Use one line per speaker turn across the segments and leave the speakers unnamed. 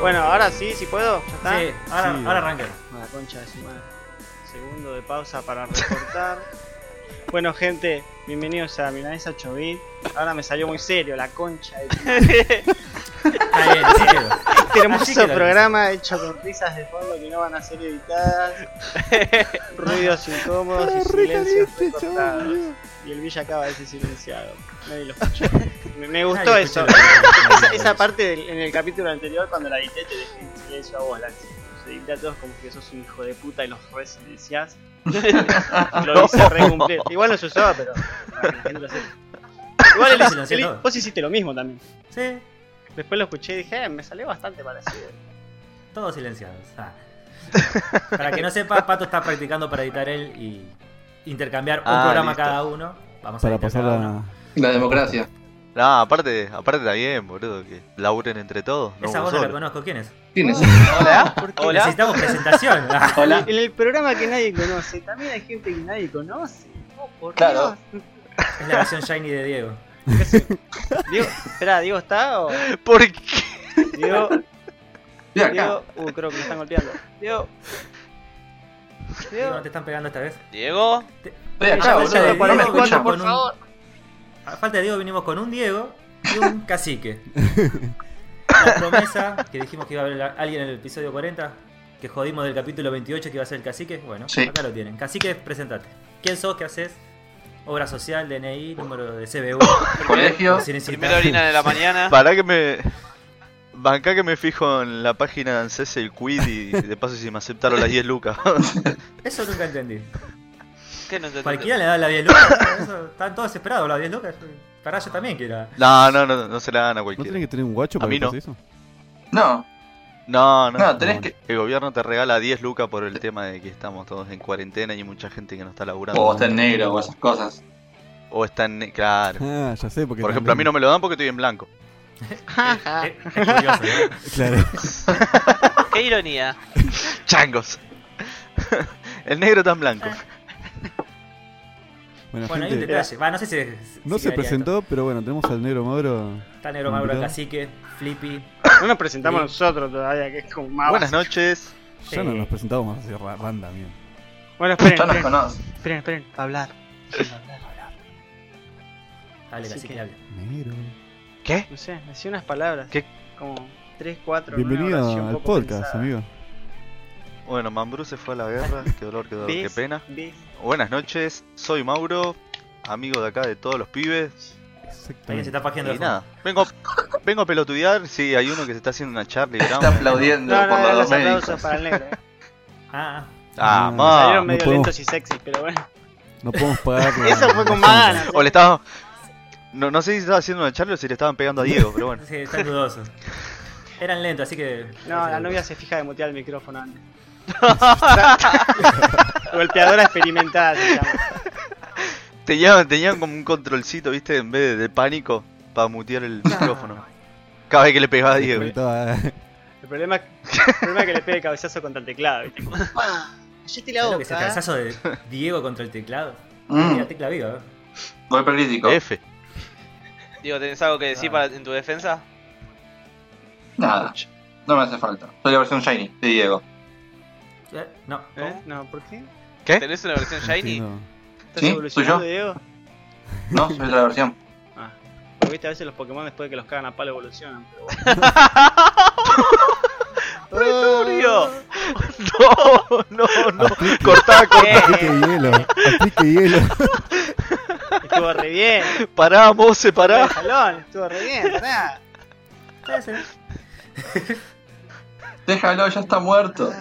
Bueno, ahora sí, si puedo, ya está.
Sí, ahora,
Sí.
ahora arranca.
La concha de su madre. Segundo de pausa para recortar. bueno, gente, bienvenidos a Milanesa 8 bit. Ahora me salió muy serio, la concha de tu madre.
Está bien, así quedó.
Este
Así que
hermoso
lo
programa hecho con risas de fondo que no van a ser editadas. Ruidos incómodos y silencios recortados. Y el Villa acaba de ser silenciado. Nadie lo escuchó. Me, me gustó
Nadie
eso.
escucha lo que-
Esa, esa parte del- en el capítulo anterior, cuando la edité, te dejé en silencio a vos, Lancy. Te edité a todos como que sos un hijo de puta y los re silenciás. lo hice re cumplir. Igual no se usaba, pero. para que la gente lo sepa. Igual él-
Yo silencié
él-
todo.
vos hiciste lo mismo también.
Sí,
Después lo escuché y dije, eh, me salió bastante parecido.
todos silenciados. Ah. Para que no sepa, Pato está practicando para editar él y intercambiar un
Ah,
programa
listo.
cada uno. Vamos a
Para
editar
pasar
cada uno.
la.
La democracia.
No, aparte, aparte está bien, boludo, que laburen entre todos. No
Esa
uno
voz no la
solo.
conozco, ¿quién es?
Ah.
¿Quién es?
Hola, hola.
Necesitamos presentación. Ah,
Hola.
En el programa que nadie conoce, también hay gente que nadie conoce. Oh, por
Claro.
es la versión shiny de Diego.
Dios. Diego, espera, ¿Diego está o.?
¿Por qué?
Diego,
Estoy acá.
Diego. Uh, creo que me están golpeando. Diego.
Diego, ¿no
Diego.
te están pegando esta vez?
Diego,
Estoy
Ya,
acá,
ya,
boludo.
ya,
No me
ya,
escuchan.
por favor. A falta de Diego vinimos con un Diego y un cacique. La promesa que dijimos que iba a haber alguien en el episodio 40, que jodimos del capítulo 28 que iba a ser el cacique. Bueno,
Sí.
acá lo tienen. Cacique, presentate. ¿Quién sos? ¿Qué haces? Obra social, DNI, número de CBU.
Colegio.
Si necesitas-
primera orina de la mañana.
Pará que me. Bancá que me fijo en la página de ANSES el quid y de paso si me aceptaron las 10 lucas.
Eso nunca entendí.
¿Qué no te-
Cualquiera le da la 10 lucas. eso, Estaban todos desesperados, la 10 lucas. Para yo también que era.
No, no, no, no se la dan a
¿No
cualquiera.
tenés que tener un guacho
A
para
mí
que
no.
pase eso?
No,
No, no,
No, tenés
no.
que-
El gobierno te regala 10 lucas por el tema de que estamos todos en cuarentena y hay mucha gente que no está laburando.
o está en negro o esas cosas.
O está en- Claro.
Ah, ya sé, porque.
Por ejemplo, a mí no me lo dan porque estoy en blanco.
Ah.
Es, es curioso, ¿eh?
Claro.
Qué ironía.
¡Changos! el negro está en blanco.
Bueno,
Bueno,
hay un
gente,
detalle. Va, no sé si. si
no se
quedaría
presentó, pero bueno, tenemos al negro Mauro.
esto. Está negro Mauro, Cacique, Flippy.
No nos presentamos
Sí.
nosotros todavía, que es como más.
Buenas noches.
Ya no
Sí.
nos presentamos más así, ra- random, bien.
Bueno,
Ya
esperen,
nos
esperen,
conoce.
esperen, esperen, para hablar.
Dale,
Así
Cacique,
que-
dale.
Negro.
¿Qué?
No sé, me hacía unas palabras.
¿Qué?
Como 3, 4.
Bienvenido al podcast, amigo.
Bueno, Mambrú se fue a la guerra. Qué dolor, qué dolor, qué
¿Ves?
pena. Buenas noches, soy Mauro, amigo de acá de todos los pibes.
Alguien se
Exactamente.
está pajeando
Y
de fondo.
nada, vengo, vengo a pelotudear. Sí, hay uno que se está haciendo una charla y
Está aplaudiendo
No, no,
por
no,
los
los
médicos.
aplausos para el negro. eh.
Ah,
Ah,
Salieron
no
ma.
medio
podemos.
lentos y sexy, pero bueno.
No podemos pagar. la-
Eso fue con
la-
más ganas.
O le estaba. No, no sé si estaba haciendo una charla o si le estaban pegando a Diego, pero bueno.
sí, están dudosos. Eran lentos, así que.
No, la novia se fija de mutear el micrófono antes. Golpeadora experimentada se llama.
Tenían, tenían como un controlcito, viste, en vez de, de pánico, para mutear el micrófono. Cada vez que le pegaba a
la-
Diego.
conectaba-
El problema, es- el problema es que le pegue cabezazo contra el teclado. ¿viste? Como, ¡pah! Cállate la
¿Sabes lo que es
boca.
el
¿eh?
cabezazo de Diego contra el teclado?
Mm,
Mira, tecla viva, ¿eh?
golpe crítico.
F.
Diego, ¿tenés algo que decir para, en tu defensa?
Nada. No me hace falta. Soy la versión shiny de Diego.
Eh, No.
¿Eh? No, ¿por qué? ¿Estás
¿Qué?
¿Tenés una versión shiny?
¿Eh? Entiendo.
Sí, soy
evolucionando,
yo.
Diego?
No, soy otra versión.
Ah. Porque viste a veces los Pokémon después de que los cagan a palo evolucionan. Pero bueno.
¡Preturbio! No, no, no. Cortá, cortá.
Aplique hielo. Aplique hielo.
Estuvo re bien.
Pará, Mose,
Pará.
pará.
Salón, estuvo re bien, pará.
Puede ser.
Déjalo, ya está muerto.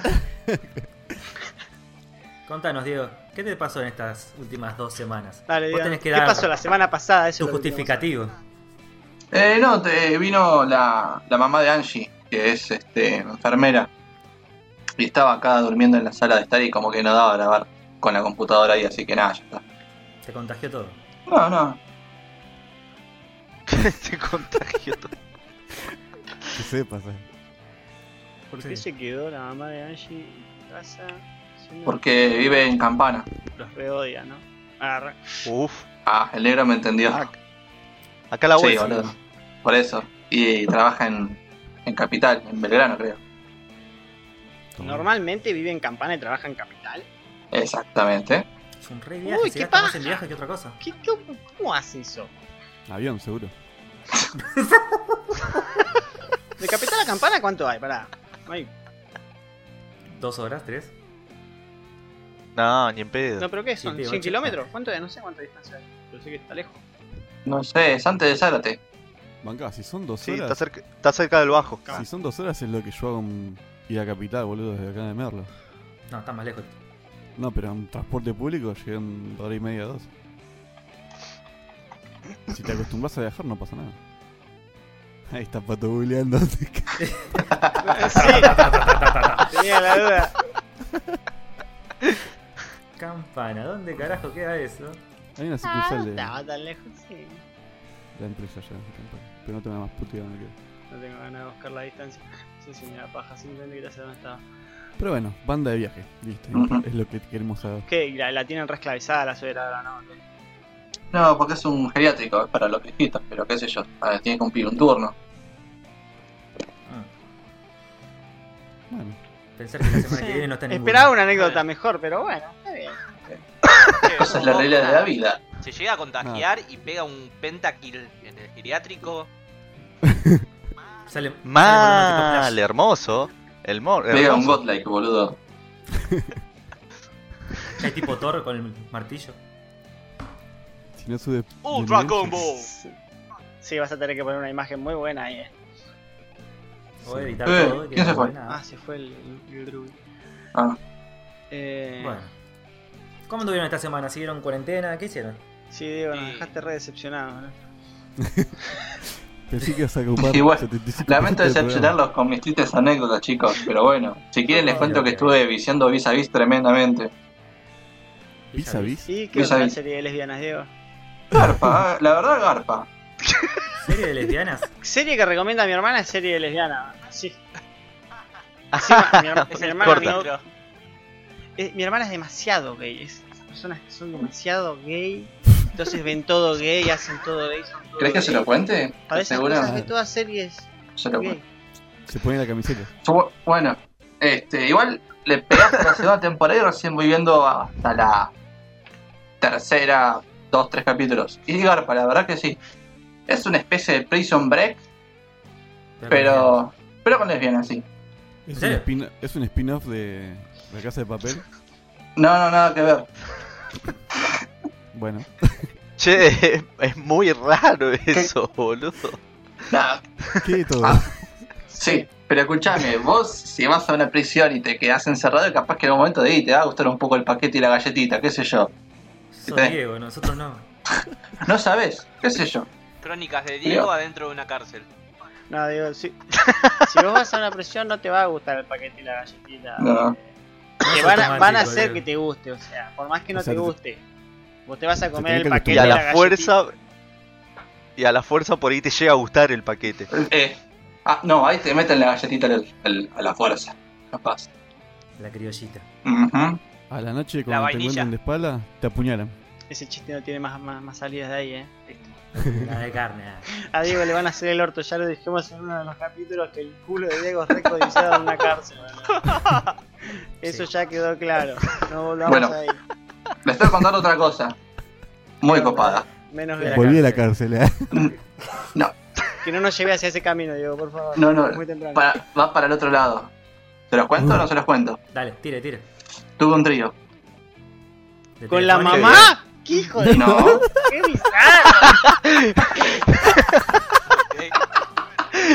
Contanos, Diego, ¿qué te pasó en estas últimas dos semanas?
Dale,
Vos
Diego.
tenés que
¿Qué
dar
pasó la semana pasada? Eso
tu
es lo que tenemos.
justificativo.
Eh, no, te, vino la, la mamá de Angie, que es este, enfermera. Y estaba acá durmiendo en la sala de estar y como que no daba a grabar con la computadora ahí, así que nada, ya está.
Te contagió todo.
No, no.
Te este contagio todo.
Que sepas. eh.
¿Por qué se quedó la mamá de Angie en casa? Siendo
Porque vive en Campana.
Los reodia, ¿no? Agarra.
Uf.
Ah, el negro me entendió.
Ah, Acá la
sí,
vuelta.
boludo. Por eso. Y, trabaja en, en Capital, en Belgrano creo.
Mm.
Normalmente vive en Campana y trabaja en Capital.
Exactamente.
Es un re viaje,
Uy,
se
qué
gasta más en
paja.
viaje que otra cosa.
¿Qué, cómo, cómo hace eso?
Avión, seguro.
¿De Capital a Campana cuánto hay? Pará. No, hay-
¿Dos horas? ¿Tres?
No, ni en pedo.
no, pero ¿qué son?
Siete,
¿100
ocho.
kilómetros? ¿Cuánto es? No sé cuánta distancia hay. Pero sé que está lejos.
No sé, es antes de Zárate.
Banca, si son dos
sí, está
horas.
cerca, está cerca del bajo. Ah.
Si son dos horas es lo que yo hago en ir a capital, boludo, desde acá de Merlo.
No, está más lejos.
No, pero en transporte público llegué en hora y media, dos. Si te acostumbras a viajar, no pasa nada. Ahí está pato googleando.
sí. Tenía la duda.
Campana, ¿dónde carajo queda eso?
Hay una sucursal de la
Ah, Estaba tan lejos, sí.
empresa allá, en Campana, pero no tengo más puta idea dónde queda.
No tengo ganas de buscar la distancia. No sé si me da paja, simplemente quería saber dónde estaba.
Pero bueno, banda de viaje, listo.
Ujú.
Es lo que queremos saber.
¿Qué? La, la tienen reesclavizada la suegra ahora, ¿no?
No, porque es un geriátrico, es para los viejitos, pero qué sé yo, a ver, tiene que cumplir un turno.
Mm,
Bueno,
Pensar que la semana que viene no está en
Esperaba una anécdota mejor, pero bueno, está bien.
Esa es la regla de la vida.
Se llega a contagiar y pega un pentakill en el geriátrico.
Sale, sale
Mal,
por un
hermoso. El mor
Pega un
hermoso.
godlike, boludo.
anticonflash. Hay tipo Thor con el martillo.
si no sube.
Ultra
de-
combo.
Sí, vas a tener que poner una imagen muy buena ahí, eh.
O editar
Eh,
todo. y que
¿quién se
no
fue?
hay nada.
Ah, se fue el, el druid.
Ah,
Eh,
Bueno. ¿Cómo anduvieron esta semana? ¿Siguieron cuarentena? ¿Qué hicieron?
Sí, Diego, nos
Sí.
dejaste re decepcionados, ¿no?
Pensé que ibas a ocupar.
Y bueno,
75%
lamento
del programa.
decepcionarlos con mis tristes anécdotas, chicos, pero bueno, si quieren les cuento que estuve viciando vis a vis tremendamente.
Vis a vis.
¿Y qué
Vis a
onda la
vis.
serie de lesbianas, Diego?
Garpa, ah, la verdad, garpa.
¿Serie de lesbianas?
Serie que recomienda mi hermana es serie de lesbiana. Sí. Encima, mi, her- mi hermana
Corta.
no- eh, mi hermana es demasiado gay. Es, esas personas que son demasiado gay. Entonces ven todo gay, hacen todo gay. son todo
¿Crees que
gay.
se lo cuente?
Para esas cosas
¿Segura?
ve todas series
Se lo
gay.
cuento.
Se pone la camiseta.
Yo- Bueno, este, igual le pegaste a la segunda temporada y recién voy viendo hasta la tercera, dos, tres capítulos. Y garpa, la verdad que sí. Es una especie de prison break, pero. Pero con lesbianas, sí.
Es
¿En
un,
serio?
spin- es un spin-off de La Casa de Papel.
No, no, nada que ver.
Bueno,
Che, es muy raro eso, boludo.
Nada,
¿qué de todo?
Ah. Sí, pero escúchame, vos si vas a una prisión y te quedás encerrado, capaz que en un momento de ahí te va a gustar un poco el paquete y la galletita, qué sé yo.
eh, Sos
¿Viste?
Diego, nosotros no.
No sabes, qué sé yo.
Crónicas de Diego
Digo.
adentro de una cárcel.
No, Diego, si, si vos vas a una presión no te va a gustar el paquete y la galletita.
No.
Te
es
van, a, van a
automático,
hacer
Diego.
que te guste, o sea, por más que no
O sea,
te
te-
guste. Vos te vas a comer
tenés
el
que
paquete
Y
y
a
acostumbrar.
la fuerza. Y a la fuerza por ahí te llega a gustar el paquete.
Eh, ah, no, ahí te meten la galletita al- al- a la fuerza, capaz.
La criollita.
Ujú.
A la noche,
La
cuando te
vainilla.
encuentran de espalda, te apuñalan.
galletita. Ese chiste no tiene más, más, más salidas de ahí, eh. Listo.
La de carne. ah.
A Diego le van a hacer el orto, ya lo dijimos en uno de los capítulos que el culo de Diego es recodiciado en una cárcel. ¿verdad? Eso
Sí.
ya quedó claro. No volvamos
Bueno.
ahí.
Les estoy contando otra cosa. Muy copada.
Menos de la
Volví a la
cárcel.
cárcel. ¿eh?
Que no nos lleve hacia ese camino, Diego, por favor.
No, no,
Muy temprano.
Para, va para el otro lado. ¿Se los cuento o no se los cuento?
Dale, tire, tire.
Tuve un trío.
De
¿Con la
telefónica.
mamá? ¿Qué hijo de
No.
¡Qué bizarro!
Eh,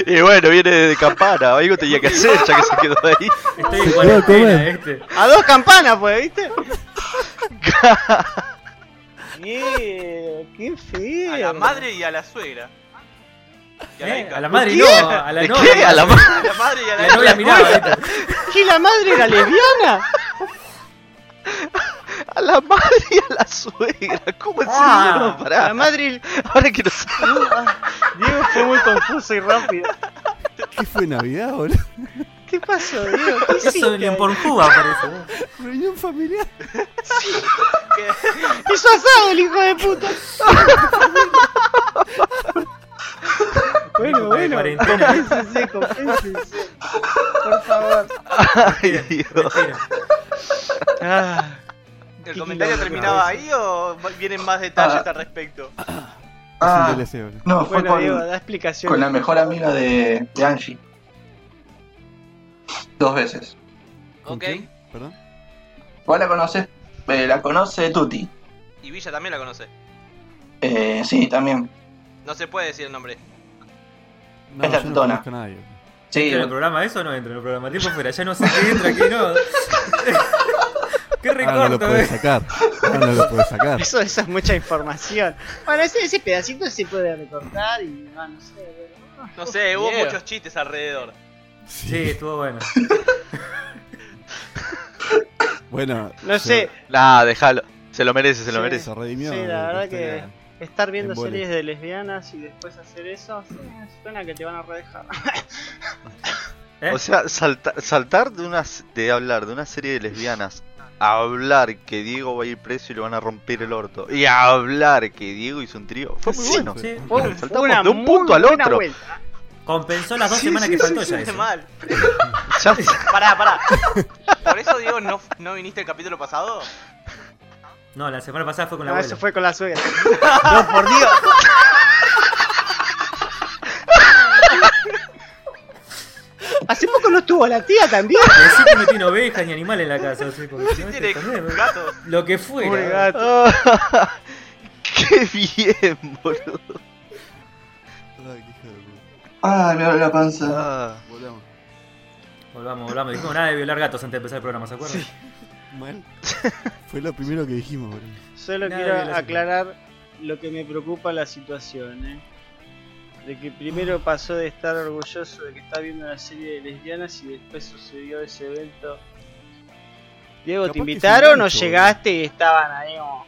Y bueno, viene de campana, algo tenía que hacer ya que se quedó ahí.
Estoy en
Se quedó a
cuarentena,
comer.
este.
A dos campanas, pues, ¿viste? ¡Qué, qué feo!
A la madre y a la suegra. Y a la
Eh,
hija.
A la madre
¿Qué?
no, a la
¿De
novia.
qué? A la madre.
A la madre y
¿Eh?
a la,
La novia miraba, ¿viste?
¿Qué, la madre era lesbiana?
A la madre y a la suegra. ¿Cómo es
Ah,
eso? No, pará.
La madre...
Ahora que no sé.
Diego fue muy confuso y rápido.
¿eh? ¿Qué fue Navidad, boludo?
¿Qué pasó, Diego? ¿Qué hiciste
Eso
ahí?
venía en Pornhub aparece. ¿eh?
Reunión familiar.
Hizo asado el hijo de puta. bueno,
Dijo que de
bueno.
cuarentena.
Confésense, confésense. Por favor.
Ay, Dios.
Mentira.
Ah,
¿El
Qué
comentario
quilombo,
terminaba ahí o vienen más detalles al respecto?
Es
Ah,
un DLC, boludo.
no, fue
Bueno, Diego,
con,
da explicación.
con la mejor amiga de, de Angie. Dos veces.
¿Con
Ok.
quién? ¿Perdón?
¿Vos la conoces? Eh, la conoce Tuti.
Y Villa también la conoce.
Eh, sí, también.
No se puede decir el nombre.
No,
Es la
yo no
tetona.
conozco a nadie.
Sí,
¿Entra en el programa eso o no entra en el programa? Tiempo fuera, ya no sé qué entra, qué no. qué
Ah,
Ahora Ah, no lo
recorto,
puedes
eh.
sacar. Ahora no lo puedes sacar.
Eso, eso es mucha información. Bueno, ese, ese pedacito se puede recortar y ah, no sé. bueno.
No sé, hubo
Diego.
muchos chistes alrededor.
Sí, estuvo bueno.
Bueno.
No sé,
Nah, déjalo. Se lo merece, se lo
Sí.
merece.
Se redimió.
Sí, la
eh,
verdad
historia.
estar viendo
Embole.
series de lesbianas y después hacer eso, sí, suena que te van a redejar.
¿Eh?
O sea, salta- saltar de una, s- de hablar de una serie de lesbianas a hablar que Diego va a ir preso y le van a romper el orto y a hablar que Diego hizo un trío fue muy
Sí,
bueno.
sí.
Fue un-
Saltamos
fue una
de un
muy
punto al
buena
otro.
vuelta.
Compensó las dos
Sí,
semanas
sí,
que faltó
sí,
ya
Hice
eso.
mal.
Ya-
Pará, pará. Por eso, Diego, ¿no, no viniste el capítulo pasado?
No, la semana pasada fue con la
No, Ah, eso
abuela.
fue con la suegra.
No, por Dios.
Hace poco no estuvo la tía también.
Decí que no tiene ovejas ni animales en la casa, sí, porque si no,
Tiene
te también, ¿no?
gatos.
Lo que
Pobre
fuera.
gato.
Ah, Qué bien, boludo.
Ay, qué hijo de puta.
Ay, me abre la panza.
Ah,
Volvamos.
Volvamos, volvamos. Dijimos nada de violar gatos antes de empezar el programa, ¿se acuerdan?
Mal. Fue lo primero que dijimos, boludo.
Solo
Nada
quiero
de violación.
aclarar lo que me preocupa la situación, ¿eh? De que primero pasó de estar orgulloso de que está viendo una serie de lesbianas y después sucedió ese evento. Diego,
Capaz
¿te
que
invitaron o
es un gancho,
llegaste y estaban ahí como-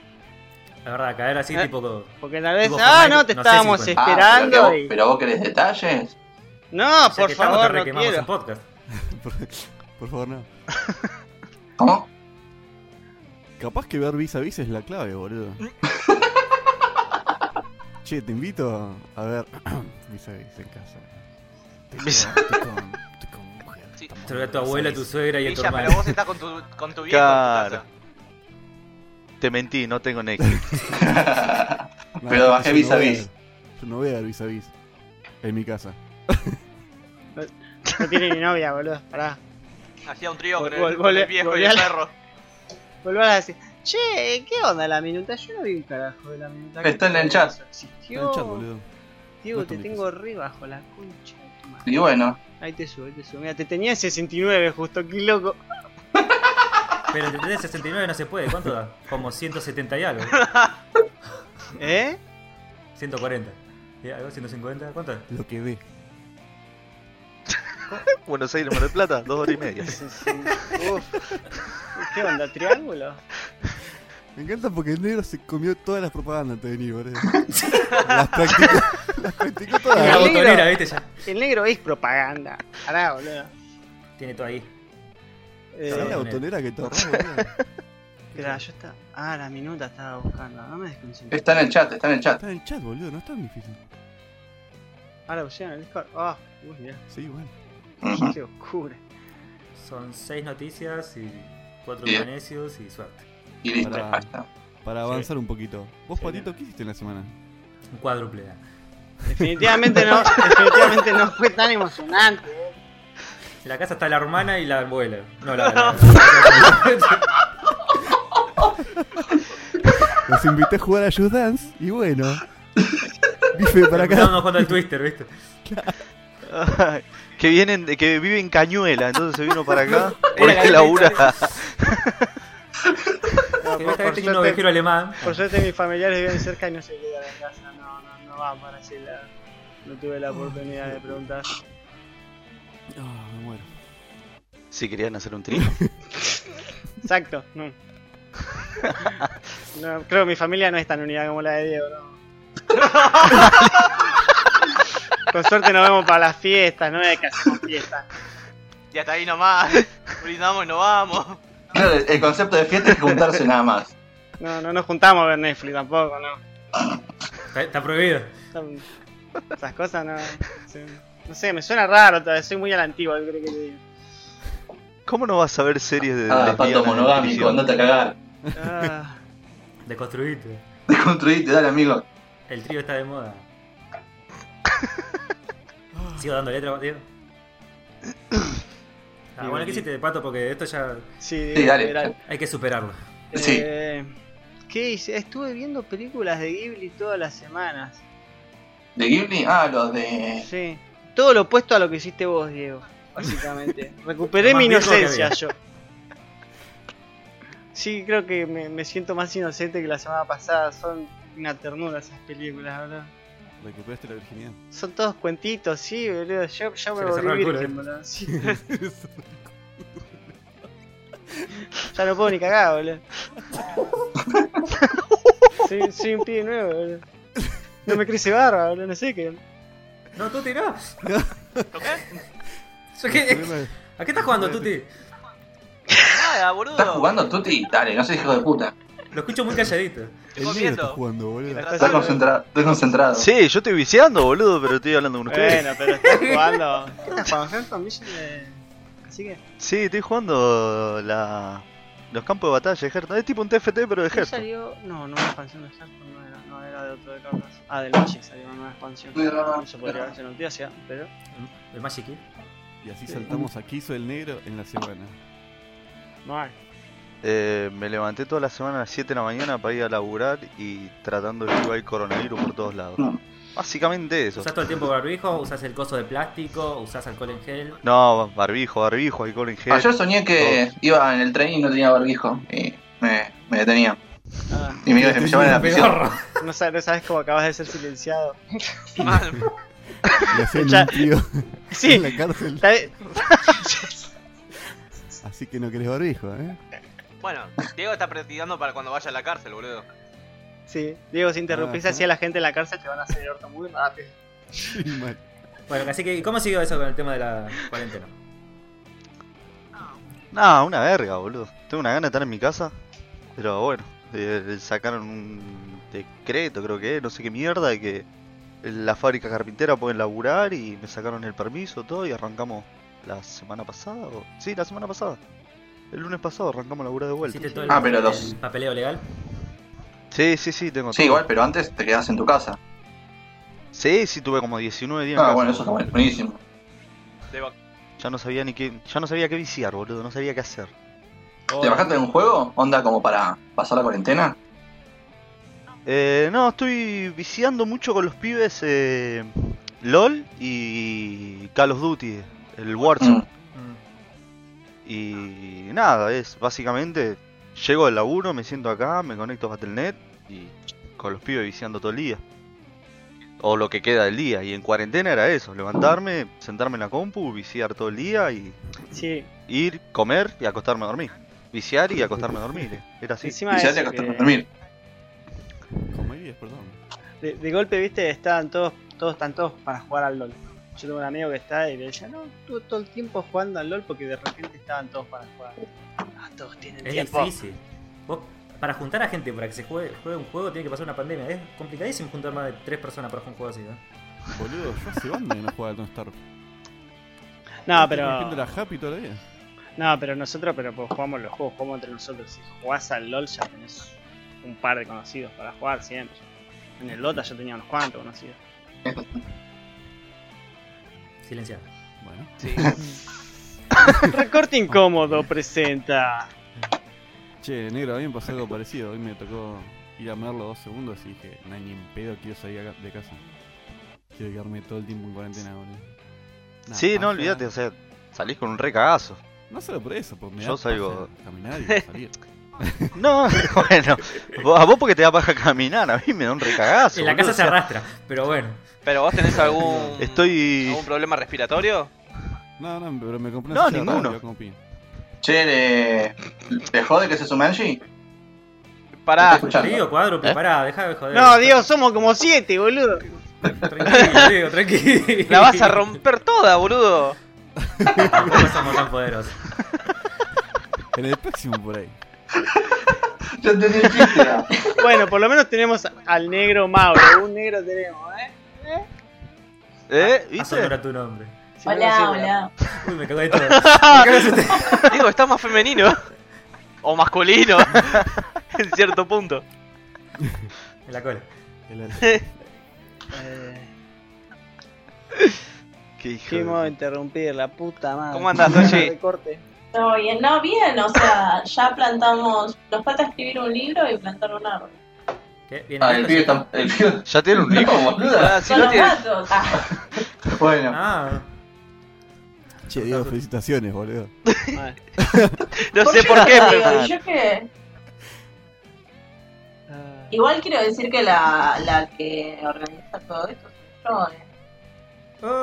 La verdad, caer así,
¿Eh?
tipo. co-
Porque tal vez,
Tipo,
ah,
Fortnite,
no, te
no sé
estábamos
si
Ah,
esperando.
pero, que
y-
vos, pero vos querés detalles.
No,
ya
por
que estamos,
favor,
te
no
requemamos en
quiero.
podcast.
Por, por favor, no.
¿Cómo?
Capaz que ver vis a vis es la clave, boludo. che, te invito a ver vis a vis en casa. Te
Vis-
con- te con- te con mujer,
Sí.
estamos
Te lo a tu
vis
abuela,
vis.
tu suegra y a tu
Villa,
hermana.
pero vos estás con tu, con tu viejo en tu
Claro.
casa.
te mentí, no tengo Netflix.
No,
Pero
yo
bajé
no
vis a
voy
vis.
ver- Yo no voy a ver vis a vis en mi casa.
No tiene ni novia, boludo. Pará.
Hacía un trío con el,
Vol-
con el
vol-
viejo
volví
y
a
el
la-
perro.
Volvás a decir, che, ¿qué onda la minuta? Yo no vi un carajo de la minuta.
Está en el chat.
Eso
Está en
Existió.
el chat, boludo.
Diego,
No
te
tomes.
tengo re bajo la concha de tu madre.
Y bueno,
Ahí te subo, ahí te subo. Mira, te tenía 69 justo, qué loco.
Pero entre 69 no se puede, ¿cuánto da? Como 170 y algo.
¿Eh?
140. ¿Y algo? ¿150? ¿Cuánto? es?
Lo que ve.
Buenos Aires, Mar del Plata, dos horas y media.
Uf. ¿Qué onda? ¿Triángulo?
Me encanta porque el negro se comió todas las propagandas antes de venir, boludo. las practicó, las practicó
Mira,
La
todas.
vos-
botonera, viste ya.
El negro es propaganda. Pará, boludo.
Tiene todo ahí.
Eh,
¿Sabés la botonera que te ahorrás, boludo?
esperá, yo estaba. Ah, la minuta estaba buscando. No me desconcentré.
está en el chat, está en el chat.
Está en el chat, boludo, no es tan difícil.
Ah, la pusieron en el Discord. Ah, uy, mirá.
Sí, bueno.
Ujú.
Qué oscura.
Son 6 noticias y 4
Bien.
amanecios y suerte.
Y listo,
Pará.
ahí está.
Para avanzar un poquito. ¿Vos,
Sí,
Patito, qué hiciste en la semana?
Un cuádruple. A.
Definitivamente no, definitivamente no fue tan emocionante. eh.
En la casa está la hermana y la abuela. No, la, la- la-
Los invité a jugar a Just Dance y bueno. Bife para acá.
Estábamos jugando al Twister, ¿viste?
Ay, que vienen, de- que vive en Cañuela, entonces se vino para acá.
Era
Porque
la misma
labura.
No,
este Que
Ah, por,
esta vez
por
tenía un
suerte,
ovejero alemán.
por suerte mis familiares viven cerca y no se quedan en casa. No, no, no van para ese lado. No tuve la oportunidad de preguntar.
Ah, me muero.
Si querían hacer un trío.
Exacto, no. No, creo que mi familia no es tan unida como la de Diego, no. Con suerte nos vemos para las fiestas, no es que hacemos fiestas.
Y hasta ahí nomás. Brindamos y nos vamos.
Claro, el el concepto de fiesta es juntarse nada más.
No, no nos juntamos a ver Netflix tampoco, no.
Está, está prohibido.
Son- Esas cosas no. se- no sé, me suena raro, tal vez soy muy a la antigua. ¿qué querés que te diga?
¿Cómo no vas a ver series de
Ah,
lesbianas
pato
en
monogámico,
televisión?
andate a cagar.
Ah,
Deconstruite.
Deconstruiste, dale, amigo.
El trío está de moda. Sigo dando letra, Diego. Ah, bueno, ¿qué hiciste, Pato? Porque esto ya
sí,
Sí, dale.
liberal.
hay que superarlo.
Sí.
Eh, ¿Qué hice? Estuve viendo películas de Ghibli todas las semanas.
¿De Ghibli? Ah, los de.
Sí. Todo lo opuesto a lo que hiciste vos, Diego. Básicamente. Recuperé
Lo más
mi
viejo que
inocencia
había.
yo. Sí, creo que me, me siento más inocente que la semana pasada. Son una ternura esas películas, ¿verdad?
Recuperaste la virginidad.
Son todos cuentitos, sí, boludo. Yo, yo
Se
me
le cerró el
volví
culo,
virgen,
¿eh?
boludo. Sí. ya no puedo ni cagar, boludo. soy, soy un pibe nuevo, boludo. No me crece barba, boludo. No sé qué.
No, Tuti, no.
¿Lo qué?
Yo qué-
Problema-
¿A qué estás jugando, Tuti?
Nada, boludo.
¿Estás jugando, Tuti? Dale, no seas hijo de puta.
Lo escucho muy calladito.
El
Estoy
negro está
comiendo.
jugando, boludo.
Mientras-
Estás concentrado. Estoy concentrado.
Sí, yo estoy viciando, boludo, pero estoy hablando con ustedes.
Bueno, pero estás jugando. ¿Qué estás jugando? Handsome Mission de- Así que.
Sí, estoy jugando la... los campos de batalla de Hearthstone. Es tipo un TFT, pero de
¿Qué
Hearthstone.
salió? No, no una expansión de Hearthstone, no era, no era de otro de cartas. Ah, de Logic salió una nueva expansión.
Mira.
Eso podría haberse noticia, pero.
El Magic Key.
Y así saltamos a Quiso el Negro en la semana.
Mal.
Eh, me levanté toda la semana a las 7 de la mañana para ir a laburar y tratando de llevar el coronavirus por todos lados.
No.
Básicamente eso.
¿Usás todo el tiempo barbijo? ¿Usás el coso de plástico? ¿Usás alcohol en gel?
No, barbijo, barbijo, alcohol en gel.
Ayer Ah, soñé que iba en el tren y no tenía barbijo. Y me, me detenía.
Ah,
Y me, iba, me llevaban a la prisión.
Pedorro.
no, sabes, no sabes cómo acabas de ser silenciado.
Mal.
Y hacían
Ya-
un trío
Sí,
en la cárcel.
está bien.
Así que no querés barbijo, ¿eh?
Bueno, Diego está practicando para cuando vaya a la cárcel, boludo.
Sí, Diego, si interrumpís
Ajá.
así a la gente en la cárcel, te van a hacer el orto muy rápido.
Sí, mal.
Bueno, así que, ¿y ¿cómo siguió eso con el tema de la cuarentena?
No, una verga, boludo. Tengo una gana de estar en mi casa. Pero bueno, eh, sacaron un decreto, creo que, es, no sé qué mierda, de que la fábrica carpintera pueden laburar y me sacaron el permiso, todo, y arrancamos la semana pasada. o- Sí, la semana pasada. El lunes pasado arrancamos a laburar de vuelta.
¿Hiciste todo el,
Ah, pero los-
el papeleo legal?
Sí, sí, sí, tengo
Sí,
todo.
igual, pero antes te quedabas en tu casa.
Sí, sí, tuve como 19 días en
Ah,
casa,
bueno, eso está
boludo.
bueno, buenísimo.
De vac-
Ya no sabía ni qué, ya no sabía qué viciar, boludo, no sabía qué hacer.
¿Te bajaste de un juego? ¿Onda como para pasar la cuarentena?
Eh, no, estoy viciando mucho con los pibes eh, LOL y Call of Duty, el Warzone.
Ah.
Mm.
Y nada, es básicamente llego del laburo, me siento acá, me conecto a Battle.net y con los pibes viciando todo el día. O lo que queda del día. Y en cuarentena era eso, levantarme, sentarme en la compu, viciar todo el día y
Sí,
ir, comer y acostarme a dormir. Viciar y acostarme a dormir. eh. Era así.
encima
Mm. Y
de
ya te
eso
acostaste a
que-
dormir.
Comerías, perdón.
De, de golpe, viste, estaban todos, todos están todos para jugar al LOL. Yo tengo un amigo que está y le decía, no, estuve todo el tiempo jugando al LOL porque de repente estaban todos para jugar. Ah, todos tienen
Es
tiempo.
difícil. Vos, para juntar a gente para que se juegue, juegue un juego tiene que pasar una pandemia. Es complicadísimo juntar más de tres personas para jugar un juego así, ¿no?
Boludo, yo hace banda que no jugaba al No Star.
No,
Viendo la
pero.
Happy toda la vida.
No, pero nosotros, pero pues, jugamos los juegos, jugamos entre nosotros. Si jugás al LOL ya tenés un par de conocidos para jugar siempre. En el Dota yo tenía unos cuantos conocidos.
Silenciado.
Bueno,
Sí.
Recorte incómodo presenta.
che, negro, a mí me pasó algo parecido. Hoy me tocó ir a Merlo dos segundos y dije, no hay ni en pedo, quiero salir acá- de casa. Quiero quedarme todo el tiempo en cuarentena, boludo. Nah,
Sí,
paja.
no olvídate, o sea, salís con un re cagazo.
No solo por eso, por me
Yo
da
salgo-
paja Caminar y salir.
No, bueno, vos- a vos porque te da paja caminar, a mí me da un recagazo.
En la
boludo,
casa
o
se
sea,
arrastra, pero bueno.
Pero vos tenés algún.
Estoy-
¿Algún problema respiratorio?
No, no, pero me compré una
No,
silla de
ninguno.
radio, como piña.
Che, ¿le, le jode que se sume Angie?
Pará.
Escucha.
Te
Claro.
digo, cuádruple, pará, deja de joder.
No, Dios, somos como siete, boludo.
Tranquilo, Diego, tranquilo.
La vas a romper toda, boludo.
Tampoco somos tan poderosos.
En el próximo por ahí.
Yo entendí el chiste.
Bueno, por lo menos tenemos al negro Mauro. Un negro tenemos, ¿eh? ¿Eh?
¿Eh?
A
¿Viste?
sonorar tu nombre.
Si no, no
Hola,
sirve.
hola.
Uy, me cago de todo. Me cago de usted.
Digo, está más femenino. O masculino. en cierto punto.
En la cola.
El-
Eh,
Qué hijo.
qué modo de
de-
interrumpir, la puta madre.
¿Cómo andás, Doji?
Recorte.
Todo bien, no, bien, o sea, ya plantamos. Nos falta escribir un libro y plantar un árbol.
¿Qué? ¿Viene
Ah,
bien,
el pibe
José?
tam- el pibe-
Ya tiene un hijo.
No, boluda.
Ah, si
Son
no
los
tiene-
gatos. Ah,
Bueno,
Ah,
Che, Diego, felicitaciones, boludo.
Madre.
no sé por
no
qué,
te
pero.
digo? Yo que.
Ah,
Igual quiero decir que la, la que organiza todo esto soy yo. eh.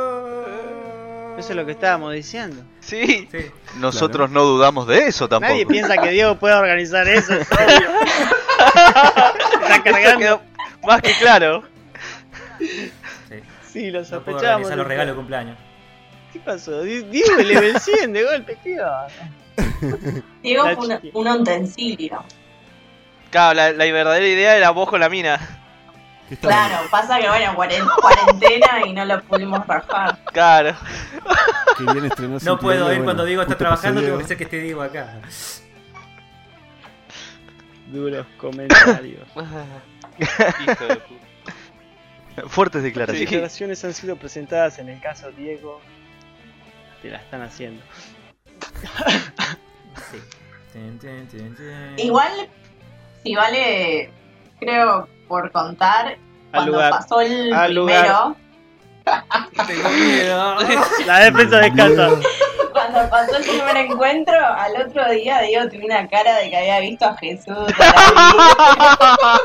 Eso es lo que estábamos diciendo.
Sí.
Ah. sí.
Nosotros no dudamos de eso tampoco.
Nadie piensa que Diego pueda organizar eso. es obvio. Está
Eso
cargando.
quedó más que claro.
Sí, lo
No puedo
sospechábamos.
organizar los regalos de cumpleaños.
¿Qué pasó? Di- Diego le level 100 de golpe, ¿qué va?
Diego
La
fue una-
chiqui.
un utensilio.
Claro, la, la verdadera idea era vos con la mina.
¿Qué está-
Claro, pasa que bueno, cuaren- cuarentena y no lo pudimos rajar.
Claro.
qué bien estrenó
No
Cinturón,
puedo ir
bueno,
cuando Diego está
justo pasó
trabajando, tengo
Diego.
que hacer que esté Diego acá.
Duros comentarios.
Hijo de puta.
Fuertes
Las
declaraciones.
declaraciones han sido presentadas en el caso Diego. Te la están haciendo.
Sí. Tin, tin, tin, tin.
Igual, si vale, creo por contar,
Al
cuando
lugar.
pasó el
Al
primero,
lugar. La defensa descansa.
cuando pasó el primer encuentro, al otro día Diego tenía una cara de que había visto a Jesús. a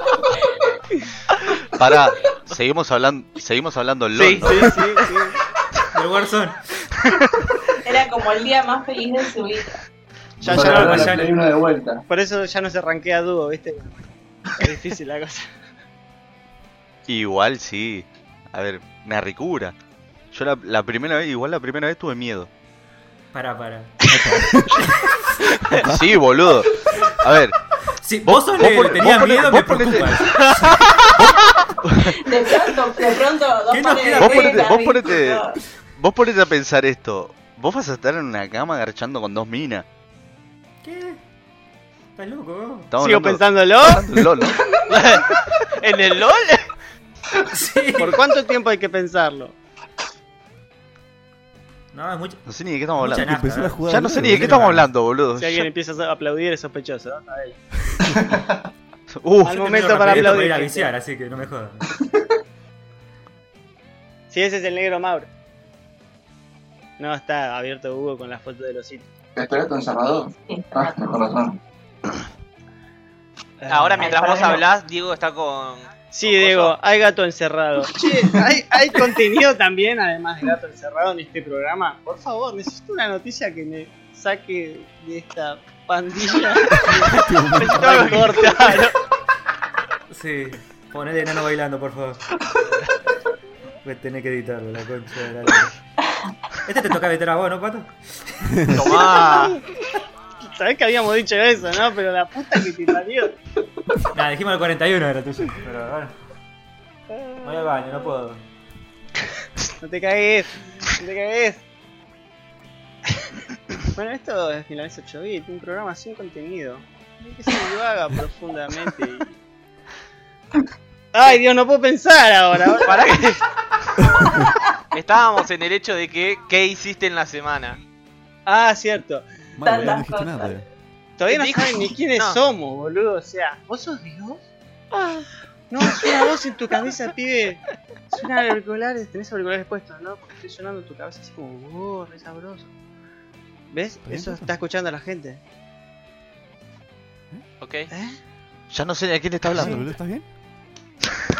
Pará, seguimos hablando, seguimos hablando LOL.
Sí,
¿no?
Sí, sí, sí.
Del Warzone.
David. Era como el día más feliz de su vida.
Ya,
para
ya no-
la
ya no-
Play uno de vuelta.
por eso ya no se rankea dúo, ¿viste? Es difícil la cosa.
Igual sí. A ver, una ricura. Yo la, la primera vez, igual la primera vez tuve miedo.
Para, para.
Sí, boludo. A ver,
Sí, vos sos
vos
le
pon-
tenías
vos ponete-
miedo,
vos
me
ponete-
preocupas.
De pronto, de pronto, dos
¿Qué nos
pares de
queda?
Vos
tetas,
ponete- vos
¿viste?
ponete-
Todo.
vos ponete a pensar esto. Vos vas a estar en una cama garchando con dos minas.
¿Qué? ¿Estás loco vos?
Estamos
Sigo
hablando-
pensándolo.
hablando de LOL, ¿no?
¿En el LOL?
Sí.
¿Por cuánto tiempo hay que pensarlo?
No, es mucho.
No sé ni de qué estamos
Mucha
hablando.
nada.
Empezar a jugar
Ya
al
no sé
LOL,
ni de qué
boludo.
estamos hablando, boludo.
Si alguien empieza a aplaudir es sospechoso. ¿no? Ahí.
Uh,
Al
Yo
momento
tengo
para
rapidez
aplaudir,
ir a
gente.
viciar, así que no me jodas.
Si ese es el negro Mauro. No, está abierto Hugo con las fotos de los sitios.
¿Te esperaste encerrado?
Sí,
Ah, con razón.
Ah, Ahora mientras
para
vos
mí no.
hablás, Diego está con.
Sí, Diego, hay gato encerrado. Che, hay, hay contenido también, además de gato encerrado, en este programa. Por favor, necesito una noticia que me saque de esta pandilla. Necesito algo corto.
Sí. Ponele enano bailando, por favor. Voy a tener que editarlo, la concha de la lora. Este te toca editar a vos, ¿no, Pato?
Tomá.
Sabés que habíamos dicho eso, ¿no? Pero la puta que te parió.
Nada, dijimos el 41 era tuyo. Pero bueno. Voy al baño, no puedo.
No te cagues, no te cagues. Bueno, esto es Milanesa 8 bit, un programa sin contenido. Hay que se divaga profundamente y... Ay, Dios, no puedo pensar ahora.
Pará que. Estábamos en el hecho de que. ¿Qué hiciste en la semana?
Ah, cierto.
Madre, no
Tantas
dijiste
cosas.
nada.
Todavía no
Dijo-
saben ni quiénes
no.
somos, boludo. O sea, ¿vos sos Dios? Ah, no, suena vos en tu cabeza, pibe. Suena auriculares, tenés auriculares puestos, ¿no? Porque estoy sonando en tu cabeza así como, oh, re sabroso. ¿Ves?
bien
Eso
puesto?
está escuchando la gente.
¿Ok?
¿Eh?
Ya no sé ni a quién le está
Claro,
hablando.
boludo, ¿Estás bien?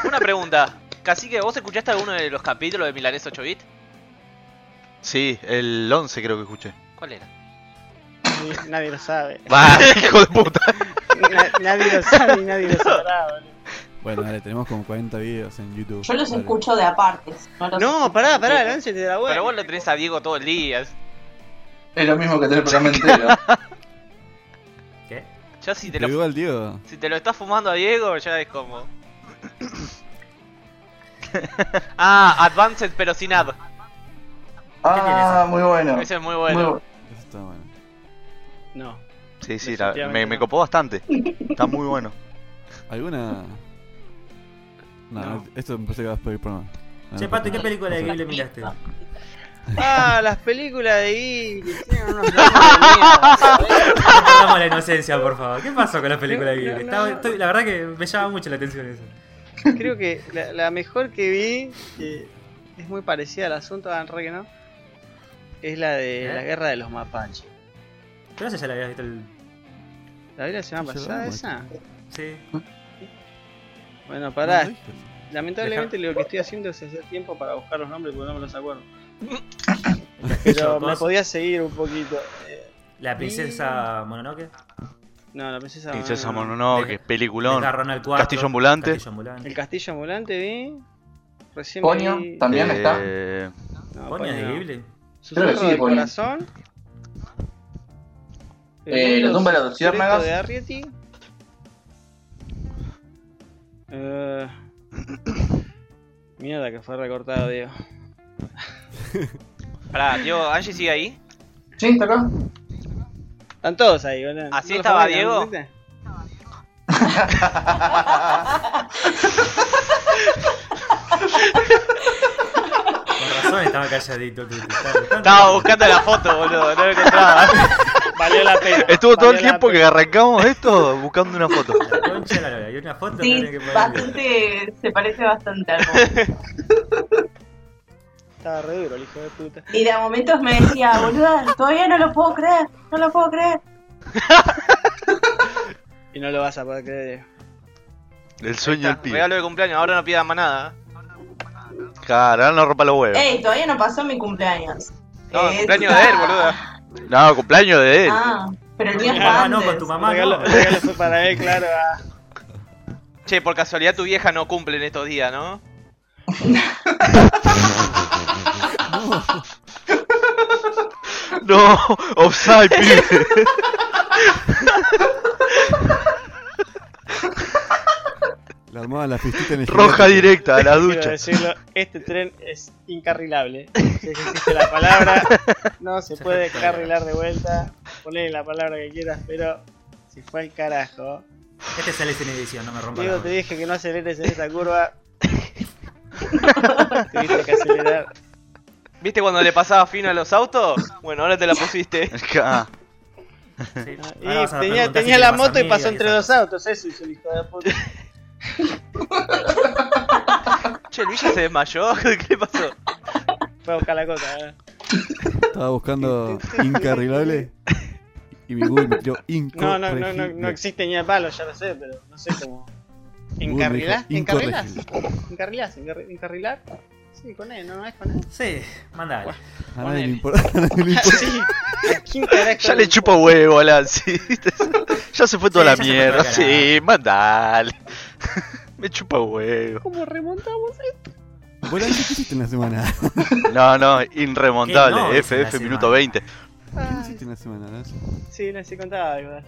Una pregunta. Cacique, ¿vos escuchaste alguno de los capítulos de Milanés 8 bit?
Sí, el 11 creo que escuché.
¿Cuál era?
Ni- Nadie lo sabe.
Va, hijo de puta.
Na- nadie lo sabe y nadie lo sabrá, boludo.
Bueno, dale, tenemos como 40 videos en YouTube.
Yo los
Dale.
escucho de aparte. No, los
No,
escucho
pará, pará,
completos.
lánzate de la web.
Pero vos lo tenés a Diego todo el día.
Es lo mismo que tener el programa entero.
¿Qué?
Ya si te
Pero
lo,
igual, Diego.
si te lo estás fumando a Diego, ya es como. Ah, Advanced pero sin ad.
Ah, muy bueno.
Ese es muy
Muy
bueno.
bu-
Eso está bueno.
No.
Sí, sí, la- me,
Definitivamente
me
no.
copó bastante. Está muy bueno.
¿Alguna.? No,
No.
esto me parece que va a pedir problema. No,
Che,
no
Pato, ¿y ¿qué
pasa nada.
película de Ghibli miraste?
Ah, las películas de Ghibli tienen unos dramas de mierda, ¿sabés?
No perdamos la inocencia, por favor. ¿Qué pasó con la película de
No, no,
Ghibli?
no,
Estaba-
no.
estoy- la verdad que me llama mucho la atención eso.
Creo que la, la mejor que vi, que es muy parecida al asunto, ah, re que no, es la de
¿Eh?
la guerra de los mapaches.
Pero esa ya la habías visto el.
¿La vi la semana
Yo
pasada
no,
esa?
Sí.
Bueno,
No,
pará,
no dije.
lamentablemente lo que estoy haciendo es hacer tiempo para buscar los nombres porque no me los acuerdo.
Yo,
Pero me
vos,
podía seguir un poquito. Eh,
La princesa Mononoke.
No, la princesa. no,
Princesa
no, no.
Mononoke,
Deja-
peliculón.
Está Ronald IV,
Castillo ambulante.
Castillo ambulante.
El castillo ambulante vi. Recién
Ponyo,
vi-
también. está?
Eh,
No,
Coño, es de
Ponyo no.
Ghibli.
Susurro
Creo que sí,
del
Bonnie.
corazón.
Eh,
mundo
la tumba de las
secreto
luciérnagas.
de Arrietty. Eh, Mierda que fue recortado, Diego.
Pará, Diego, ¿Angie sigue ahí?
¿Sí? ¿Está acá?
Están todos ahí, boludo.
¿Así
¿No lo
estaba
fabrican,
Diego?
viste?
Con razón estaba calladito. tú, tú, estaba-
Estaba buscando la foto, boludo, no la encontraba.
Valió la pena.
Estuvo todo el
Valió la
tiempo que
pena.
arrancamos esto buscando una foto.
La concha de la lora. Y una foto que
Sí,
tiene que poner.
bastante, se parece bastante a vos.
Estaba re duro el hijo de puta.
Y de a momentos me decía, boluda, todavía no lo puedo creer, no lo puedo creer.
Y no lo vas a poder creer, Diego.
El sueño del pibe.
Regalo de cumpleaños, ahora no pidan más nada.
Claro, ahora no rompa los huevos.
Ey, todavía no pasó mi cumpleaños.
No,
Eh,
el cumpleaños de él, boluda.
No, cumpleaños de él.
Ah, pero el
Con
mío
tu
fue
mamá no,
antes.
con tu mamá
el, regalo,
no.
el regalo fue para él, claro. ah.
Che, por casualidad tu vieja no cumple en estos días, ¿no?
No, offside, pibe.
Le armaban la fiestita en el
Roja
gigante.
directa a la
Quiero
ducha.
decirlo, este tren es incarrilable. Si es que existe la palabra, no se puede carrilar de vuelta. Ponle la palabra que quieras, pero si fue el carajo.
Este sale sin edición, no me rompa.
Diego,
la
te dije que no aceleres en esta curva. Tuviste que acelerar.
¿Viste cuando le pasaba fino a los autos? Bueno, ahora te la pusiste.
Ah,
foto. Sí.
Y
Ahora vas a
tenía,
preguntar
tenía
si te
la
pasa a
moto y
mí,
pasó
ahí
entre
está.
dos autos. Eso hizo el hijo de puta.
Che, Luis ya se desmayó. ¿Qué le pasó?
Fue a buscar la coca. ¿eh?
Estaba buscando incarrilable. Y mi Google me tiró inco.
No, no, no, no,
eh.
no existe ni el palo, ya lo sé, pero no sé cómo. ¿Encarrilás? ¿Encarrilás? ¿Encarrilás? Encarri- ¿Encarrilar? Sí, con él, no es con E. él.
Sí, mandale.
A nadie le importa. a nadie le importa.
Sí, ¿a quién carajo
ya le chupa huevo a la. sí, ya se fue
Sí, ya
toda la
se fue
mierda.
toda la
Sí, mandale. Me chupa huevo.
¿Cómo remontamos?
Bueno, ¿qué hiciste en la semana?
No, no,
¿Qué no
irremontable.
hice la
FF minuto
semana?
20.
¿Qué
Ay,
hiciste en la semana? Nacho?
sí, no sé contaba algo. dale.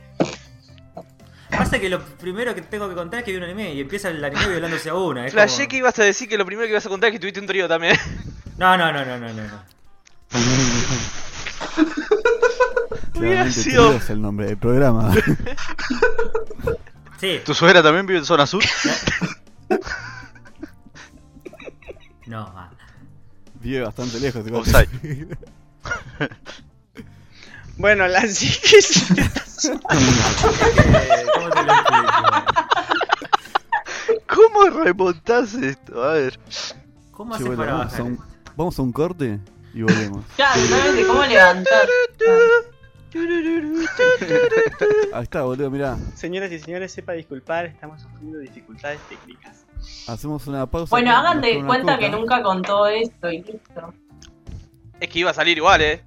Pasa que lo primero que tengo que contar es que vi un anime y empieza el anime violándose a una. es
Flashé
como-
que ibas a decir que lo primero que ibas a contar es que tuviste un trío también.
No, no, no, no, no, no. no.
Claramente
sido-
Trío es el nombre del programa.
Sí.
¿Tu suegra también vive en zona sur?
No, ah.
Vive bastante lejos. igual.
Offside.
Bueno, la siguiente.
Eh, ¿Cómo te lo explico?
¿Cómo remontás esto? A ver.
¿Cómo
Che,
haces
bueno,
para
vamos,
bajar?
a un, vamos a un corte y volvemos.
Claro, no sé cómo levantar.
Ahí está, boludo, mirá.
Señoras y señores, sepa disculpar, estamos sufriendo dificultades técnicas.
Hacemos una pausa.
Bueno,
acá,
hagan
nos
de
toma una
cuenta
coca.
que nunca contó esto y listo.
Es que iba a salir igual, eh.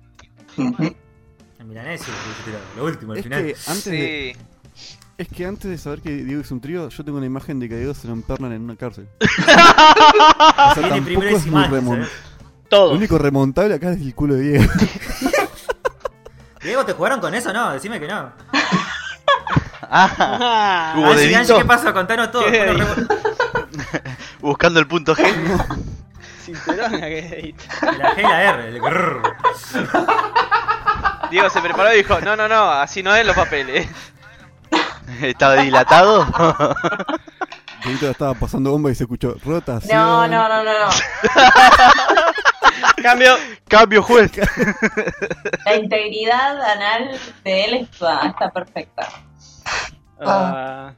Ujú.
El milanesio, que te lo- lo último, al
Es que,
final.
antes de,
Sí.
es que antes de saber que Diego es un trío, yo tengo una imagen de que a Diego se lo empernan en una cárcel. o sea,
Viene
tampoco
primero
es
esa
muy
imagen,
remon-
¿sabes?
Lo
Todo.
único remontable acá es el culo de Diego.
Diego, ¿te jugaron con eso o no? Decime que no.
Ah,
Ah,
¿Hubo
Angie,
dedito?
Ah.
Angie, ¿qué pasó? Contanos todo.
¿Qué?
Bueno, re-
Buscando el punto G.
Cinturona que edita.
La G y la R. el grrr.
Diego se preparó y dijo, no, no, no, así no es los papeles.
Estaba dilatado.
Dieguito estaba pasando bomba y se escuchó rotación.
No, no, no, no, no.
Cambio.
Cambio juez.
La integridad anal de él está, está perfecta.
Ah.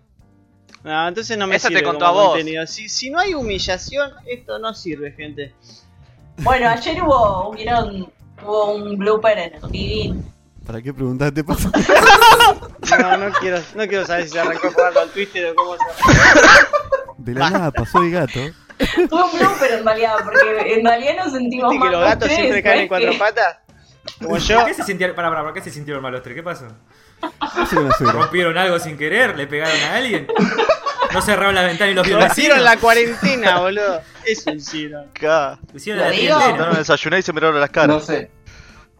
No, entonces no me
Esa te
sirve
contó
como
a vos.
contenido. Si, si no hay humillación, esto no sirve, gente.
Bueno, ayer hubo, hubieron, hubo un blooper en el TV.
¿Para qué preguntaste? Pasa?
No, no quiero, no quiero saber si se arrancó jugando al Twister o cómo se
De la nada pasó el gato.
Hubo un blooper en realidad, porque en realidad nos sentimos
¿Viste
mal
que los gatos
tres,
siempre caen en
¿no es
cuatro
que?
patas? Como yo.
¿Por qué se sintieron, para, para, ¿por qué se sintieron mal los tres? ¿Qué pasó?
Hace una suegra.
¿Rompieron algo sin querer? ¿Le pegaron a alguien? ¿No cerraron la ventana y los vio
Hicieron
vecinos?
la cuarentena, boludo. Eso hicieron.
Acá.
Hicieron la
¿Lo digo?
No
cuarentena.
desayuné y se miraron las
No
caras.
sé.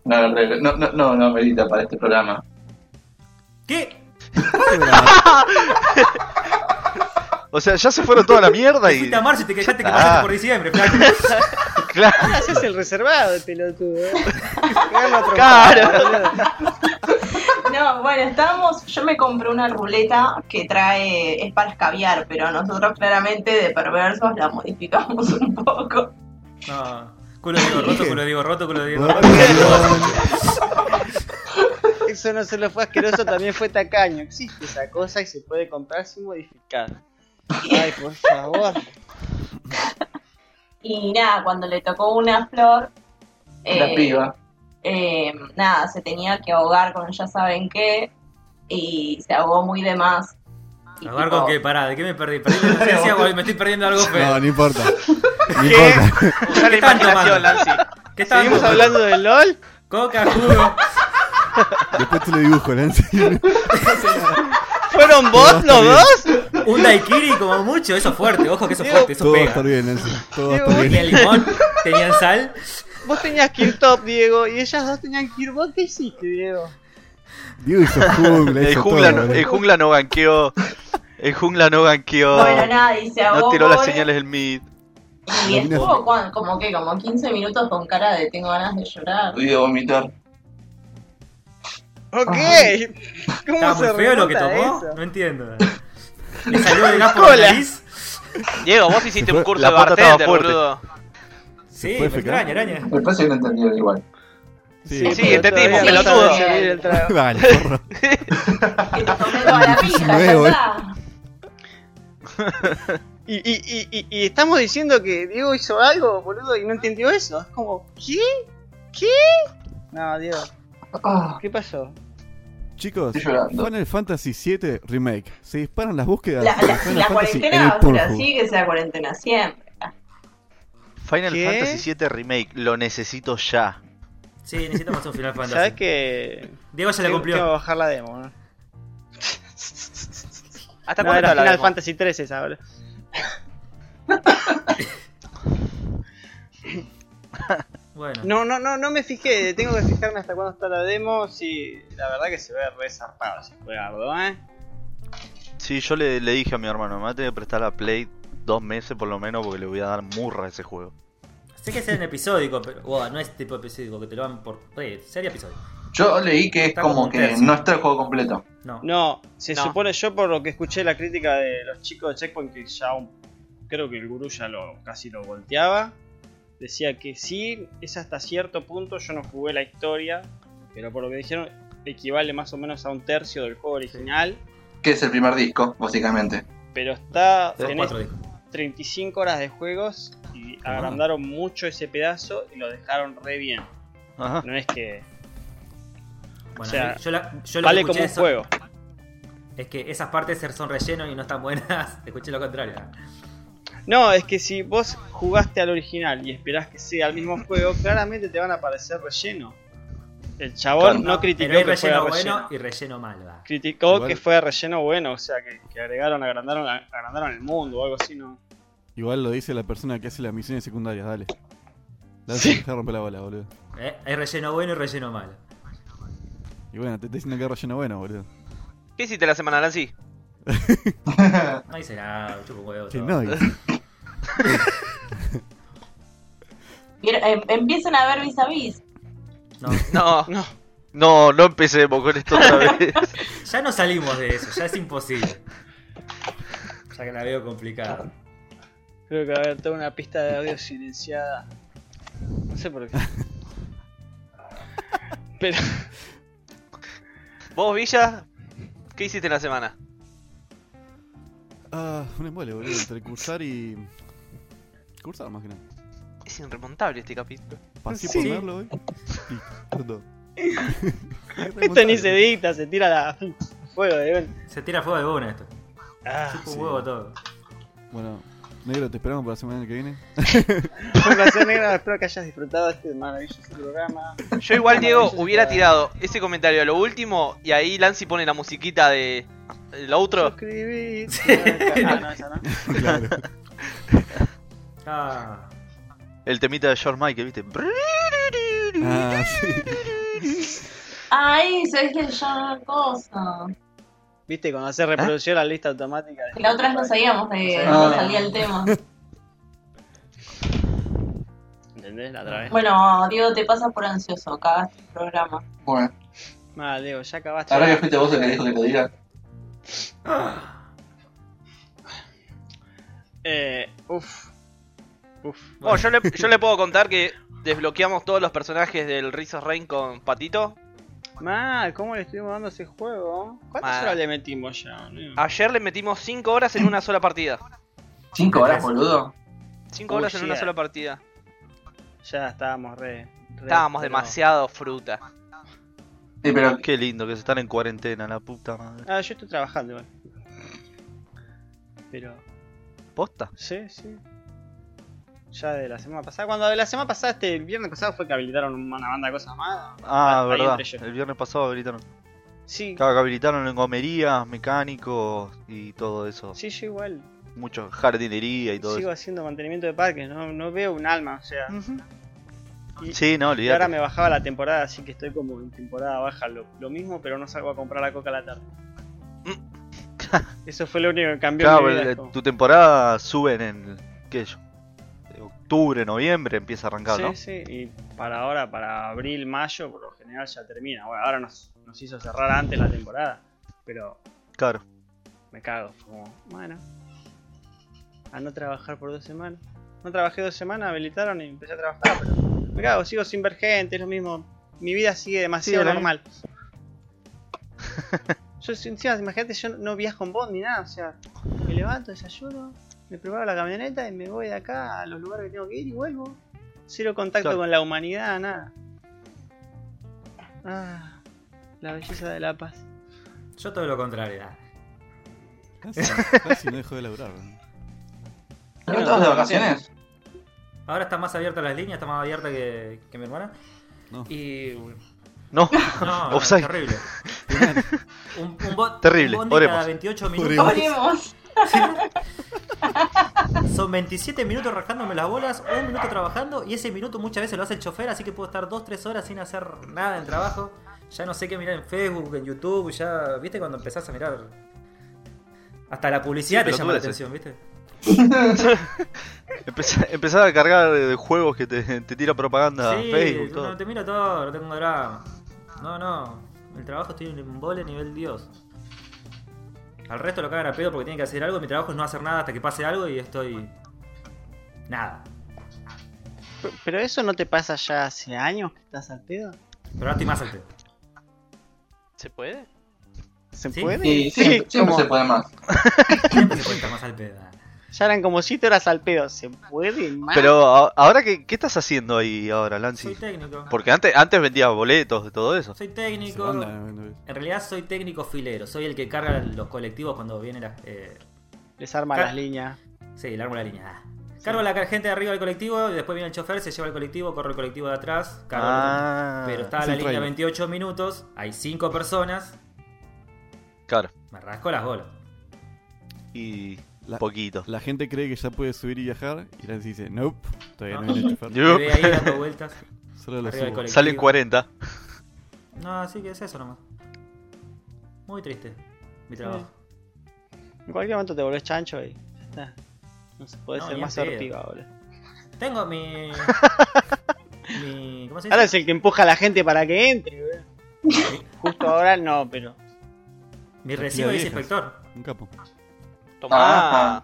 No, no, no, no, no, no merita para este programa.
¿Qué?
O sea, ya se fueron toda la mierda
Te
y.
fuiste a marzo y te quejaste que
Ah.
pasaste por diciembre, flaco.
Claro.
Haces Ah, el reservado, pelotudo.
Claro.
No, bueno, estábamos, yo me compré una ruleta que trae, es para escabiar, pero nosotros claramente de perversos la modificamos un poco.
No. Culo digo roto, culo digo roto, culo digo roto.
Rotación.
Eso no solo fue asqueroso, también fue tacaño. Existe esa cosa y se puede comprar sin modificar. Ay, por favor.
Y nada, cuando le tocó una flor,
La
eh,
piba.
eh, nada, se tenía que ahogar con ya saben qué, y se ahogó muy de más. Y
Ahogar
tipo,
con qué, pará, ¿de qué me perdí? ¿Perdí la inocencia o me estoy perdiendo algo
No,
feo?
no importa. No
¿Qué?
importa.
Usa la
¿Qué están tomando?
imaginación, Lancy.
¿Qué estábamos
¿Seguimos hablando de LOL?
Coca, jugo.
Después te lo dibujo, Lance.
¿Fueron vos los dos?
Un daiquiri como mucho, eso es fuerte, ojo que eso es fuerte, eso
Todo va a
pega.
estar bien, Nancy. Todo va a estar
Tenía
bien.
limón, tenían sal.
Vos tenías que ir top, Diego, y ellas dos tenían que ir. ¿Vos qué hiciste, Diego?
Diego hizo jungla,
El
hizo todo.
jungla, no,
boludo.
el jungla no ganqueó. El jungla no ganqueó.
Bueno, nada, y se ahogó.
No tiró las
pobre,
señales del mid.
Y estuvo cuan- como que, como 15 minutos con cara de tengo ganas de llorar.
Voy a vomitar.
Ok. ¿Cómo
Estaba muy
se
feo lo que
remonta
tomó,
eso?
no entiendo. Le salió el gas por la
Cola.
nariz.
Diego, vos hiciste un
La
curso de
pata
bartender,
estaba fuerte.
boludo.
Sí,
fue
me
fecal.
extraña, araña.
Me parece que no entendieron igual.
Sí,
pero
entendimos,
todavía no
pelotudo.
sabe servir el trago.
Vale, porro.
Que te tomé toda la pija, ya
Nuevo, eh.
está.
Y, y, y, y, y estamos diciendo que Diego hizo algo, boludo, y no entendió eso. Es como, ¿qué? ¿Qué? No, Diego,
Ah,
¿qué pasó?
Chicos,
Estoy llorando.
Final Fantasy VII Remake. Se disparan las búsquedas.
La,
de
la-
Final
la
Fantasy en
cuarentena,
el
pero
Pornhub.
sí que sea cuarentena siempre.
Final
¿Qué?
Fantasy VII Remake, lo necesito ya.
Sí, necesitamos un final
¿Sabes
fantástico.
que
Diego
Tengo
ya la
tengo que
cumplió.
bajar la demo, ¿no?
¿Hasta
No,
cuándo
era
está la
Final
demo?
Fantasy 13 esa, boludo.
Bueno,
No, no, no, no me fijé, tengo que fijarme hasta cuándo está la demo. Sí, la verdad que se ve re zarpado ese juegardo, ¿eh?
Sí, yo le, le dije a mi hermano, me va a tener que prestar la Play dos meses por lo menos porque le voy a dar murra a ese juego.
sé que es en episódico, pero wow, no es tipo episódico que te lo dan por. Oye, sería episodio.
Yo leí que es
Está como
como
un
que
tercio.
no está el juego completo.
No.
No, se
No.
supone yo por lo que escuché la crítica de los chicos de Checkpoint que ya un- creo que el gurú ya lo casi lo volteaba. Decía que sí, es hasta cierto punto, yo no jugué la historia, pero por lo que dijeron equivale más o menos a un tercio del juego original,
Que es el primer disco, básicamente.
pero está
Pero
tenés
Cuatro discos.
35 horas de juegos y
Ah.
agrandaron mucho ese pedazo y lo dejaron re bien.
Ajá.
No es que
Bueno,
o sea,
yo, la, yo lo
vale
que
como
escuché
un
eso-
juego.
es que esas partes son relleno y no están buenas. Escuché lo contrario.
No, es que si vos jugaste al original y esperás que sea el mismo juego, claramente te van a parecer relleno. El chabón
Claro.
no
Pero
criticó
hay
que fuera
relleno
relleno.
bueno y relleno malo. va.
Criticó
Igual-
que fuera relleno bueno, o sea, que, que agregaron, agrandaron, agrandaron el mundo o algo así, ¿no?
Igual lo dice la persona que hace las misiones secundarias, dale. Dale, deja romper la bola, boludo.
Eh, Hay relleno bueno y relleno malo.
Y bueno, te está diciendo que es relleno bueno, boludo.
¿Qué hiciste la semana, Lancy?
No hice nada, chupo huevo.
Che,
todo.
no, y-
Pero, eh, empiezan a ver vis a vis.
No,
No, no.
No, no empecemos con esto otra vez.
ya no salimos de eso, ya es imposible. Ya que la veo complicada.
Creo que va a haber toda una pista de audio silenciada. No sé por qué. Pero
Vos, Villa, ¿qué hiciste en la semana?
Ah, un embole, boludo. Entre cursar y. Cursar más que nada.
Es irremontable este capítulo.
Pasé
Sí.
por verlo hoy. Y. No.
esto Este ni se dicta, se tira la fuego de golpe.
Se tira fuego de una esto.
Ah,
Chupa
sí.
un huevo todo.
Bueno, negro, te esperamos para la semana que viene.
fue un placer negro, espero que hayas disfrutado este maravilloso programa.
Yo igual, Diego,
Maravilloso
hubiera
para-
tirado ese comentario a lo último y ahí Lancy pone la musiquita de... El outro.
Suscribirte. Ah, no, esa no.
claro.
Ah,
El temita de George Michael, ¿viste?
Ah, sí.
Ay, se dice ya una cosa.
Viste, cuando se reprodució la lista automática. de-
La otra vez no sabíamos de
Ah.
no salía el tema.
¿Entendés? La otra vez.
Bueno, Diego, te pasas por ansioso, cagaste el programa.
Bueno,
Mal, Ah, Diego, ya acabaste.
ahora que fuiste vos el que dijo que lo diga.
Eh, uf. Uf.
Bueno, Oh, yo le, yo le puedo contar que desbloqueamos todos los personajes del Rizos Rain con Patito.
Mal, ¿cómo le estuvimos dando ese juego? ¿Cuántas
Mal.
horas le metimos ya, boludo?
Ayer le metimos 5 horas en una sola partida.
¿Cinco horas, boludo?
5
Oh,
horas en una
shit.
sola partida.
Ya estábamos re. re-
Estábamos
pero-
demasiado fruta.
Sí, pero
Qué lindo que se están en cuarentena, la puta madre.
Ah, yo estoy trabajando igual. Pero.
¿Posta?
Sí, sí. Ya de la semana pasada. Cuando de la semana pasada, este el viernes pasado, fue que habilitaron una banda de cosas más.
Ah,
ahí
verdad.
entre ellos.
El viernes pasado habilitaron.
Sí,
Claro, que habilitaron engomerías, mecánicos y todo eso.
sí, yo igual.
Mucho jardinería y todo Mm.
Sigo haciendo mantenimiento de parques, no, no veo un alma, o sea.
eso. Ujú.
Y,
Sí, no,
y ahora
olvidate.
me bajaba la temporada, así que estoy como en temporada baja. Lo, lo mismo, pero no salgo a comprar la coca a la tarde. Eso fue lo único que cambió. en
Mm. Claro,
mi
pero,
vida,
eh,
como-
tu temporada suben en qué sé yo, de octubre, noviembre empieza a arrancar,
sí,
¿no?
sí, y para ahora, para abril, mayo, por lo general ya termina. Bueno, ahora nos, nos hizo cerrar antes la temporada, pero
Claro.
me cago. fue Como, bueno, a no trabajar por dos semanas. No trabajé dos semanas, habilitaron y empecé a trabajar, pero me cago, sigo sin ver gente, es lo mismo. Mi vida sigue demasiado
Sí, la-
normal. yo, encima, imagínate, yo no viajo en bond ni nada, o sea, me levanto, desayuno, me preparo la camioneta y me voy de acá a los lugares que tengo que ir y vuelvo. Cero contacto
Claro.
con la humanidad, nada. Ah, la belleza de la paz.
yo todo lo contrario. ah.
Casi, casi no dejó de laburar. ¿no?
¿están todos de vacaciones?
Ahora está más abierta las líneas, está más abierta que, que mi hermana.
No.
Y.
No,
No, no,
Offside.
terrible. Un, un bot.
Terrible,
un bondi
oremos.
cada 28
Oremos.
minutos.
Oremos.
Son 27 minutos rascándome las bolas, un minuto trabajando y ese minuto muchas veces lo hace el chofer, así que puedo estar 2-3 horas sin hacer nada en trabajo. Ya no sé qué mirar en Facebook, en YouTube, ya, viste, cuando empezás a mirar... Hasta la publicidad
Sí,
te
pero
llama
tú
la
ese.
atención, viste.
empezá, empezá a cargar eh, juegos que te, te tira propaganda
sí,
Facebook,
no,
todo.
te miro todo, no tengo drama. No, no, el trabajo estoy en un vole nivel Dios. Al resto lo cagan a pedo porque tienen que hacer algo, mi trabajo es no hacer nada hasta que pase algo y estoy... Nada.
P- Pero eso no te pasa ya hace años que estás al pedo.
Pero ahora estoy más al pedo.
¿Se puede?
¿Se
Sí.
puede?
Sí, siempre, siempre
como-
se puede más.
Siempre se puede estar más al pedo.
Ya eran como 7 horas al pedo. ¿Se puede más?
Pero a- ahora que, ¿qué estás haciendo ahí ahora,
Soy
Lancy?
técnico.
Porque antes, antes vendías boletos de todo eso.
Soy
Se
técnico.
manda, eh. ¿no? ¿no?
En realidad soy técnico filero. Soy el que carga los colectivos cuando viene la. eh,
Les arma
Ca-
las líneas.
sí, el árbol de la línea. Ah. Cargo la car- gente de arriba del colectivo y después viene el chofer, se lleva el colectivo, corre el colectivo de atrás. cargo el-
Ah,
Pero está
es
la
el
línea
trailer.
28 minutos, hay 5 personas.
claro.
Me rasco las bolas.
Y
La-
poquito.
La gente cree que ya puede subir y viajar y Lancy dice, nope, todavía no
No.
viene el chofer.
Me
Yup.
ve ahí dando vueltas.
Solo lo
Arriba del
subo.
colectivo.
Salen 40.
No, así que es eso nomás. Muy triste. Mi trabajo.
En cualquier momento te volvés chancho y ya está. No se puede
No,
ser
ni
más
en pedo.
sortiva, boludo.
Tengo mi. mi ¿Cómo se
Ahora
dice?
es el que empuja a la gente para que entre, boludo. Justo ahora no, pero.
Mi recibo de
viejas.
inspector.
Un capo.
Tomá.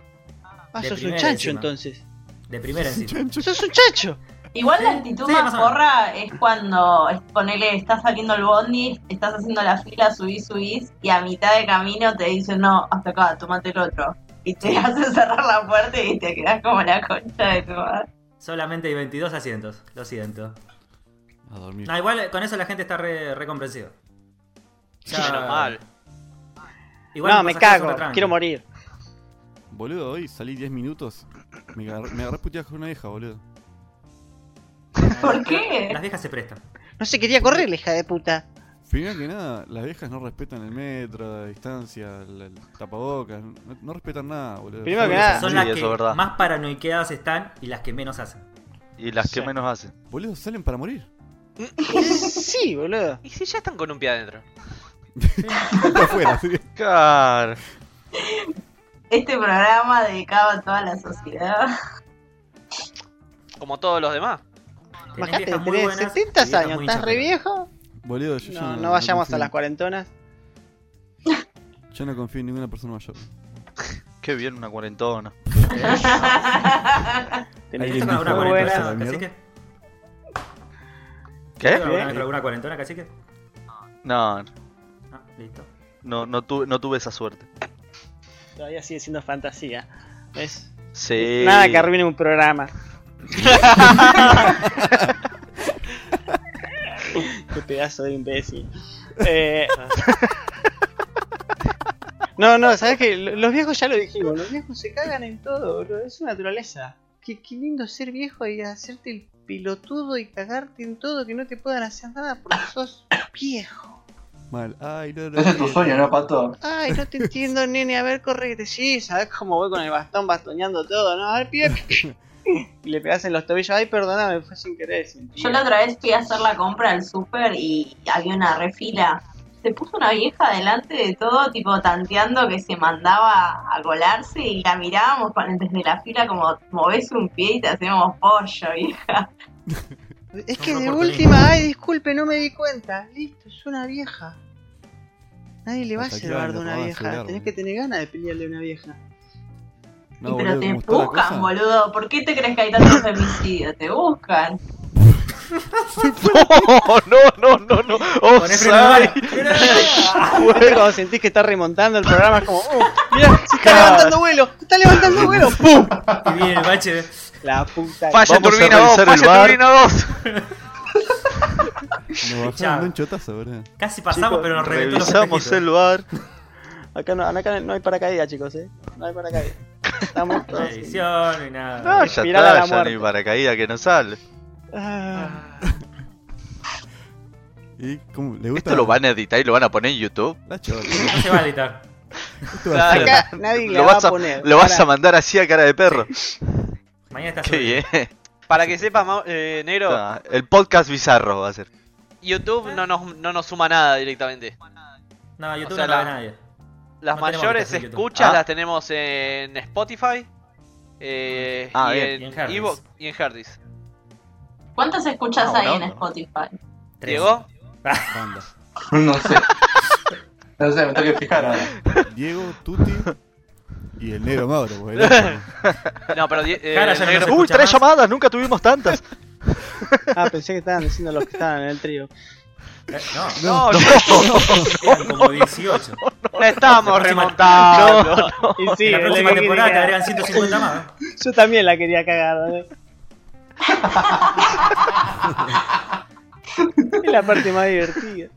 Ah,
De
sos un
primera
chancho
encima.
entonces.
De primera encima.
Sos un chancho.
Igual la actitud
sí,
más
más o menos.
porra es cuando, es- ponele, estás saliendo el bondi, estás haciendo la fila, subís, subís, y a mitad de camino te dicen, no, hasta acá, tomate el otro. Y te hacen cerrar la puerta y te quedás como la concha de tu madre.
Solamente hay 22 asientos. Lo siento.
A dormir.
No, igual eh, con eso la gente está re, re comprensiva. Ya-
Menos mal.
Igual
no,
los
me
pasajeros son
cago.
re tranqui.
Quiero morir.
Boludo, hoy salí 10 minutos. Me agarré, me agarré puteadas con una vieja, boludo.
¿Por qué?
Las viejas se prestan.
No se quería correr, la hija de puta.
Primero que nada, las viejas no respetan el metro, la distancia, el, el tapabocas. No, no respetan nada, boludo.
Primero que
Solo-
nada- Ah,
Son
sí,
las
eso
que
es verdad.
más paranoiqueadas están y las que menos hacen.
Y las que
Sí.
menos hacen.
Boludo, salen para morir.
Sí, boludo.
¿Y si ya están con un pie adentro?
Está afuera, sí.
Car.
Este programa dedicado a toda la sociedad.
Como todos los demás.
Tenés
Bajate,
viejas muy
tenés
buenas y
70
viejas
años,
muy
estás re
chaperas.
viejo.
Boludo, yo ya
No, no vayamos
confío
a las
en-
cuarentonas.
Yo no confío en ninguna persona mayor.
Qué bien una cuarentona.
Tenés
Ahí
¿Te
Alguien
toca
dijo,
alguna
muy
"Buena".
cuarentona,
buenas.
mierda.
cacique? ¿Te
¿Qué?
toca
¿Eh?
alguna- alguna cuarentona, cacique?
No,
Ah, listo.
no, no tuve, no tuve esa suerte.
Todavía sigue siendo fantasía. ¿Ves?
Sí.
Nada que arruine un programa. Qué pedazo de imbécil. Eh, No, no, sabes que los viejos ya lo dijimos, los viejos se cagan en todo, boludo, es su naturaleza. Qué, qué lindo ser viejo y hacerte el pilotudo y cagarte en todo, que no te puedan hacer nada porque sos viejo.
Mal. Ay, no, no.
Ese es tu sueño, ¿no, Pato?
Ay, no te entiendo, nene. A ver, correte. Sí, sabes cómo voy con el bastón bastoneando todo, ¿no? A ver, pie. Y le pegas en los tobillos. Ay, perdóname, fue sin querer. sentí.
Yo la otra vez fui a hacer la compra al súper y había una refila. Se puso una vieja delante de todo, tipo tanteando que se mandaba a colarse y la mirábamos con- desde la fila como moves un pie y te hacemos pollo, vieja.
Es
Son
que de
oportunistas.
última, ay, disculpe, no me di cuenta. Listo, es una vieja. Nadie le va a
Hasta aquí
hacer bardo a
van los
una
robados
vieja.
celulares.
Tenés que tener ganas de pelearle a una vieja.
No,
Pero
boludo,
te
¿cómo está la cosa?
buscan, boludo. ¿Por qué te crees que hay tanto femicidio? Te buscan.
no, no, no, no.
Poné freno de mano.
Offside.
Freno de mano.
Viste Cuando sentís que está remontando el programa, es como, oh, mira, se está levantando vuelo, se está levantando vuelo. ¡Pum!
Y viene el bache. de-
La puta. que-
Falla
Vamos a
turbina 2,
revisar el
falla
bar.
turbina 2.
Nos bajaron
Chao.
de un chotazo, boludo.
Casi pasamos,
Chicos,
pero nos reventó los
Revisamos el
espejitos.
bar.
Acá no, acá no hay paracaídas, chicos, ¿eh? No hay paracaídas. Estamos todos.
Edición y nada.
No,
Ya
Espiral a Ah, la
está, ya
muerte.
ni paracaídas que no sale.
Ah,
¿Y cómo? ¿Le gusta?
Esto lo van a editar y lo van a poner en YouTube.
La chota.
No se va a editar.
Esto va a ser-
Acá nadie le
Lo
va
vas
a
a,
poner.
lo vas
Pará.
a mandar así a cara de perro.
Mañana está
Qué
subido.
bien.
Para que sepas, Mau- eh, Negro,
Ah, El podcast bizarro va a ser.
YouTube no nos, no nos suma nada directamente.
No, YouTube
O sea,
no lo ve
la-
nadie.
Las
No tenemos
mayores
aplicación de YouTube.
escuchas
Ah.
las tenemos en Spotify eh,
Ah,
y,
bien.
en,
Y en Herdis.
Evo- y en Herdis.
¿Cuántas escuchas
Ah,
hay
bueno,
en
no.
Spotify?
Tres.
¿Llegó?
Banda.
No sé. No sé, me tengo que fijar ahora.
Diego, Tuti y el negro Mauro, boludo.
No, pero die- eh,
Cara, ya no
Negro-
se-
Uy,
escucha
tres
más?
llamadas, nunca tuvimos tantas.
Ah, pensé que estaban diciendo los que estaban en el trío.
Eh, No,
No,
eran como 18.
la estábamos
La próxima-
remontando.
Y sí,
en la
le
próxima
quería
temporada te
cagar.
agregan 150 más. ¿eh?
Yo también la quería cagar, ¿eh? ¿no? Es la parte más divertida.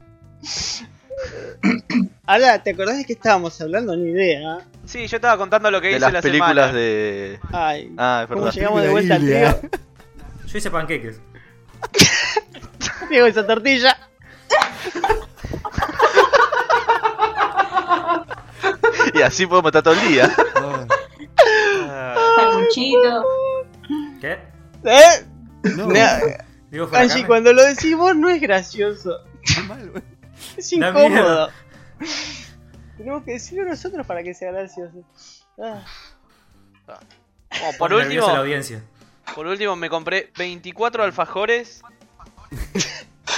Ahora, ¿te acordás de qué estábamos hablando? Ni idea. ¿eh?
Sí, yo estaba contando lo que
De
hice
las
la
películas
semana.
de.
Ay,
Ah, es
¿cómo
verdad.
llegamos de vuelta al
Biblia.
trío?
Yo hice panqueques.
Diego esa tortilla.
Y así podemos estar todo el día.
Ah,
Ah,
Sanguchito.
¿Qué?
¿Eh?
No,
Nah,
Digo, fuera
Angie,
carne.
cuando lo decís vos no es gracioso.
qué mal, boludo.
Es
Da
incómodo.
miedo.
Tenemos que decirlo nosotros para que sea gracioso. Ah.
Bueno, Oh, por
Nerviosa
último,
la audiencia.
por último me compré 24 alfajores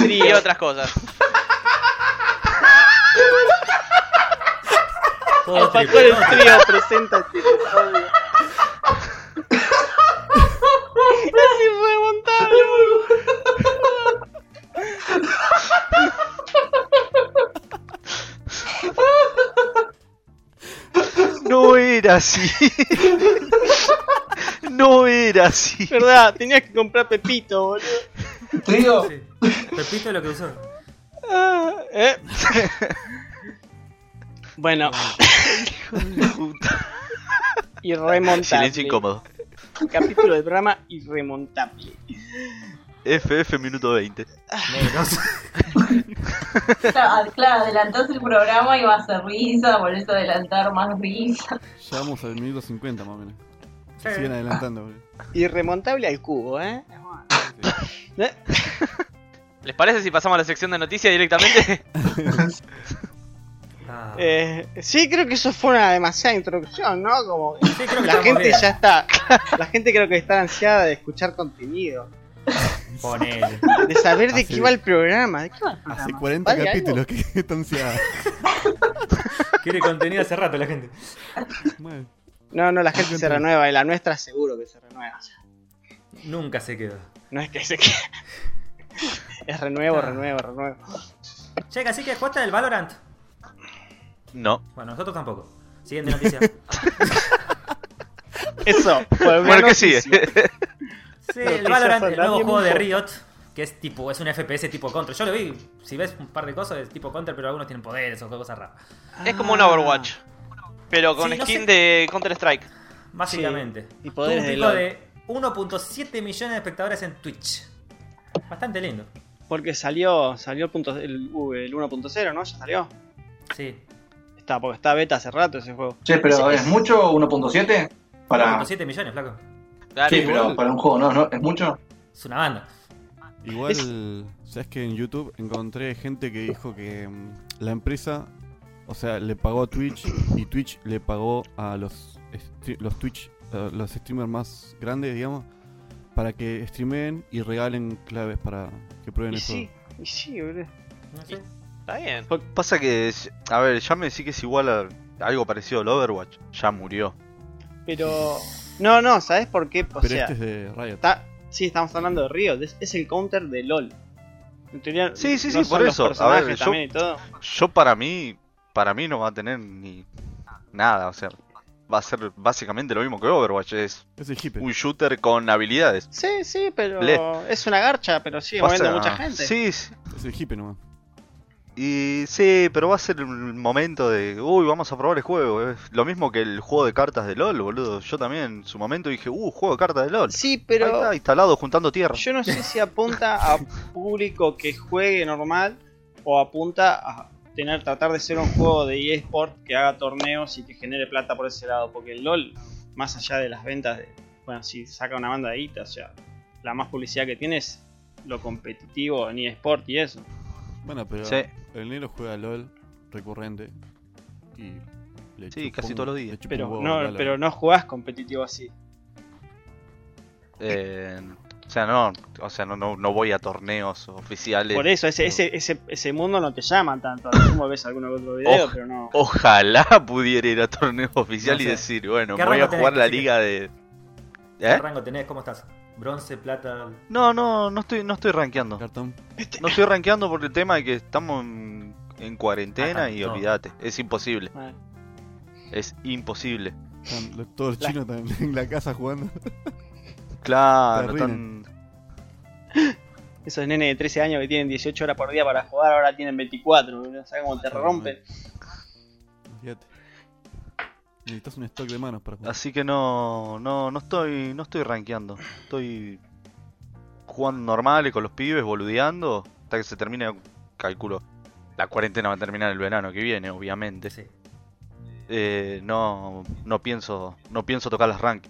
y otras cosas.
Todo
Factor
triple,
el
¿no?
trío presenta este episodio.
No era así. No era así.
¿Verdad? Tenías que comprar Pepito, boludo.
Trío.
Sí. Repito lo que usó.
Ah, ¿eh? Bueno,
Puta.
irremontable.
Silencio incómodo.
Capítulo del programa irremontable.
FF minuto 20.
Menos.
Claro, claro, adelantás el programa y va a hacer risa, volvés a adelantar más risa.
Ya vamos al minuto 50 más o menos.
Sí.
Siguen adelantando, boludo.
Irremontable al cubo, ¿eh? ¿Eh?
¿Les parece si pasamos a la sección de noticias directamente?
Ah.
Eh, sí, creo que eso fue una demasiada introducción, ¿no? Como que
Sí, creo que
la
estamos
gente
bien.
ya está. La gente creo que está ansiada de escuchar contenido,
Ponele.
de saber de
Así
qué
es.
va el programa. ¿De qué va el
Hace
programa?
40
¿Vale algo?
capítulos que están ansiadas.
Quiere contenido hace rato la gente.
Bueno,
No, no, la gente se renueva y la nuestra seguro que se renueva.
Nunca se quedó.
No es que se quede. Es renuevo,
Claro.
renuevo, renuevo.
Che, así que jugaste el Valorant.
No.
Bueno, nosotros tampoco. Siguiente noticia.
Eso. fue una
Bueno, ¿qué sigue?
noticia.
Sí,
No,
el
quizás
Valorant,
a
el nuevo
nadie
juego de
mucho.
Riot, que es tipo, es un FPS tipo Counter. Yo lo vi, si ves un par de cosas es tipo Counter, pero algunos tienen poderes o cosas raras.
es como un Overwatch, pero con
Sí, no
skin
sé.
de Counter-Strike.
Básicamente.
y poderes de
Tuvo un
LOL.
pico de 1.7 millones de espectadores en Twitch. Bastante lindo.
Ah, Porque salió, salió el, punto- el, uh, el 1.0, ¿no? Ya salió.
Sí.
Está, porque está beta hace rato ese juego.
Che, pero ¿es mucho 1.7? Para.
1.7 millones, flaco.
Claro.
Sí, pero para un juego no, no, es mucho.
Es una banda.
Igual,
Es-
sabes que en YouTube encontré gente que dijo que mm, la empresa, o sea, le pagó a Twitch y Twitch le pagó a los stre- los Twitch eh, los streamers más grandes, digamos, para que streamen y regalen claves para que prueben
Y
el juego.
sí, y sí, boludo.
No sé.
Está bien.
Pasa que, es- a ver, ya me decís que es igual a algo parecido al Overwatch. Ya murió.
Pero. No, no, ¿sabes por qué? O
Pero
sea,
este es de Riot.
está... sí, estamos hablando de Riot. Es, es el counter de LOL. En teoría,
Sí, sí,
¿no
sí, por
son los
eso. A
personajes
ver, yo-
también y todo.
Yo para mí, para mí no va a tener ni nada, o sea, va a ser básicamente lo mismo que Overwatch, es
Es el hippie.
un shooter con habilidades.
Sí, sí, pero.
Le-
Es una garcha, pero sigue
Pasa-
moviendo mucha gente.
Sí, sí,
Es el hippie nomás.
y sí, pero va a ser el momento de, uy, vamos a probar el juego. Es lo mismo que el juego de cartas de LOL, boludo. Yo también en su momento dije, uh, juego de cartas de LOL.
Sí,
Ahí
pero.
está, instalado juntando tierra.
Yo no sé si apunta a público que juegue normal o apunta a tener tratar de ser un juego de eSport que haga torneos y que genere plata por ese lado, porque el LOL, más allá de las ventas, de, bueno, si saca una banda de guita, o sea, la más publicidad que tiene es lo competitivo en eSport y eso.
Bueno, pero
Sí.
el negro juega LOL recurrente y le
Sí,
chupa
casi
un-
todos los días.
le chupa un
Pero
huevo
no,
el Valorant.
pero no jugás competitivo así.
Eh, o sea, no, o sea, no, no, no voy a torneos oficiales.
Por eso, ese, ese, ese, ese mundo no te llama tanto. A lo sumo ves alguno que otro video,
Ojo.
pero no.
Ojalá pudiera ir a torneo oficial
No
y
sé.
decir, bueno,
¿Qué
voy a
rango tenés,
jugar la
Cacique?
liga de.
¿Qué
¿Eh?
rango tenés? ¿Cómo estás? Bronce, plata.
No, no, no estoy, no estoy rankeando.
Cartón.
No estoy rankeando por el tema de que estamos en, en cuarentena
Ajá,
y
no.
olvídate. Es imposible.
Bueno.
Es imposible.
Están los- todos los
La-
chinos están en la casa jugando.
Claro,
Te
tan-
arruinan.
Esos nenes de 13 años que tienen 18 horas por día para jugar, ahora tienen 24, boludo. ¿Sabes cómo te
Claro,
rompen?
Fíjate. Necesitas un stock de manos para jugar.
Así que no, no, no estoy, no estoy rankeando. Estoy jugando normal y con los pibes, boludeando, hasta que se termine, calculo. La cuarentena va a terminar el verano que viene, obviamente.
Sí.
Eh, no, no pienso, no pienso tocar las rank,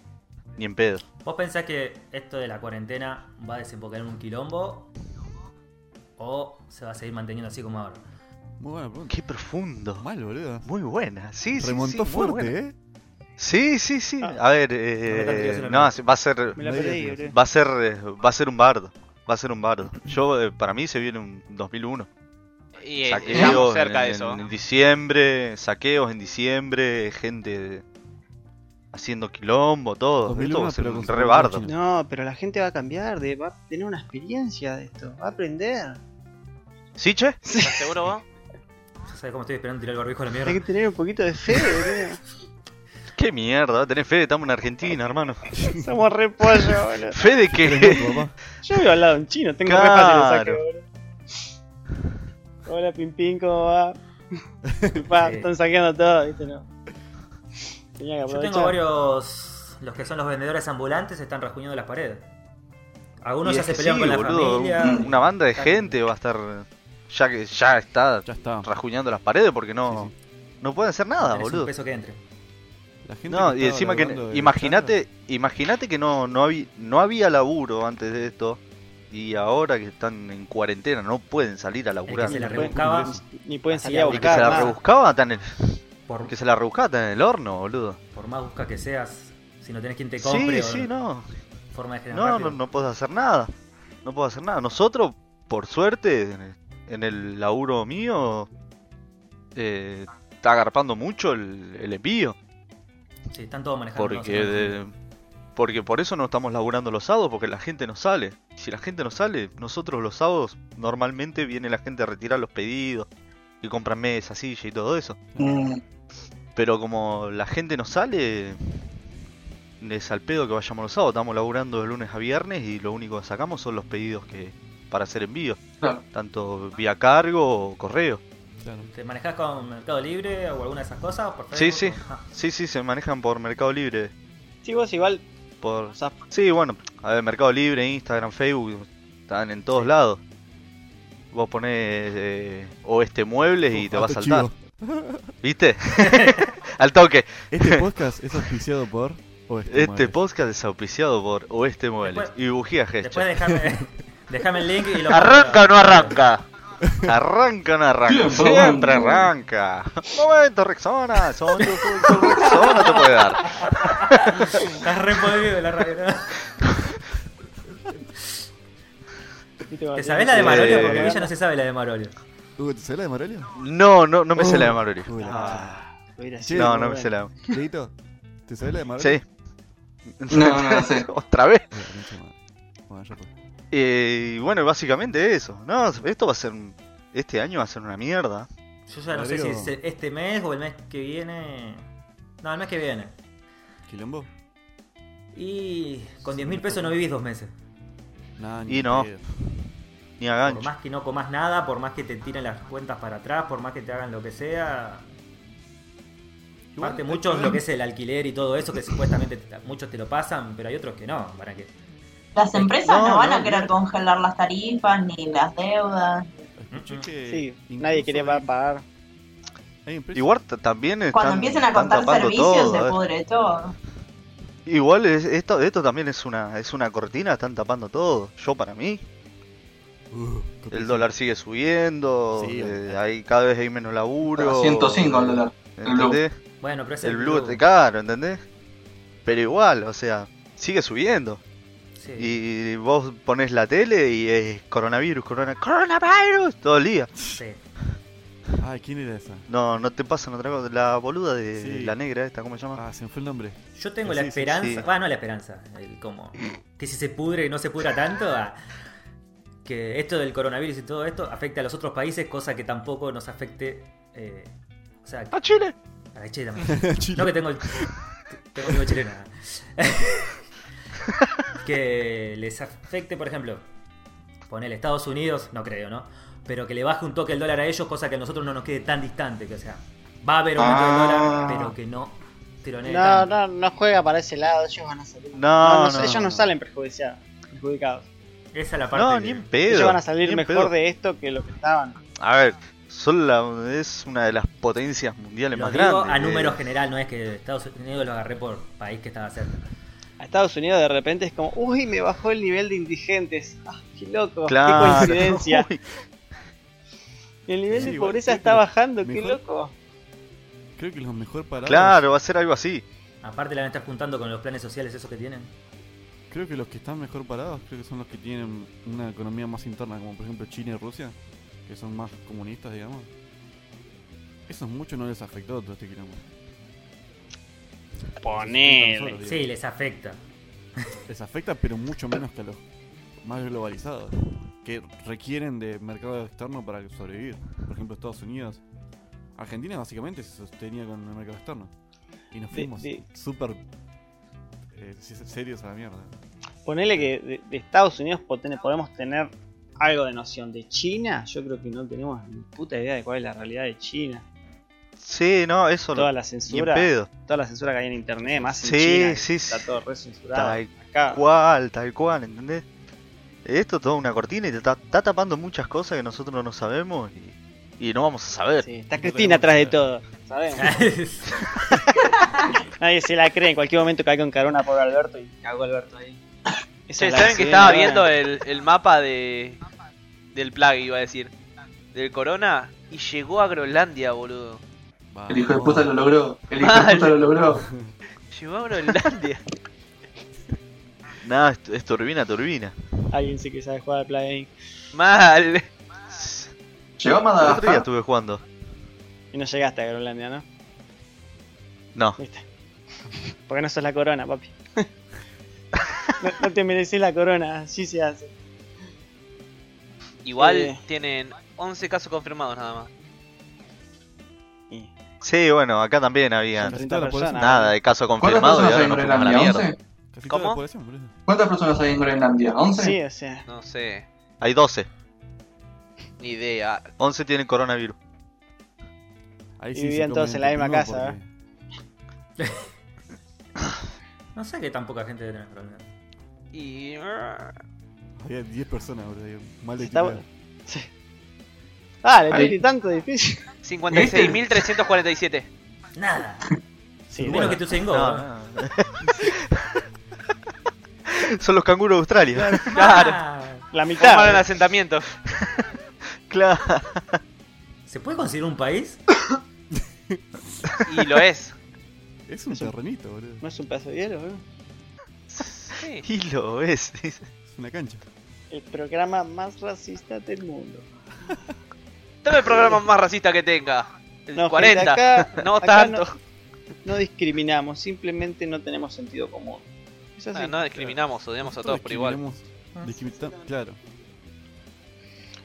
ni en pedo.
¿Vos pensás que esto de la cuarentena va a desembocar en un quilombo? ¿O se va a seguir manteniendo así como ahora?
Muy buena pregunta.
Qué profundo.
Mal, boludo.
Muy buena, sí, sí,
Remontó
sí, muy
fuerte,
buena.
¿eh?
Sí, sí, sí.
Ah.
A ver,
No me cantes, es
eh,
una
no,
mierda.
se- va a ser,
Me la
No digas
perdí,
eso.
boludo.
va a ser, eh, va a ser un bardo. Va a ser un bardo. Yo, eh, para mí se viene un 2001.
Y eh, estamos
Saqueos
cerca de
en-
eso.
en diciembre, saqueos en diciembre, gente haciendo quilombo, todo.
2001,
Esto va a ser
pero
un
con
re bardo.
Chile.
No, pero la gente va a cambiar, de, va a tener una experiencia de esto, va a aprender.
¿Sí, che?
¿Estás seguro vos?
Ya sabes cómo estoy esperando tirar el barbijo a la mierda.
Hay que tener un poquito de fe, boludo.
¿Qué mierda? Tenés fe, estamos en Argentina, hermano.
Somos re pollo, boludo.
¿Fe de Ah. qué?
Papá.
Yo vivo al lado de un chino, tengo re
Claro.
fácil el saque, boludo. Hola, Pimpín, ¿cómo va? Pa,
Sí.
están saqueando todo, ¿viste? No. Tenía que
Yo
aprovechar.
tengo varios. Los que son los vendedores ambulantes están rascuñando las paredes. Algunos
Y
ya
es
se
que
pelean
sí,
con la
boludo,
familia.
un- Una banda de
Está-
gente va a estar. Ya que ya está
Ya está.
rasguñando las paredes porque no. No puede hacer nada,
tenés un
boludo.
peso que entre.
La gente
No,
que
y
estaba
encima que
laburando de
imagínate, imagínate que no no había no había laburo antes de esto y ahora que están en cuarentena no pueden salir a
El
laburar.
que se la
Pueden-
rebuscaba.
Ni pueden
Hacía
salir a
algo.
El que se
buscar.
la
nada.
rebuscaba tan en,
Por,
que se la rebuscaba tan en el horno, boludo.
por más busca que seas, si no tenés quien te compre
Sí, sí,
o
no.
forma de generar
No,
rápido.
no, no puedes hacer nada. No puedo hacer nada. Nosotros, por suerte, en el- en el laburo mío, eh, está agarpando mucho el, el envío.
Sí, están todos manejando.
Porque,
no, sí,
de- porque por eso no estamos laburando los sábados, porque la gente no sale. Si la gente no sale, nosotros los sábados normalmente viene la gente a retirar los pedidos y compran mesas, silla y todo eso.
Mm,
Pero como la gente no sale, es al pedo que vayamos los sábados. Estamos laburando de lunes a viernes y lo único que sacamos son los pedidos que para hacer envíos,
claro.
tanto vía cargo o correo.
Claro.
¿Te manejás con Mercado Libre o alguna de esas cosas? Por
Sí,
Facebook?
sí.
Ah,
Sí, sí, se manejan por Mercado Libre.
Sí, vos igual,
Por...
o sea,
Sí, bueno, a ver, Mercado Libre, Instagram, Facebook, están en todos lados. Vos ponés eh, oeste muebles y te va a
Alto
saltar.
este chivo.
¿Viste? al toque.
Este podcast es auspiciado por. o
Este
mueble.
podcast es auspiciado por Oeste Muebles
Después-
y Bujía
Después
Gesture.
dejame, dejame el link y lo
¿Arranca o no arranca? Arranca o no arranca.
Tiempo,
Siempre
hombre.
arranca. Momento, Rexona. Son tu- tu- tu- Rexona te puede dar.
Estás re podrido de la radio. ¿no?
viste,
¿Te sabés la de Marolio? Porque
Eh.
ella no se sabe la de Marolio.
Uh, ¿Te sabes la de Marolio?
No, no, no me sé la de Marolio.
Uy, la
Ah,
Hubiera sido
No,
muy
no me
bueno.
sé la de
Dieguito, ¿te sabes la de Marolio?
Sí.
No, no la sé.
Otra vez.
Uy, la concha de madre. Bueno, ya fue.
Eh, Y bueno, básicamente eso. No, esto va a ser. un- Este año va a ser una mierda.
Yo ya no sé si
Rodrigo.
es este mes o el mes que viene. No, el mes que viene.
¿Quilombo?
Y con 10 mil pesos no vivís dos meses.
Nah,
Y
ni
no.
pedo.
Ni a
Por
gancho.
más que no comas nada, por más que te tiren las cuentas para atrás, por más que te hagan lo que sea.
Igual,
Aparte,
eh,
muchos lo que es el alquiler y todo eso, que supuestamente te- muchos te lo pasan, pero hay otros que no. ¿Para qué?
Las empresas no,
No,
van
no,
a querer congelar las tarifas ni las deudas.
escuché que
Sí,
incluso
nadie quiere va a
hay-
pagar.
hay empresas-
Igual t- también están,
Cuando empiecen a
están
cortar
tapando
servicios
todo, eh. a
se
ver.
pudre todo.
Igual es- esto, esto también es una, es una cortina, están tapando todo. Yo para mí,
Uh,
El dólar sigue subiendo,
Sí,
eh,
obvio.
hay, cada vez hay menos laburo.
105 el dólar.
¿Entendés?
Bueno, pero es
El blue es caro, ¿entendés? Pero igual, o sea, sigue subiendo.
Sí.
Y vos pones la tele y es coronavirus, corona, coronavirus todo el día.
Sí.
Ah, ¿quién era esa?
No, no te pasan otra cosa. La boluda de
Sí.
la negra esta, ¿cómo se llama?
Ah, se me fue el nombre.
Yo tengo
Sí,
la
sí, sí.
esperanza, va, no la esperanza, el como que si se pudre y no se pudra tanto, ah, que esto del coronavirus y todo esto afecte a los otros países, cosa que tampoco nos afecte. eh, o sea,
¡A Chile!
a Chile también.
Chile.
No que tengo el. Tengo amigo chileno. ah. que les afecte, por ejemplo, ponele Estados Unidos, no creo, ¿no? Pero que le baje un toque el dólar a ellos, cosa que a nosotros no nos quede tan distante. Que, o sea, va a haber aumento del
Ah.
dólar, pero que no tironee
No,
tanto.
no, no juega para ese lado, ellos van a salir.
No, no,
ellos no salen perjudiciados, perjudicados.
Esa es la parte.
No,
que-
ni en pedo.
Ellos van a salir
ni en
mejor
pedo.
de esto que lo que estaban.
A ver, son la- es una de las potencias mundiales
Lo
más
digo
grandes.
a número
eh,
general, no es que Estados Unidos lo agarré por país que estaba cerca.
A Estados Unidos de repente es como, uy, me bajó el nivel de indigentes. Ah, qué loco,
Claro.
qué coincidencia.
Uy,
El nivel
Sí,
de
igual,
pobreza
sí,
está
pero
bajando, qué
mejor-
loco.
Creo que los mejor parados.
Claro, va a ser algo así.
Aparte la van a estar juntando con los planes sociales esos que tienen.
Creo que los que están mejor parados, creo que son los que tienen una economía más interna, como por ejemplo China y Rusia, que son más comunistas, digamos. Esos muchos no les afectó todo este quilombo.
Ponele.
Solo,
Sí,
digo.
les afecta.
Les afecta, pero mucho menos que a los más globalizados, que requieren de mercado externo para sobrevivir. Por ejemplo, Estados Unidos. Argentina básicamente se sostenía con el mercado externo. Y nos
De-
fuimos
de-
súper eh, serios a la mierda.
Ponele que de, de Estados Unidos poten- podemos tener algo de noción de China. Yo creo que no tenemos ni puta idea de cuál es la realidad de China.
Sí, no, eso no.
Toda la
Ni en
censura,
pedo.
toda la censura que hay en internet, más en
Sí,
China, que
sí,
está
sí.
todo re censurado.
Tal
Acá,
Cual, tal cual, ¿entendés? Esto es toda una cortina y te está, está tapando muchas cosas que nosotros no sabemos y, y no vamos a saber.
sí, está Cristina atrás de todo. Sabemos. Nadie se la cree. En cualquier momento caigo en carona por Alberto y cagó Alberto ahí. Esa
Che,
es la
¿Saben que
se
estaba
viene
viendo
ahora.
el, el mapa de del plague, iba a decir? Del corona y llegó a Groenlandia, boludo.
El hijo de puta lo logró. El hijo de
Mal.
puta lo logró.
Llegó a Groenlandia.
Nada, es, es turbina, turbina.
Alguien sí que sabe jugar al play
Mal.
Llegó
El
a
otro día
Madagascar.
estuve jugando.
y no llegaste a Groenlandia, ¿no?
No,
Viste. Porque no sos la corona, papi. No, no te mereces la corona, así se hace.
Igual
Eh.
tienen 11 casos confirmados nada más.
Y
sí, bueno, acá también había
Son
Casi toda la
30
población-
personas.
nada de caso
¿Cuántas
confirmado y
personas hay
ahora
en
nos fuimos a la
Groenlandia?
mierda.
¿11?
Casi toda la
¿Cómo?
población, boludo.
¿Cuántas personas hay en Groenlandia? ¿11?
Sí, o sea.
No sé,
Hay 12.
ni idea.
11 tienen coronavirus.
Ahí
Y
se
vivían todos en
comen
la
entre
misma
primos
casa,
porque-
No sé que tan poca gente debe tener problema.
Y.
Había 10 personas, boludo. Mal de
Se está-
equipado.
Sí. Ah, le
Ahí.
metí tanto difícil.
56.347.
Nada.
Sí,
Menos
bueno.
que tu Sengo.
No,
¿no?
no. Son los canguros de Australia.
Ah,
La mitad. ¿eh?
Formaron asentamientos.
Claro.
¿Se puede considerar un país?
Y lo es.
Es un
Es un-
terrenito, boludo.
No es un ¿eh? pedazo de hielo, boludo.
Sí.
Y lo es. dice.
Es una cancha.
El programa más racista del mundo.
Dame el programa más racista que tenga. El
No,
40.
gente, acá-
no
acá
tanto.
No discriminamos, simplemente no tenemos sentido común. Es así.
Ah, no discriminamos, odiamos a todos por igual.
Discriminamos- discrimita- Claro.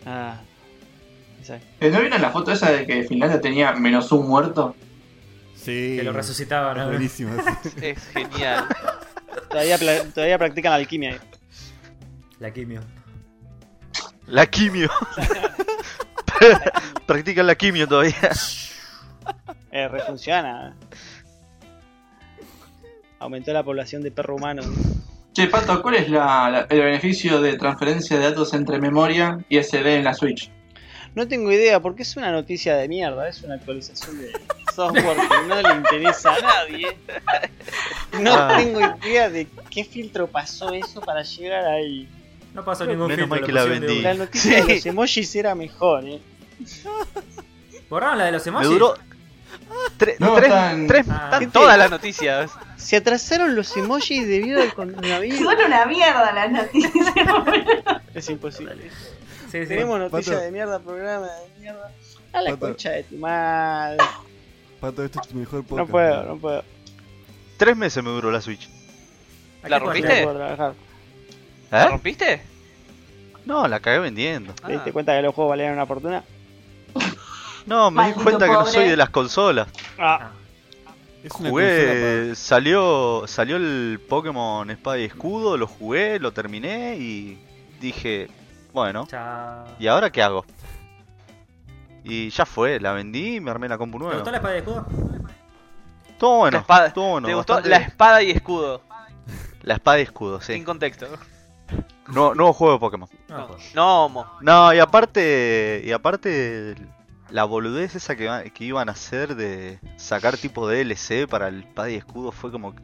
Ah. Exacto.
Eh, ¿No vieron la foto esa de que Finlandia tenía menos un muerto?
Sí.
Que lo resucitaban.
Es
¿no?
Buenísimo.
Es genial.
Todavía, pla- todavía practican la alquimia. ahí.
La quimio.
La quimio. Practican la quimio todavía.
Eh, refunciona. Aumentó la población de perro humano.
Che, Pato, ¿cuál es la- la- el beneficio de transferencia de datos entre memoria y SD en la Switch?
No tengo idea, porque es una noticia de mierda, es una actualización de software que no le interesa a nadie. No
Ah.
tengo idea de qué filtro pasó eso para llegar ahí.
No pasó ningún
Menos
filtro.
mal que
lo
la
pusieron de
vendí.
La
una.
noticia
Sí.
de los emojis era mejor, eh.
¿Borraron la de los
Me
emojis?
duró. Tres,
No,
tres,
están-
tres-
Ah.
están
Están
todas las
todas las noticias.
Se atrasaron los emojis debido al coronavirus.
Son una mierda las noticias.
Es imposible.
Sí, sí.
Tenemos noticias
Pato.
de mierda, programa de mierda. A la
Pato.
concha de tu madre.
Pato, esto es tu mejor podcast.
No puedo,
boludo.
no puedo.
tres meses me duró la Switch.
¿A qué
¿La
No
rompiste?
puedo trabajar.
¿La
¿Eh?
rompiste?
No, la cagué vendiendo.
¿Te diste
Ah.
cuenta que los juegos valían una fortuna?
No, me di
Maldito
cuenta que no
pobre.
soy de las consolas.
Ah,
Ah,
Es una consola
Jugué, salió, salió el Pokémon Espada y Escudo, lo jugué, lo terminé y dije, bueno,
chao.
¿y ahora qué hago? Y ya fue, la vendí y me armé la compu
¿Te
nueva.
gustó la espada de escudo?
Todo
La
bueno,
espada.
todo bueno,
¿Te gustó?
bastante-
La espada y escudo.
la espada y escudo,
Sin
sí.
contexto.
Nuevo, nuevo juego de Pokémon.
No, pues, joder.
No, no, homo.
No, y aparte, y aparte la boludez esa que, va- que iban a hacer de sacar tipo DLC para el Espada y Escudo fue como,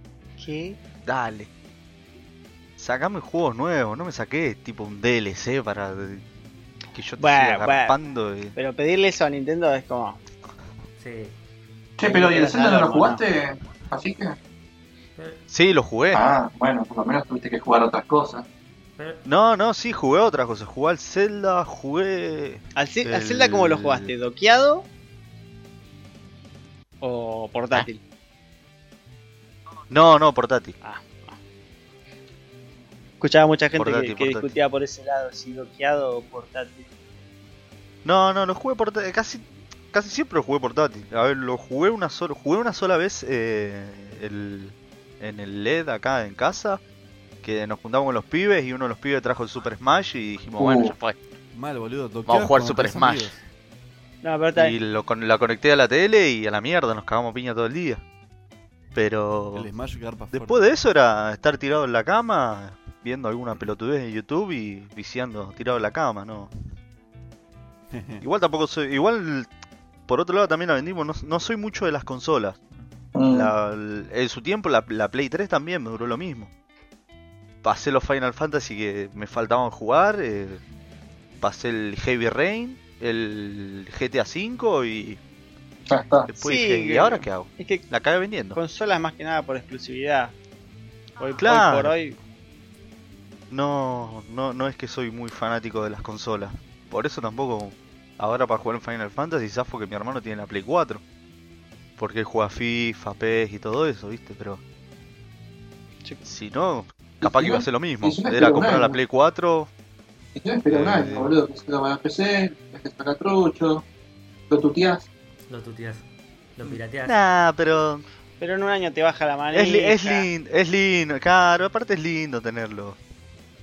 ¿qué?
dale. Sacame juegos nuevos, no me saqué tipo un DLC para de- que yo te
Bueno,
siga
bueno.
agarpando. y-
Pero pedirle eso a Nintendo es como.
Sí.
Che, pero ¿y el
Nada,
Zelda no lo
no,
jugaste? Así que.
Pero,
Sí, lo jugué.
Ah, bueno, por lo menos tuviste que jugar otras cosas.
pero-
No, no, sí, jugué otras cosas. Jugué al Zelda, jugué.
¿Al, Ce- al
El-
Zelda cómo lo jugaste? ¿Doqueado? ¿O portátil?
Ah. No, no, portátil.
Escuchaba mucha gente
Portátil,
que, que
portátil.
discutía por ese lado, si doqueado o portátil.
No, no, lo jugué portátil. Casi, casi siempre lo jugué portátil. A ver, lo jugué una sola, jugué una sola vez eh, el- en el LED acá en casa. Que nos juntamos con los pibes y uno de los pibes trajo el Super Smash y dijimos,
Uh.
bueno, ya fue.
Mal, boludo. doqueas
Vamos a jugar
con
Super
tres
Smash.
amigos.
No, pero está
Y lo, con- la conecté a la tele y a la mierda, nos cagamos piña todo el día. Pero
El Smash garpa fuerte.
después de eso era estar tirado en la cama, viendo alguna pelotudez en YouTube y viciando tirado en la cama, ¿no? Igual tampoco soy. Igual, por otro lado, también la vendimos. No, no soy mucho de las consolas.
Mm,
La- el- en su tiempo, la, la Play 3 también me duró lo mismo. Pasé los Final Fantasy que me faltaban jugar. eh, pasé el Heavy Rain, el GTA V y
Ya está.
después
Sí,
dije, ¿y
que-
ahora qué hago?
Es que
La cagué vendiendo.
consolas más que nada por exclusividad. Hoy, hoy
Claro.
por hoy.
No, no, no es que soy muy fanático de las consolas. Por eso tampoco. Ahora para jugar en Final Fantasy, zafo que mi hermano tiene la Play 4. Porque él juega FIFA, PES y todo eso, ¿viste? Pero.
Sí.
Si no, capaz que iba a ser lo mismo.
Y si no,
Era
pero
comprar la
bueno.
Play 4.
Y yo esperé un
Eh.
año, boludo, que se lo van a PC, que saca trucho, lo tuteás.
Lo tuteas. Lo pirateas.
Nah, pero.
Pero en un año te baja la manija.
Es, li- es lindo, es lindo, claro. Aparte es lindo tenerlo.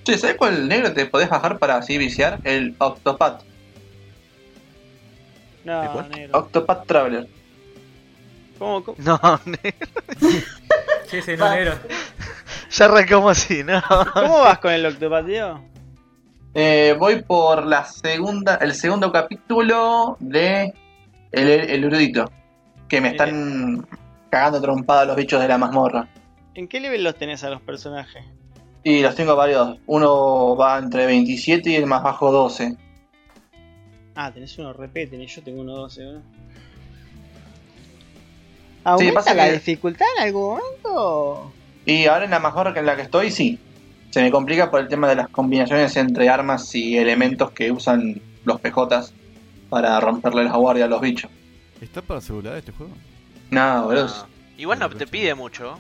Che, ¿sabes cuál negro te podés bajar para así viciar? El Octopath.
¿De
No,
cuál?
negro.
Octopath Traveler.
¿Cómo, cómo?
No,
Che, ese no negro.
ya arrancamos así, ¿no?
¿Cómo vas con el octopateo?
Eh, voy por la segunda, el segundo capítulo de El, el Erudito. Que me están cagando trompada los bichos de la mazmorra.
¿En qué nivel los tenés a los personajes?
Y los tengo varios. Uno va entre 27 y el más bajo 12.
Ah, tenés uno repete, tenés yo tengo uno 12, ¿no?
Sí,
¿Aumenta
pasa
la
que-
dificultad en algún momento?
Y ahora en la mazmorra que en la que estoy, sí. Se me complica por el tema de las combinaciones entre armas y elementos que usan los PJs para romperle la guardia a los bichos.
¿Está para celular este juego?
No, boludo.
Ah, Igual no te pide mucho.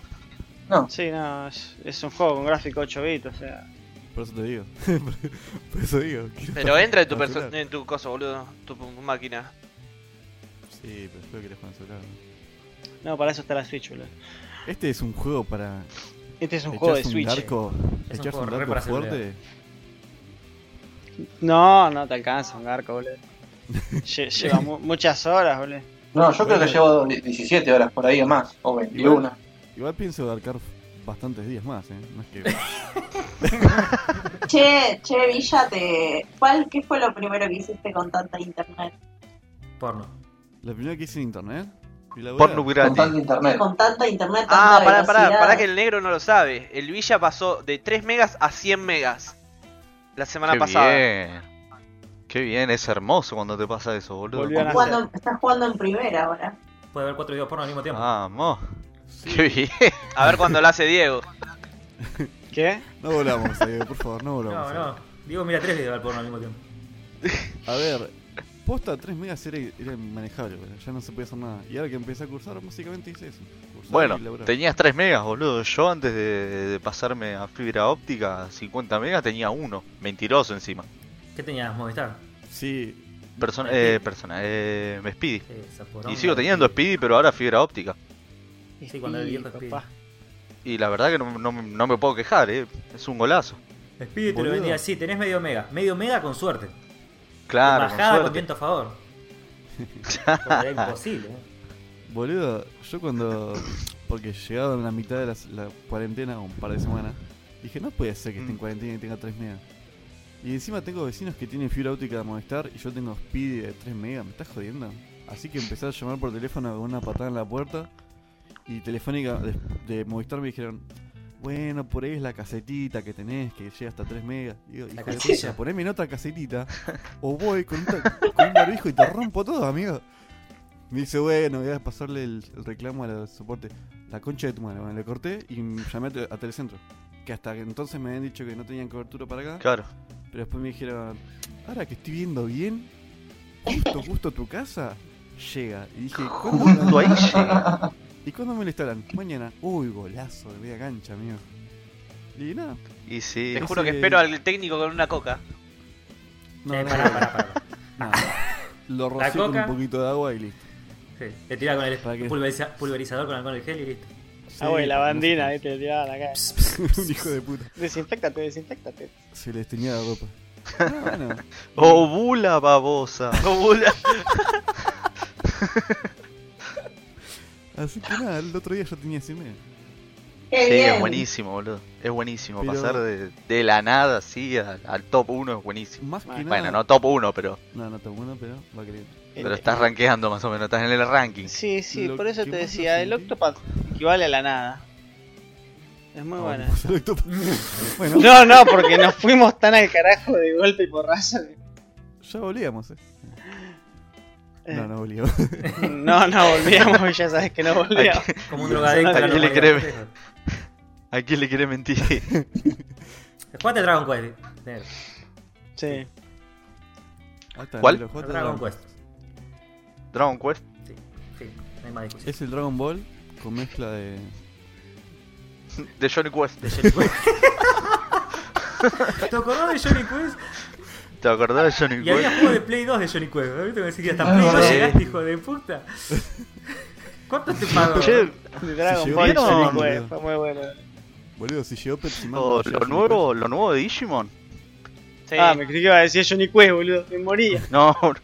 ¿eh?
Sí, no, es, es un juego con gráfico 8 bits, o sea.
Por eso te digo. Por eso digo. quiero
Pero
jugar
entra en tu,
con
perso-
celular.
en tu cosa, boludo. Tu p- máquina.
Sí, pero yo quería jugar en celular. ¿no?
No, para eso está la Switch, boludo.
Este es un juego para
Este es un
echarse
juego de
un
Switch.
Arco,
Es un
echarse
juego
un
re
arco
para celular.
fuerte.
No, no te alcanza un arco, boludo. Lle- lleva mu- muchas horas, boludo.
No, yo creo que llevo 17 horas por ahí o más, o 21.
Igual pienso arcar bastantes días más, ¿eh? No es que...
Che, che, Villa, te... ¿Cuál, ¿qué fue lo primero que hiciste con tanta internet?
Porno.
La primera que hice en internet. y la
Porno
verdad,
Con tanto
gratis.
internet.
Con tanta internet, tanta
Ah, pará, pará,
velocidad.
pará que el negro no lo sabe. El Villa pasó de 3 megas a 100 megas. La semana
Qué
pasada.
bien. Qué bien, es hermoso cuando te pasa eso, boludo.
Volvió a nacer.
Cuando estás jugando en primera ahora.
Puede haber cuatro videos porno al mismo
Ah,
tiempo.
Vamos.
sí.
Qué bien.
A ver cuando lo hace Diego.
¿Qué?
No volamos, eh, por favor, no volamos. eh.
No, no. Digo, mira tres videos al porno al mismo tiempo.
A ver, posta 3 megas era, era inmanejable, boludo, ya no se podía hacer nada. Y ahora que empecé a cursar, básicamente hice eso. cursar y
Bueno,
laburar.
tenías 3 megas, boludo. Yo antes de, de pasarme a fibra óptica, 50 megas, tenía uno. Mentiroso encima.
¿Qué tenías? Movistar.
Sí,
Persona, eh, persona, eh, Speedy.
Esa poronga.
Y sigo teniendo Speedy, pero ahora fibra óptica.
Sí, cuando el viejo Speedy.
papá.
Y la verdad que no, no- no me puedo quejar, eh. Es un golazo.
Speedy te lo
Boludo.
vendía así. Tenés medio mega. Medio mega con suerte.
Claro, con
Bajada con,
suerte.
viento a favor. Porque era imposible. ¿eh?
boludo, yo cuando. Porque llegado en la mitad de las- la, cuarentena, un par de semanas, dije, no puede ser que esté en
Mm.
cuarentena y tenga 3 megas. Y encima tengo vecinos que tienen fibra óptica de Movistar y yo tengo Speedy de 3 megas, ¿me estás jodiendo? Así que empecé a llamar por teléfono con una patada en la puerta y telefónica de, de Movistar me dijeron, bueno, por ahí es la casetita que tenés que llega hasta 3 megas. Y digo,
La
hijo de
casetilla.
puta, poneme en otra casetita o voy con un, ta- con un barbijo y te rompo todo, amigo. Me dice, bueno, voy a pasarle el, el reclamo al soporte. La concha de tu madre, bueno, le corté y llamé a, te- a Telecentro. Que hasta que entonces me habían dicho que no tenían cobertura para acá.
Claro.
Pero después me dijeron, ahora que estoy viendo bien, justo, justo tu casa llega. Y dije, ¿cuándo me la-
Justo ahí llega.
¿Y cuándo me lo instalan? Mañana. Uy, golazo de media cancha, amigo. Y nada.
Y sí.
Te juro que
Ese-
espero al técnico con una coca.
No,
Eh,
no,
pará,
no,
pará, pará.
no. Lo
La
rocié con un
coca.
poquito de agua y listo.
Sí, Te tira con el
¿Para qué?
pulveriza- pulverizador con alcohol en gel y listo.
Sí,
Ah, bueno, la
no sé
bandina,
qué.
eh, te tiraban acá.
un hijo de puta.
Desinfectate, desinfectate.
Se les tenía la ropa. No, bueno.
Ovula Oh, babosa.
Ovula.
Así que nada, el otro día ya tenía 100 medio.
Qué
Sí,
bien.
es buenísimo, boludo. Es buenísimo.
Pero-
Pasar de, de la nada así a- al top 1 es buenísimo.
Más que
Bueno,
nada.
Bueno, no top 1, pero,
No, no tan bueno, pero va a querer.
pero estás rankeando más o menos. Estás en el ranking.
Eh, Sí, sí,
Lo
por eso
que
te
más
decía, el
ofendí-
Octopad equivale a la nada. Es
Ah,
muy bueno.
bueno,
No, no, porque nos fuimos tan al carajo de golpe y porrazo.
ya volvíamos, eh.
Eh,
No, no volvíamos.
no, no, volvíamos y ya sabes que no volvíamos.
Como un drogadicto.
¿A
la
quién le
normalidad.
crees? ¿A quién le querés mentir?
Jugate Dragon Quest. eh, negro.
Sí.
Ah, está,
¿Cuál?
lo jugaste
Dragon
Dragon
Quest.
Dragon Quest.
Sí, no hay más discusión.
Es el Dragon Ball con mezcla de.
De Johnny Quest.
De Johnny Quest. ¿Te acordás de Johnny Quest?
¿Te acordás de Johnny
Y había
Quest?
juegos de Play 2 de Johnny Quest. ¿no? ¿Viste? Me decís que hasta
Ah,
Play 2
sí.
llegaste, hijo de puta. ¿Cuánto te pagó?
Che,
De Dragon
Sí,
Ball
¿vieron?
Sonic fue, fue muy bueno.
Boludo, si llegó Pepsi Man.
Oh, lo,
no
lo
llega Johnny
nuevo, lo nuevo de Digimon.
Sí.
Ah, me creí que iba a decir Johnny Quest, boludo. Me moría.
No,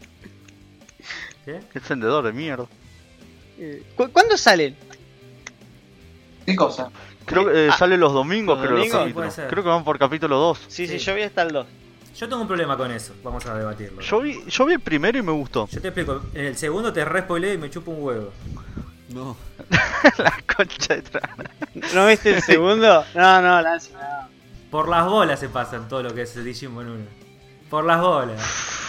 ¿Qué?
qué vendedor de mierda.
Eh, ¿cu- ¿Cuándo salen?
¿Qué cosa?
Creo que eh,
Ah.
sale los domingos,
Los
creo, los
domingos, sí,
capítulos.
puede ser.
Creo que van por capítulo 2.
Sí, sí,
Sí.
yo vi hasta el 2.
Yo tengo un problema con eso. Vamos a debatirlo.
Yo vi, yo vi el primero y me gustó.
Yo te explico. En el segundo te respoileo y me chupo un huevo.
Quest. No,
La concha de tra-
¿No viste el segundo? No, no, Lance, no.
Por las bolas se pasan todo lo que es Digimon 1. Por las bolas.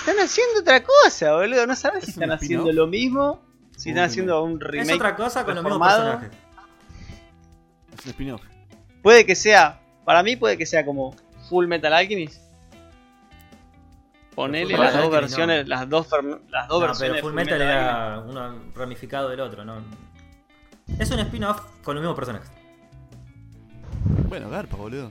Están haciendo otra cosa, boludo. No sabes si
¿Es un
están haciendo
spin-off?
lo mismo, si
Un
están haciendo un remake.
Es otra cosa con los mismos
reformado.
personajes.
es un spin-off.
Puede que sea, para mí puede que sea como Full Metal Alchemist. Ponele
Full
las dos
Metal Alchemist no.
versiones, las dos, ferm- las dos
No,
versiones.
pero
de
Full Metal
Alchemist.
era uno ramificado del otro, ¿no? Es un spin-off con los mismos personajes.
Bueno, garpa, boludo.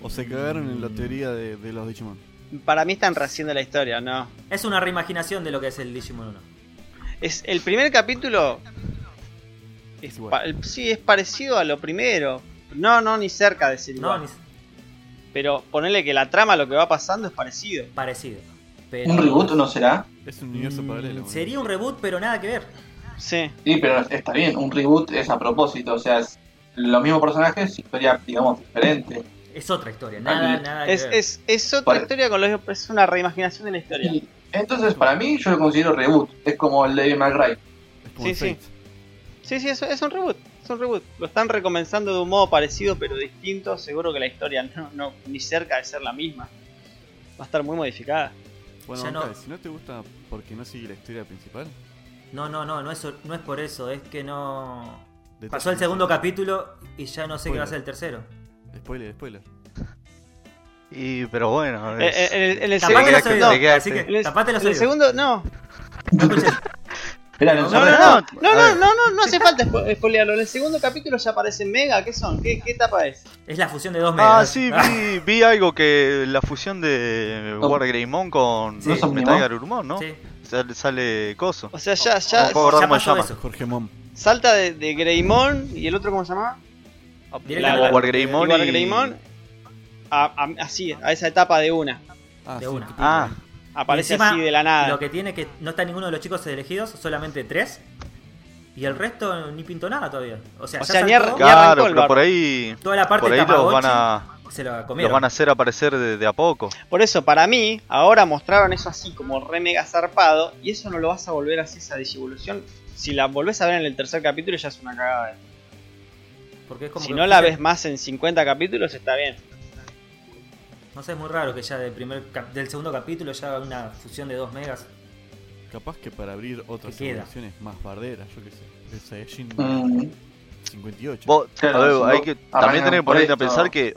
O se cagaron en la teoría de, de los Digimon.
Para mí están rehaciendo la historia, no.
Es una reimaginación de lo que es el Digimon 1.
Es el primer capítulo. es
igual.
pa- el- sí, es parecido a lo primero. No, no, ni cerca de ser
No,
igual.
ni s-
Pero ponele que la trama, lo que va pasando es parecido.
parecido. Pero-
¿Un reboot no será?
Es un universo
Mm,
paralelo. boludo.
Sería un reboot, pero nada que ver.
Sí.
Sí, pero está bien, un reboot es a propósito, o sea, es los mismos personajes, historia, digamos, diferente.
Es otra historia, nada,
Ah,
nada que
Es,
ver.
es, es otra
Para-
historia con los es una reimaginación de la historia.
Y entonces, para mí, yo lo considero reboot, es como el de McRae.
Es como el
sí, sí.
Fate.
Sí, sí, es, es un reboot. Es un reboot. Lo están recomenzando de un modo parecido pero distinto. Seguro que la historia no, no ni cerca de ser la misma. Va a estar muy modificada.
Bueno,
Ya no-
Bancay, si no te gusta porque no sigue la historia principal.
No, no, no, no es, no es por eso, es que no.
de-
Pasó el segundo capítulo y ya no sé qué va a ser el tercero.
Spoiler, spoiler.
Y, pero bueno,
Eh, eh,
es-
en el, en el
Te
Tapate
segundo.
quedaste-
los
te
oídos,
quedaste.
así
este.
en el-
que tapate los
en el
oídos.
segundo, no.
No escuches.
Mirá,
No,
no,
No,
sabe-
no, no, no,
a
no,
ver.
no, no, no hace falta spo- spoilearlo. En el segundo capítulo ya aparece Mega. ¿Qué son? ¿Qué, qué etapa es?
Es la fusión de dos megas.
Ah, sí, vi, vi algo que la fusión de
Oh.
No.
Wargreymon con
Sí. ¿No
son
Metal
Nimon?
Gear Urumon, ¿no?
Sí.
Sale, sale Coso.
O sea, ya, ya
No puedo acordar
ya
cómo se
pasó
llama.
eso.
Jorge Mom.
salta de, de Greymon y el otro, ¿cómo se llama?
Directamente.
La-
Wargreymon
Igual a Greymon. a- a- así, a esa etapa de una.
Ah,
De
sí,
una.
que tiene-
Ah,
Aparece
Y encima,
así de la nada.
Lo que tiene es que no está ninguno de los chicos elegidos, solamente tres. Y el resto ni pintó nada todavía. O sea,
O
ya
sea, ni
saltó,
arranca- arrancó
claro,
el
pero
bar.
por ahí,
toda la parte
por
de
ahí los
Tamagotchi
van a,
se la
los
comieron.
van a hacer aparecer de, de a poco.
Por eso, para mí, ahora mostraron eso así como re mega zarpado. Y eso no lo vas a volver así, esa disevolución. Si la volvés a ver en el tercer capítulo, ya es una cagada.
Porque es como
Si
que
no la
fuiste-
ves más en 50 capítulos, está bien.
No sé, es muy raro que ya del primer cap- del segundo capítulo ya haga una fusión de dos megas.
Capaz que para abrir otras
queda.
generaciones más barderas, yo qué sé. El Saiyajin
Mm,
58.
Vos,
Claro,
a ver,
si
hay
vos
que,
arrancas
también tenés que
por
ponerte a
esto.
pensar que.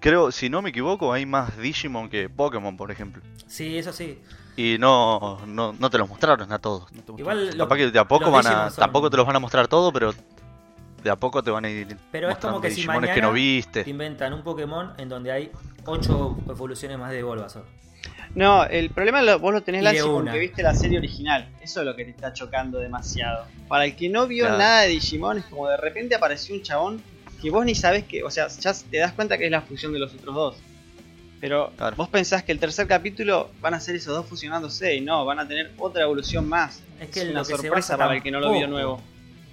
Creo, si no me equivoco, hay más Digimon que Pokémon, por ejemplo.
Sí, eso sí.
Y no, no, no te los mostraron a todos.
No te gusta.
Igual lo-
Capaz que de a poco
los
van a,
Digimon son-
tampoco te los van a mostrar todo, pero de a poco te van a ir
Pero es como
mostrando
que si
Digimones
mañana
que no
te
viste.
inventan un Pokémon en donde hay 8 evoluciones más de Bulbasaur.
No, el problema lo- vos lo tenés,
Y de
Lancy,
una.
porque viste la serie original. Eso es lo que te está chocando demasiado. Para el que no vio
Claro.
nada de Digimon, es como de repente apareció un chabón que vos ni sabés que. O sea, ya te das cuenta que es la fusión de los otros dos. Pero
Claro.
vos pensás que el tercer capítulo van a ser esos dos fusionándose y no, van a tener otra evolución más.
Es que lo
una
que se
sorpresa
basa
para el que no lo vio
tampoco.
nuevo.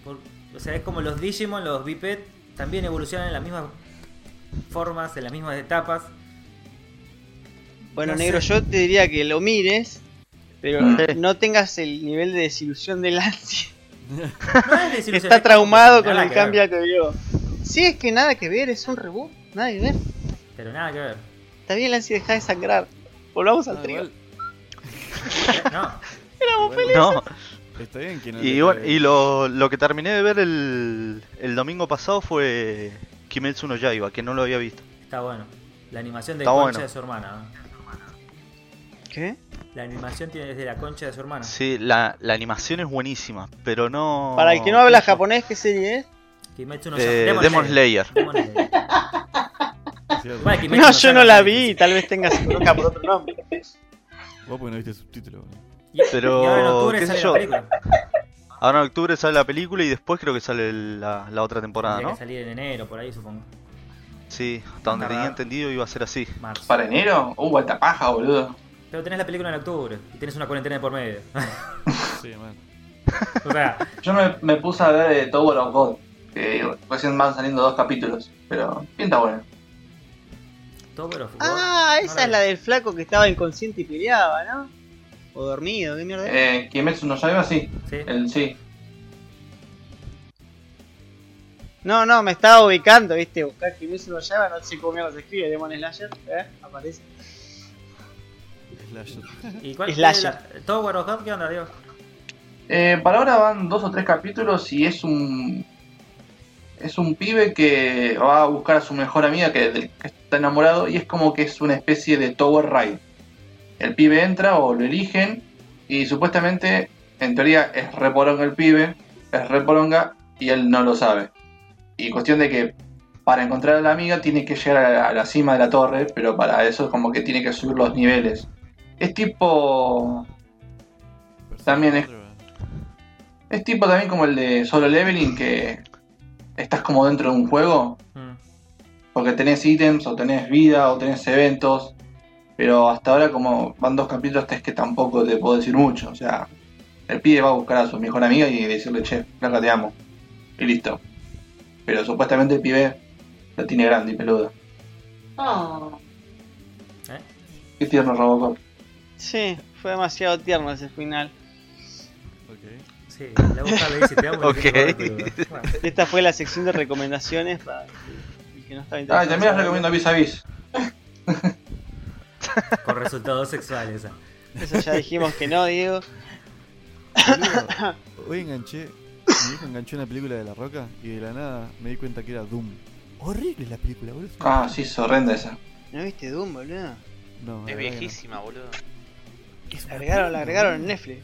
Por- o sea, es como los Digimon, los Biped, también evolucionan en las mismas formas, en las mismas etapas.
Bueno,
No
negro,
sé.
yo te diría que lo mires, pero
Mm.
no tengas el nivel de desilusión de Lancy.
No es desilusionante,
Está traumado con
nada
el
que
cambio
ver,
que vio. Sí, es que nada que ver, es un reboot, nada que ver.
pero nada que ver.
Está bien, Lancy, deja de sangrar. Volvamos
Ah,
al trío.
igual-
No,
igual
No,
Está bien que no
y,
le-
bueno, y lo, lo que terminé de ver el, el domingo pasado fue Kimetsu no Yaiba, que no lo había visto.
está bueno. La animación de
Está
concha
bueno.
de su hermana. ¿no?
¿Qué?
La animación tiene desde la concha de su hermana.
Sí, la, la animación es buenísima, pero no...
Para el que no habla japonés, ¿qué serie es?
Kimetsu no
Eh,
Yaiba.
Demon Slayer.
Demon Slayer.
Cierto.
Igual Kimetsu
No, yo
Yaiba
no la
es
vi,
difícil.
tal vez tengas bronca por otro nombre.
Vos porque no viste el subtítulo. boludo.
Y-
Pero,
y ahora en octubre
qué sé
sale la
yo,
película.
Ah,
Ahora en octubre sale la película y después creo que sale el- la, la otra temporada,
Tendría
¿no?
que salir en enero, por ahí supongo.
Sí, hasta donde
Tardar.
tenía entendido iba a ser así.
Marzo.
¿Para enero? Uh, alta paja, boludo.
Pero tenés la película en octubre y tenés una cuarentena de por medio.
Sí, mal.
o sea,
Yo me, me puse a ver eh, Tower of God. Que recién van saliendo dos capítulos. Pero pinta bueno.
todo pero fútbol.
Ah,
No
esa es la del flaco que estaba inconsciente y peleaba, ¿no? O dormido, ¿qué mierda? es?
Eh, Kimetsu no Yaiba, sí.
Sí.
El sí.
No, no, me estaba ubicando, ¿viste? Buscar que Messi lo lleva, no sé cómo mierda se escribe, Demon Slayer, ¿eh? Aparece.
Slash.
¿Y cuál es
Slasher.
la... ¿Todo War of God? ¿Qué onda, Diego?
Eh, para ahora van dos o tres capítulos y es un. Es un pibe que va a buscar a su mejor amiga que, del que está enamorado y es como que es una especie de Tower Ride. El pibe entra o lo eligen y supuestamente, en teoría, es reporonga el pibe, es reporonga y él no lo sabe. Y cuestión de que para encontrar a la amiga tiene que llegar a la, a la cima de la torre, pero para eso es como que tiene que subir los niveles. Es tipo También es- es tipo también como el de solo leveling que estás como dentro de un juego,
Mm.
porque tenés ítems o tenés vida o tenés eventos, pero hasta ahora como van dos capítulos es que tampoco te puedo decir mucho, o sea, el pibe va a buscar a su mejor amiga y decirle, che, flaca te amo, y listo. Pero supuestamente el pibe la tiene grande y peluda.
Oh,
¿Eh?
Qué tierno Robocop.
Sí, fue demasiado tierno ese final.
Ok.
Sí, la busca le dice te amo. y te
Ok.
quiero ver, pero- bueno.
Esta fue la sección de recomendaciones para el que no estaba
Ah, y
interesado.
también les recomiendo Vis a Vis.
Con resultados sexuales. esa.
Eso ya dijimos que no, Diego.
Boludo, Hoy enganché, mi hijo enganchó una película de La Roca y de la nada me di cuenta que era Doom. Horrible la película, boludo.
Ah, sí, es horrenda esa.
¿No viste Doom, boludo?
No, la verdad
Es
que no.
viejísima, boludo.
La agregaron, la agregaron en Netflix.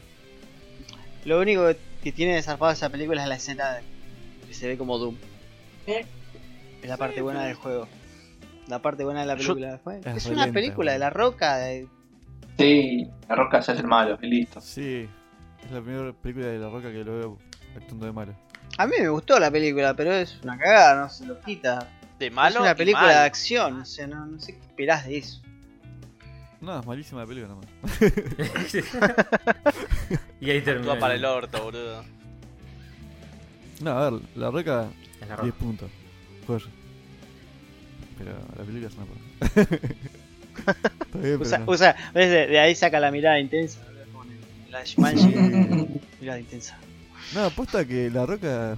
Lo único que tiene de zarpado esa película es la escena de- que se ve como Doom.
¿Eh?
Es la parte buena del juego. La parte buena de la
Yo-
película del juego.
Es
Es
re
una
lenta,
película de
boludo.
la roca. de-
Sí, la roca se hace el malo, y listo.
Sí, es la primera película de La Roca que lo veo actuando de malo.
A mí me gustó la película, pero es una cagada, no se lo quita.
De malo.
es una
y
película
malo.
de acción, o sea, no, no sé qué esperás de eso.
No, es malísima la película nomás.
y ahí terminó.
Actúa para el orto, boludo.
No, a ver, La Roca,
Es la
10
ropa.
puntos. Joya. Pero la película es una porra. Está bien, pero
Usa,
no.
usa, ves, de, de ahí saca la mirada intensa. boludo, como en el- La de Shumanji, mirada intensa.
No, aposta que La Roca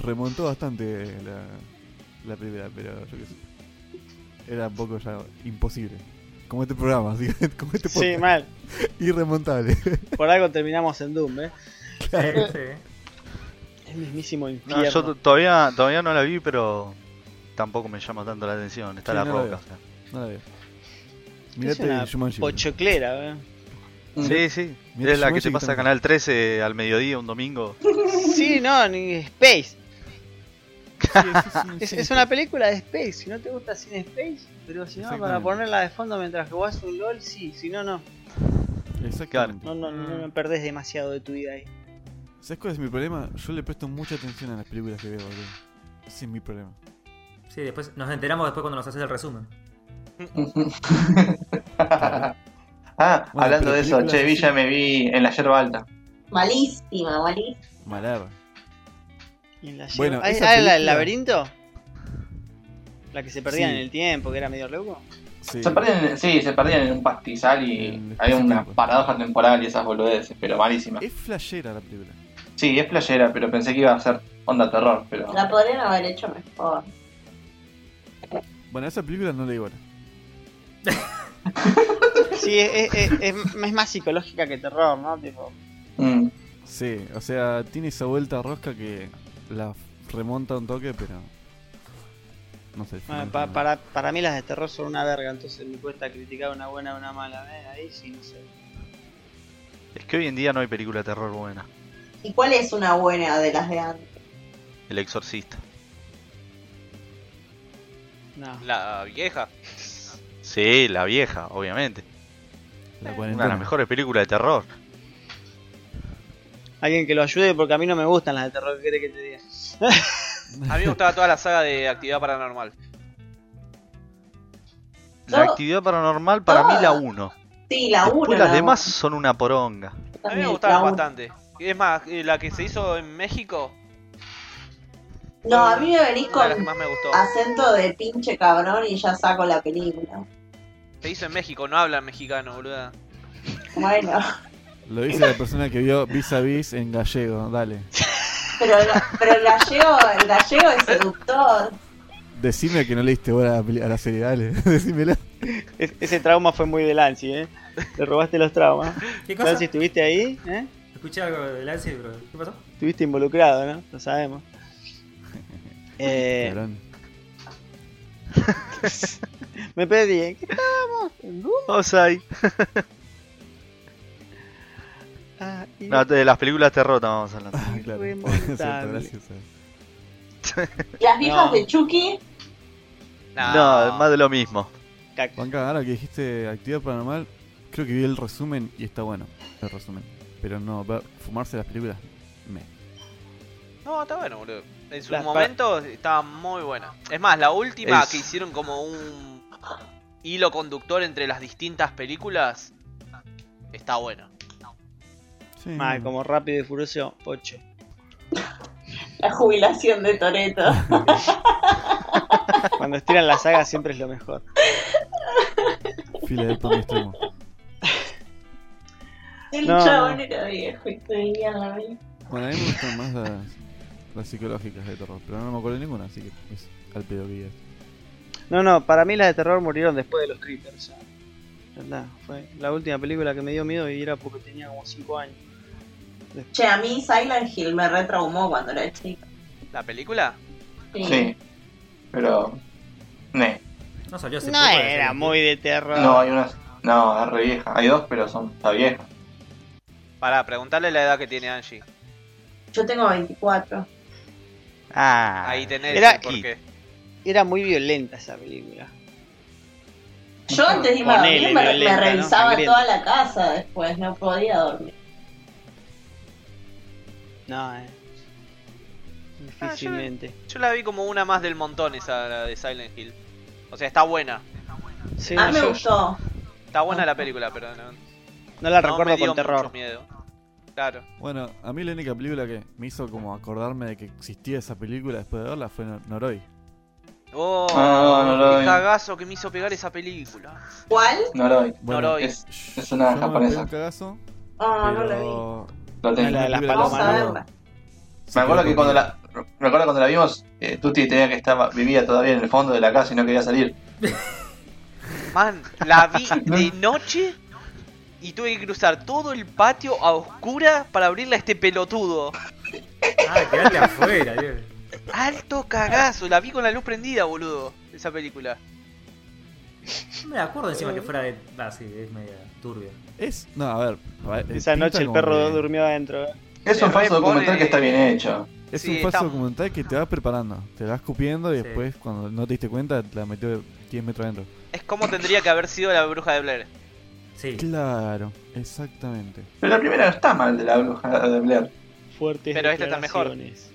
remontó bastante la, la primera, pero yo qué sé. Era un poco ya imposible. Como este programa, así, como este
Sí,
podcast.
mal.
Irremontable.
Por algo terminamos en Doom, ¿eh?
Sí, sí.
El mismísimo
No,
infierno.
yo t- todavía, todavía no la vi, pero tampoco me llama tanto la atención. Está
Sí,
la
no la
roca.
veo. Nada bien.
es
Mirate
una
Shumanji.
pochoclera, ¿eh?
Sí, sí.
Mirá
es la
Shumanji
que te
que
pasa a
está-
Canal 13 al mediodía un domingo.
Sí, no, ni Space. Es,
sí,
es
sí.
una película de Space. Si no te gusta sin Space, pero si no, para
Exactamente.
ponerla de fondo mientras jugás un LOL, sí. Si no, no.
Exactamente.
No, no, no, no
Mm.
perdés demasiado de tu vida ahí.
¿Sabes cuál es mi problema? Yo le presto mucha atención a las películas que veo, boludo. Ese es mi problema.
Sí, después nos enteramos después cuando nos haces el resumen.
Ah,
Bueno,
hablando
pero
de eso,
películas
che,
así-
Villa me vi en la yerba alta.
Malísima, malísima.
Malar.
Y la lleva-
Bueno,
¿Ah,
esa
ah, la- el
película-
laberinto? La que se perdían
Sí.
en el tiempo, que era medio loco.
Sí.
Se perdían, en- sí, se perdían en un pastizal
En
y
el Eh.
había una
espacio-tiempo.
paradoja temporal y esas boludeces, pero malísima.
Es flashera la película.
Sí, es playera, pero pensé que iba a ser onda terror, pero
La podrían haber hecho mejor.
Bueno, a esa película no le digo nada.
Sí, es, es- es- es- es más psicológica que terror, ¿no? Tipo,
mm,
Sí, o sea, tiene esa vuelta rosca que la remonta un toque, pero. No sé. el
bueno,
final
eh, pa-
no-
para, para mí las de terror son una verga, entonces me cuesta criticar una buena o una mala. Eh, ahí sí, no sé.
Es que hoy en día no hay película de terror buena.
¿Y cuál es una buena de las de antes?
El exorcista.
No.
La vieja.
Sí, la vieja, obviamente. Una
La
de
cuarentena.
las mejores películas de terror.
Alguien que lo ayude porque a mí no me gustan las de terror, ¿qué querés que te diga?
A mí me gustaba toda la saga de actividad paranormal.
La
Todo-
actividad paranormal para mí la
todas.
1.
Sí, la 1.
Después las demás son una poronga.
A mí me gustaban bastante. Es más, eh, la que se hizo en México,
No, a mí me venís
una de las que
con Ah.
más me gustó.
acento de pinche cabrón y ya saco la película.
Se hizo en México, no hablan mexicano, boluda.
Bueno,
Lo dice la persona que vio Vis a Vis en gallego. Dale.
pero, pero el, gallego, el gallego es seductor.
Decime que no leíste bola a la, peli- a la serie, dale. Decímela.
Es- ese trauma fue muy de Lancy, ¿eh? Le robaste los traumas.
¿Qué cosa?
Lancy, ¿estuviste ahí? ¿Eh?
Escuché algo de Lancy, pero ¿qué pasó?
Estuviste involucrado, ¿no? Lo sabemos. Eh,
Cabrón.
me perdí. ¿En qué estábamos? ¿En Doom?
O sea, y-
Ah, y-
no, de las películas de terror estábamos hablando.
Ah, claro.
Fue
Cierto,
inmontable.
gracias.
Las viejas
No.
de Chucky,
No, más de lo mismo.
Caca.
Juanca, ahora que dijiste actividad paranormal, creo que vi el resumen y está bueno. El resumen. Pero no, ver- fumarse las películas. Me.
No, está bueno, boludo. En su
La-
momento estaba muy buena. Es más, la última
Es-
que hicieron como un hilo conductor entre las distintas películas está bueno.
Sí,
Mal,
no.
como rápido y furioso 8.
la jubilación de Toreto.
Cuando estiran la saga siempre es lo mejor.
Fila de pan extremo.
El
No,
chabón
no.
era viejo y se veía en la vida.
Bueno, a mí me gustan más las, las psicológicas de terror, pero no me acuerdo ninguna, así que es al pedo que ya.
No, no, para mí las de terror murieron después de los Creepers. ya. Ya está, fue la última película que me dio miedo y era porque tenía como 5 años.
Che, a mí Silent Hill me retraumó cuando era chica.
¿La película?
sí. Pero. Ne.
No salió hace
No
poco la
era
serie.
muy de
Ah.
terror.
No, hay unas. No, es re vieja. Hay dos, pero son. Está vieja.
Para preguntarle la edad que tiene Angie.
Yo tengo 24.
Ah,
Ahí tenés
Era-
el porqué.
Era muy violenta esa película.
Yo antes de irme a
Ponele,
dormir me, me
violenta, ¿no?
revisaba
Sangrienta.
toda la casa después, no podía dormir.
No, eh. Difícilmente.
Yo la vi como una más del montón esa la de Silent Hill. O sea, está buena.
Sí,
A mí me
yo-
gustó.
Está buena la película, pero no,
no Ah. la
no
recuerdo
me dio
con terror.
mucho miedo. Claro.
Bueno, a mí la única película que me hizo como acordarme de que existía esa película después de verla fue Nor- Noroi.
Oh,
Ah, no la
qué
vi.
cagazo que me hizo pegar esa película.
¿Cuál?
No lo vi.
Bueno,
Noroi.
Es, es una
yo me
japonesa.
pegué un cagazo,
Ah, no la vi.
pero...
lo tengo.
La de las
película
palomas,
Vamos a
no.
verla.
Sí,
Me acuerdo
creo
que cuando la. Me acuerdo cuando la vimos, eh, Tuti tenía que estar, vivía todavía en el fondo de la casa y no quería salir.
Man, la vi de noche y tuve que cruzar todo el patio a oscura para abrirla a este pelotudo.
Ah, quedate afuera, Diego.
Alto cagazo, la vi con la luz prendida, boludo, esa película.
No me acuerdo encima que fuera de. Ah, sí, es media turbia.
Es. No, a ver. pa- eh,
Esa
pinta
noche el
como
perro
que
durmió adentro.
Es un
Eh,
falso
repone-
documental que está bien hecho.
Es
Sí,
un falso
está-
documental que te va preparando. Te la vas cupiendo y
Sí.
después, cuando no te diste cuenta, la metió 10 metros adentro.
Es como tendría que haber sido la bruja de Blair.
Sí.
Claro, exactamente.
Pero la primera no está mal de la bruja de Blair.
Fuertes
Pero esta está mejor.
declaraciones.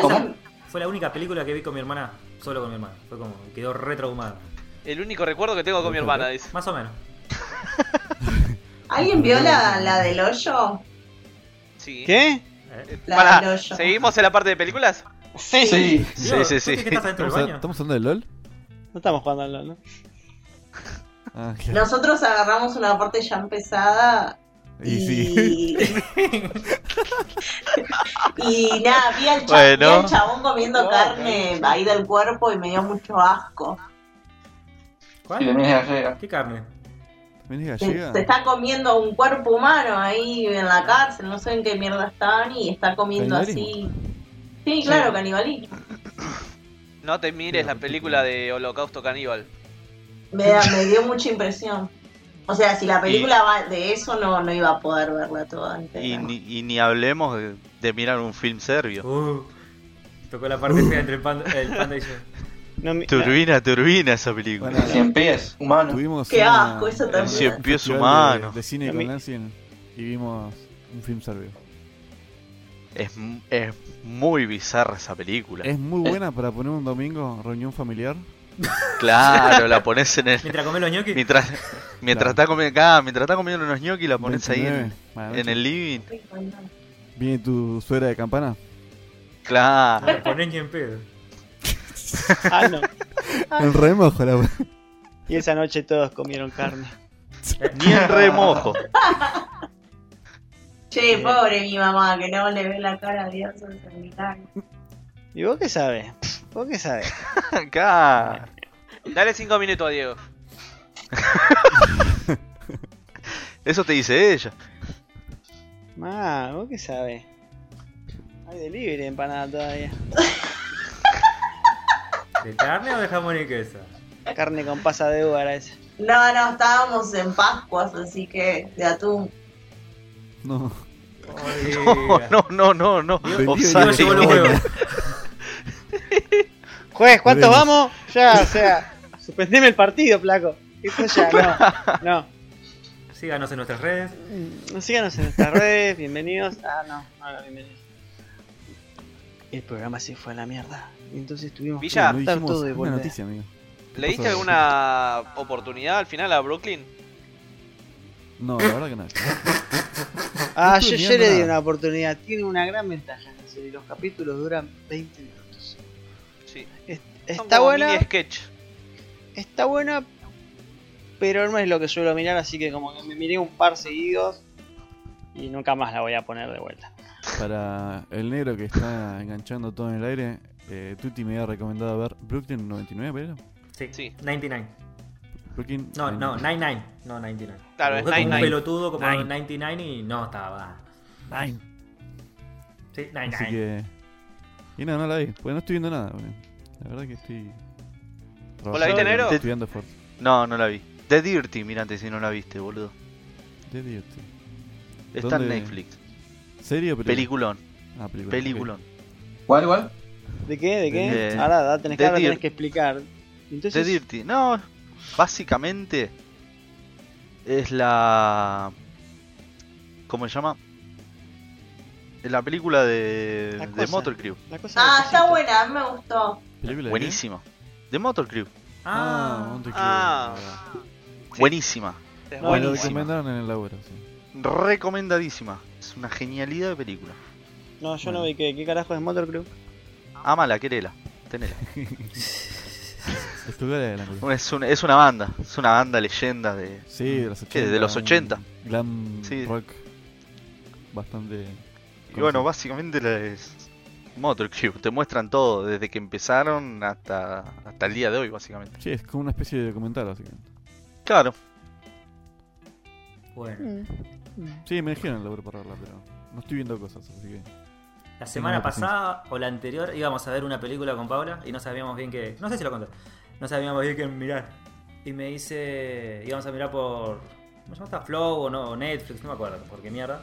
¿Cómo?
Fue la única película que vi con mi hermana, solo con mi hermana. Fue como, quedó re traumada.
El único recuerdo que tengo con mi hermana, dice.
Más o menos.
¿Alguien vio la, la del hoyo?
Sí.
¿Qué?
¿Eh?
La
Pará,
del hoyo.
¿seguimos en la parte de películas?
Sí.
Sí.
Diego,
Sí, sí, sí.
¿tú ¿Qué estás adentro del
¿Estamos,
baño?
¿Estamos hablando de LOL?
No estamos jugando al LOL, ¿no?
Ah, claro.
Nosotros agarramos una parte ya empezada
Y sí.
y, y nada, vi al, cha-
Bueno.
vi al chabón comiendo
No,
carne ahí del cuerpo y me dio mucho asco.
Y de
¿Cuál?
Miss Gallega.
¿Qué carne?
¿Venís
Se,
gallega?
se está comiendo un cuerpo humano ahí en la cárcel, no sé en qué mierda están y está comiendo así.
¿Canibalismo?
Sí, claro, canibalismo.
No te mires la película de Holocausto Caníbal.
Me, da- me dio mucha impresión. O sea, si la película va de eso, no, no iba a poder verla toda
Y
entera.
ni, y ni hablemos de, de mirar un film serbio.
Uh, tocó la parte fea entre el panda, el panda y yo.
No, mi-
Turbina, turbina esa película.
Bueno,
Cien pies, humano.
Tuvimos
Qué
una-
asco, eso
El cien
también.
pies
festival
humano.
De, de cine
A
con
mí-
Nancy en- y vimos un film serbio.
Es, m- es muy bizarra esa película.
Es
Eh.
muy buena para poner un domingo, reunión familiar.
Claro, la pones en el.
Mientras comés los ñoquis.
Mientras, mientras
Claro.
está comiendo acá, mientras está comiendo unos ñoquis, la pones ahí en,
29, a la
en
noche.
el living.
Viene tu suegra de campana.
Claro.
No, ponés ni en pedo.
Ah, no.
En remojo la
Y esa noche todos comieron carne.
Ni en remojo.
Che, pobre mi mamá, que no le ve la cara a Dios en sanitario.
¿Y vos qué sabes? ¿Vos qué sabes?
Acá.
Dale 5 minutos a Diego.
Eso te dice ella.
Ma, Ah, ¿vos qué sabes? Hay delivery de empanada todavía.
¿De carne o de jamón y queso?
Carne con pasa de uva era esa.
No, no, estábamos en Pascuas, así que de atún.
No.
No, no, no, no, no.
Dios,
Osale.
Diego llevó los huevos.
Juez, ¿cuántos
Veremos.
vamos? Ya, o sea, suspendeme el partido, placo. Esto ya, no.
Síganos en nuestras redes.
No. Síganos en nuestras redes, bienvenidos. Ah, no, no era bienvenidos. El programa se fue a la mierda. Y entonces tuvimos que
Villa, Ya,
no
inventar
dijimos
todo y
una
volver.
noticia, amigo.
¿Le diste alguna oportunidad al final a Brooklyn?
No, la verdad que no.
Ah,
No
yo,
tenía
yo le di
nada.
una oportunidad. Tiene una gran ventaja la serie. Los capítulos duran 20 minutos.
Sí. Son
Está
como
buena,
mini sketch.
está buena, pero no es lo que suelo mirar, así que como que me miré un par seguidos y nunca más la voy a poner de vuelta.
Para el negro que está enganchando todo en el aire, eh, Tuti me había recomendado ver Brooklyn 99, ¿verdad?
Sí.
Sí.
99.
Brooklyn.
No, no,
99.
99. No, 99.
Claro,
Lo
es
busqué como
99.
un pelotudo como
Nine.
99 y no estaba. Sí,
Así
99.
que. Y no, no la vi. Pues no estoy viendo nada, boludo. La verdad que estoy.
¿Vos la viste,
trabajando,
negro?
Estudiando Ford.
No, no la vi. The Dirty, mirate si no la viste, boludo.
De Dios, tío.
Está en
¿Dónde?
Netflix.
¿Serio?
Peliculón,
Ah, película.
peliculón.
¿Cuál, cuál?
¿De qué? ¿De qué?
De-
ahora da- tenés que,
de
ahora
Dir-
tenés que explicar.
The
Entonces,
Dirty, no, básicamente es la. ¿Cómo se llama? Es la película de,
La
de
cosa.
Motor Crew.
la cosa
Ah,
que
está
existe.
buena, a mí me gustó.
¿Película de qué?
Buenísima. De Motor Crew.
Ah,
Ah,
Monte
Ah.
Cristo.
Buenísima.
Es
No,
Me lo
buenísimo.
recomendaron en el laburo, sí.
Recomendadísima. Es una genialidad de película.
No, yo no vi
Bueno.
que, qué carajo es Motor Club.
Amala, querela. Tenela.
Estuve de la película.
Es, una- es una banda. Es una banda leyenda de.
Sí, de los 80.
¿Qué? De los
un
80.
Glam
Sí.
rock. Bastante.
Y bueno,
conocido.
básicamente la es. Motor Crew. Te muestran todo. Desde que empezaron hasta, hasta el día de hoy, básicamente.
Sí, es como una especie de documental, básicamente.
Claro.
Bueno,
Sí, me dijeron el laburo para verla, pero no estoy viendo cosas, así que.
la semana
no, paciencia.
pasada o la anterior íbamos a ver una película con Paula y no sabíamos bien qué. No sé si lo conté. No sabíamos bien qué mirar. Y me dice. íbamos a mirar por. ¿Cómo se llama esta? Flow o no, o Netflix, no me acuerdo, por qué mierda.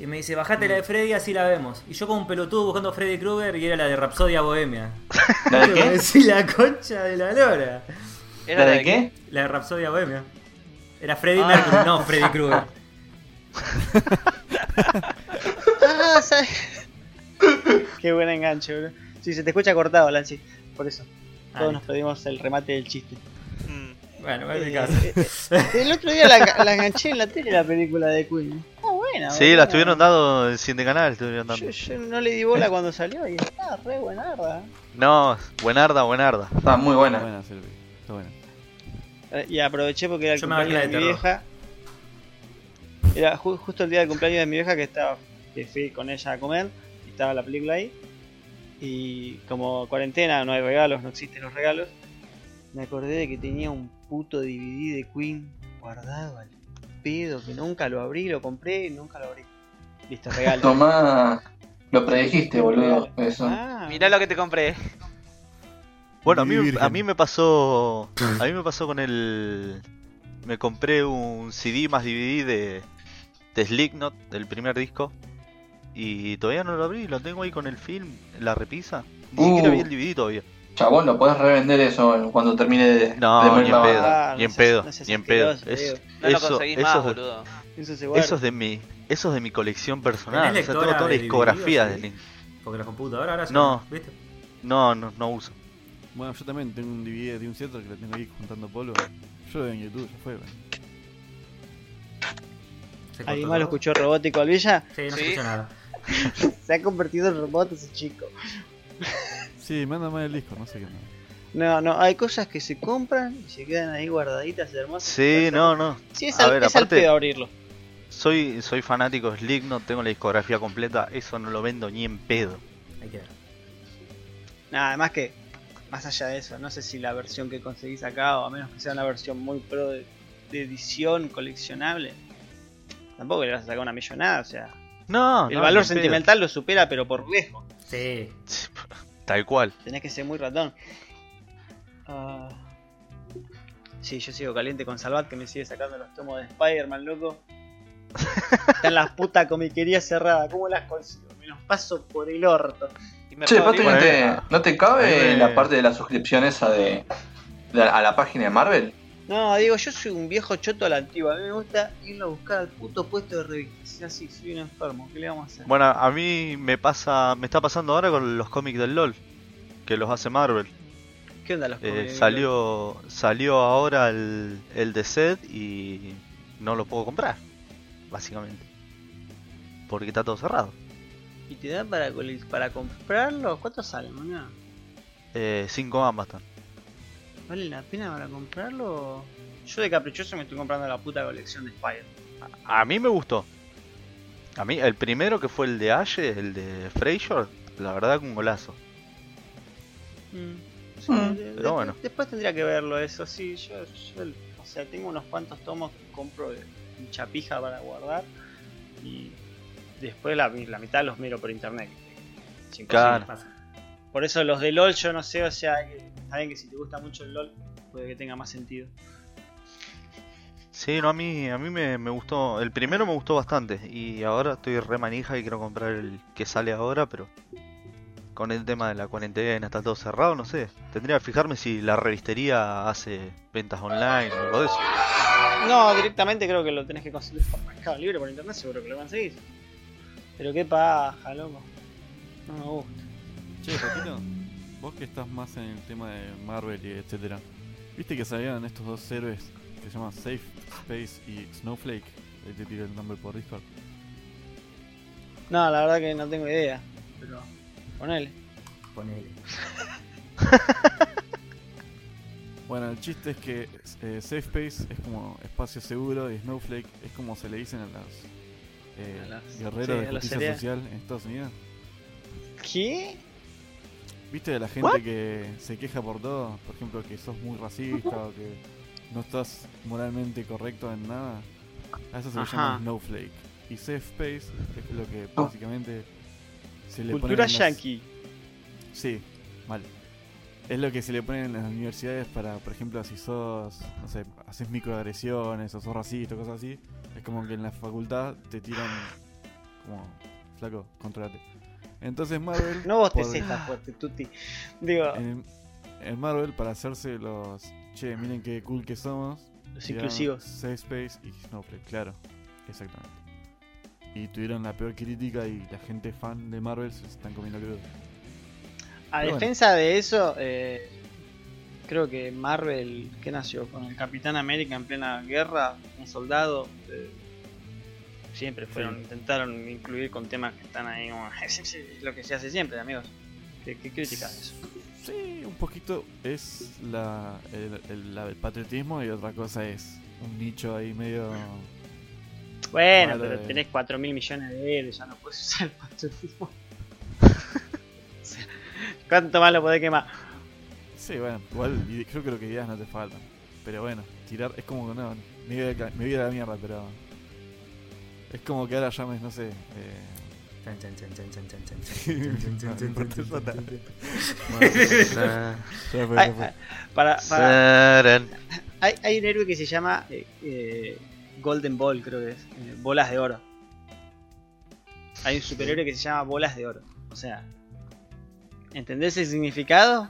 Y me dice, bajate la de Freddy, así la vemos. Y yo como un pelotudo buscando Freddy Krueger y era la de Rapsodia Bohemia.
¿La de qué?
Sí, la concha de la lora.
¿La de qué?
La de Rapsodia Bohemia. Era Freddy
Ah.
Mercury, no Freddy Krueger.
Ah, ¿sabes? Qué buen enganche, bro. Sí, se te escucha cortado, Lancy. Por eso. Todos
Ah,
nos perdimos el remate del chiste.
Mm.
Bueno, en mi
Eh,
caso.
eh, eh, el otro día la, la enganché en la tele la película de Queen. Está buena,
Sí, la estuvieron
estuvieron
dando en 100 de canal, estuvieron dando.
Yo, yo no le di bola cuando salió y está re buenarda.
No, buenarda, buenarda.
Está muy
Está
buena.
buena, Silvi. Está buena.
Eh, Y aproveché porque era el
Yo me
cumpleaños de,
bajé
mi
la de
vieja. Era ju- justo el día del cumpleaños de mi vieja que estaba que fui con ella a comer y estaba la película ahí. Y como cuarentena, no hay regalos, no existen los regalos. Me acordé de que tenía un puto DVD de Queen guardado al pedo, que nunca lo abrí, lo compré y nunca lo abrí. Listo, regalo.
Tomá. Lo predijiste, boludo. Eso.
Ah,
Mirá lo que te compré.
Bueno, a mí,
Mi
a
virgen.
mí me pasó. A mí me pasó con el. Me compré un CD más DVD de. De Slipknot, del primer disco. Y todavía no lo abrí, lo tengo ahí con el film, en la repisa. Ni
Uh.
siquiera vi el DVD todavía.
Chabón, lo podés revender eso cuando termine de. de
No,
mover
ni en
la
pedo,
banda.
Ah,
ni en
no seas-
pedo,
no seas
ni en pedo.
asqueroso,
Es-
te
No lo
eso-
conseguís
eso
más,
es-
boludo.
eso se guarda.
Eso es de mi, eso es de mi colección personal. O
¿Tenés
sea, tengo
lectora
toda la
de DVD
discografía
o
de
CD?
Link.
Porque la computadora ahora son-
No.
¿Viste?
No, no, no uso.
Bueno, yo también tengo un DVD de un cierto que lo tengo ahí juntando polvo. Yo lo veo en YouTube, ya fue. bueno.
Se cortó
¿Alguien más lo
todo.
escuchó robótico al Villa?
Sí, no se
Sí.
escucha nada.
Se ha convertido en robot ese chico.
Sí, mándame el disco, no sé qué. No.
No, no, hay cosas que se compran y se quedan ahí guardaditas hermosas.
Sí, no, no.
Sí, es,
A
al,
ver,
es al
aparte-
pedo abrirlo.
Soy, soy fanático de Slipknot, tengo la discografía completa. Eso no lo vendo ni en pedo.
Ahí queda.
Nada, además que, más allá de eso, no sé si la versión que conseguís acá, o a menos que sea una versión muy pro de, de edición coleccionable, tampoco le vas a sacar una millonada, o sea.
No,
el
no,
valor
ni en pedo.
sentimental lo supera, pero por lejos.
Sí.
Tal cual.
Tenés que ser muy ratón. Ah. Sí, yo sigo caliente con Salvat que me sigue sacando los tomos de Spider-Man, loco. Están las putas comiquerías cerradas. ¿Cómo las consigo? Me los paso por el orto.
Y me
Che,
robó
Pati,
el-
¿no
Bueno,
te, no te cabe
eh.
la parte de la suscripción esa de, de- a la página de Marvel?
No, digo, yo soy un viejo choto a la antigua. A mí me gusta irlo a buscar al puto puesto de revistas. Es así, soy un enfermo. ¿Qué le vamos a hacer?
Bueno, a mí me pasa, me está pasando ahora con los cómics del LOL, que los hace Marvel.
¿Qué onda los
Eh,
cómics?
salió, salió ahora el, el de Zed y no lo puedo comprar, básicamente. Porque está todo cerrado.
¿Y te dan para, cole- para comprarlo? ¿Cuánto sale, maná?
Eh, 5 Amazon.
¿Vale la pena para comprarlo? Yo de caprichoso me estoy comprando la puta colección de Spider-Man.
A mí me gustó. A mí, el primero que fue el de Ashe, el de Frasier, la verdad que un golazo.
Mm.
Mm.
de- de-
Pero bueno.
Después tendría que verlo eso, sí. Yo, yo, o sea, tengo unos cuantos tomos que compro de en chapija para guardar y después la, la mitad los miro por internet. Es imposible.
Claro.
Pasa.
Por eso los de LOL yo no sé, o sea, que- está bien que si te gusta mucho el LOL puede que tenga más sentido.
Sí, no, a mí, a mí me, me gustó. El primero me gustó bastante. Y ahora estoy re manija y quiero comprar el que sale ahora, pero con el tema de la cuarentena, está todo cerrado, no sé. Tendría que fijarme si la revistería hace ventas online o algo de eso.
No, directamente creo que lo tenés que conseguir por Mercado Libre, por internet seguro que lo conseguís. Pero qué paja, loco. No me gusta.
Che, Patino, vos que estás más en el tema de Marvel y etcétera, viste que salían estos dos héroes que se llaman Safe Space y Snowflake. Ahí te tiro el nombre por Discord.
No, la verdad que no tengo idea. Pero ponele.
Ponele.
Bueno, el chiste es que eh, Safe Space es como espacio seguro y Snowflake es como se le dicen a las eh,
A las-
guerreros
sí,
de
a los
justicia
serial.
social en Estados Unidos.
¿Qué?
¿Viste de la gente que se queja por todo? Por ejemplo, que sos muy racista o que no estás moralmente correcto en nada. A eso se le
Ajá.
llama Snowflake. Y safe space es lo que
Oh.
básicamente se le ponen
Cultura
en las-
yankee.
Sí, mal. Es lo que se le ponen en las universidades para, por ejemplo, si sos, no sé, haces microagresiones o sos racista, cosas así. Es como que en la facultad te tiran como, flaco, controlate. Entonces Marvel...
No vos te
por-
esta fuerte, Tuti. Digo,
en, en Marvel, para hacerse los, che, miren qué cool que somos.
los
tiraron
inclusivos.
Safe Space y Snowflake, claro. Exactamente. Y tuvieron la peor crítica y la gente fan de Marvel se están comiendo crudo.
A
Pero bueno.
defensa de eso, eh, creo que Marvel, que nació? Con el Capitán América en plena guerra, un soldado. eh, siempre fueron, intentaron incluir con temas que están ahí como. es lo que se hace siempre, amigos. ¿Qué, qué críticas eso?
Sí, un poquito es la, el, el- la- el patriotismo y otra cosa es un nicho ahí medio...
Bueno,
Claro,
pero
eh.
tenés 4 mil millones de él, ya no puedes usar el patriotismo. O sea, ¿Cuánto más lo podés quemar?
Sí, bueno, igual ide- yo creo que ideas no te faltan. Pero bueno, tirar es como que no, me iba, de ca- me iba a la mierda, pero... Es como que ahora llames, no sé... eh,
Chan, chan, chan, chan, chan, chan, chan,
No,
chan, chan, chan,
no
chan,
importa,
chan,
nada.
chan, chan.
ya fue,
Ay,
ya fue.
Para, para-
Saran.
hay, hay un héroe que se llama eh, eh, Golden Ball, creo que es. eh, bolas de oro. Hay un superhéroe que se llama Bolas de Oro. O sea, ¿entendés el significado?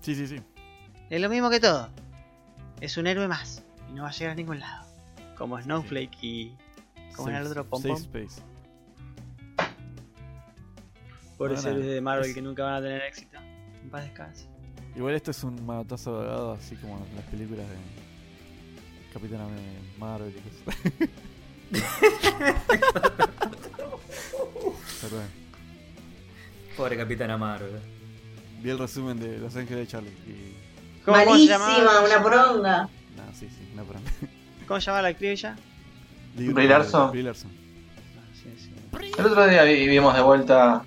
Sí, sí, sí.
Es lo mismo que todo. Es un héroe más. Y no va a llegar a ningún lado. Como Snowflake y. Como
Safe-
era el otro
safe
pompón.
space.
Pobres
Ahora,
héroes de Marvel
es-
que nunca van a tener éxito. En paz descanse.
Igual esto es un manotazo dorado, así como las películas de Capitán América, Marvel y cosas. Perdón.
Pobre Capitán ¿eh? Marvel.
Vi el resumen de Los Ángeles de Charlie y.
Malísima, una poronga.
Nada, sí, sí, no, perdón.
¿Cómo se llama la actriz ella?
Digo,
Brie Larson.
Brie Larson.
Ah, sí, sí.
El otro día vi- vimos de vuelta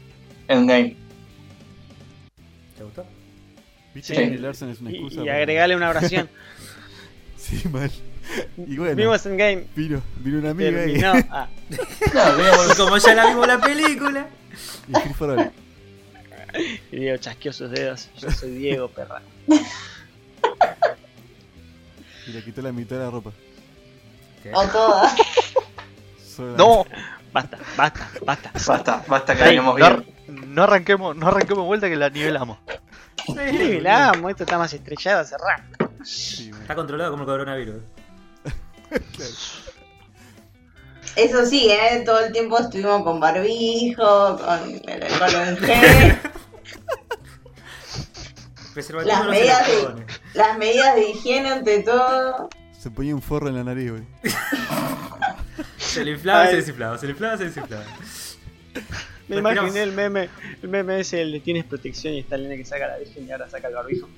Endgame.
¿Te gustó?
¿Viste
Sí.
que Brie Larson es una
Y,
excusa?
y
para-
agregale una oración.
Sí, mal. Y bueno,
Vimos en game.
vino, vino una amiga y,
Terminó. Ah,
No,
Y como ya la vimos la película.
y Chris Farrell.
y Diego chasqueó sus dedos. Yo soy Diego, perra.
Y le quitó la mitad de la ropa.
O todas.
Solo-
No,
Basta, basta, basta.
basta, basta que
Ey,
vayamos
no,
bien.
no arranquemos, no arranquemos vuelta que la nivelamos.
Nivelamos, esto está más estrellado, cerrá.
Sí, mal.
Está controlado como el coronavirus.
Eso sí, ¿eh? todo el tiempo estuvimos con barbijo, con el alcohol en gel,
Preservativo
las
no se
medidas,
la
de,
pone.
las medidas de higiene ante todo.
Se ponía un forro en la nariz, güey.
Se le inflaba,
Ay.
se desinflaba, se le inflaba, se desinflaba.
Me
Respiramos.
imaginé el meme. El meme es el de tienes protección y está el nene que saca la virgen y ahora saca el barbijo.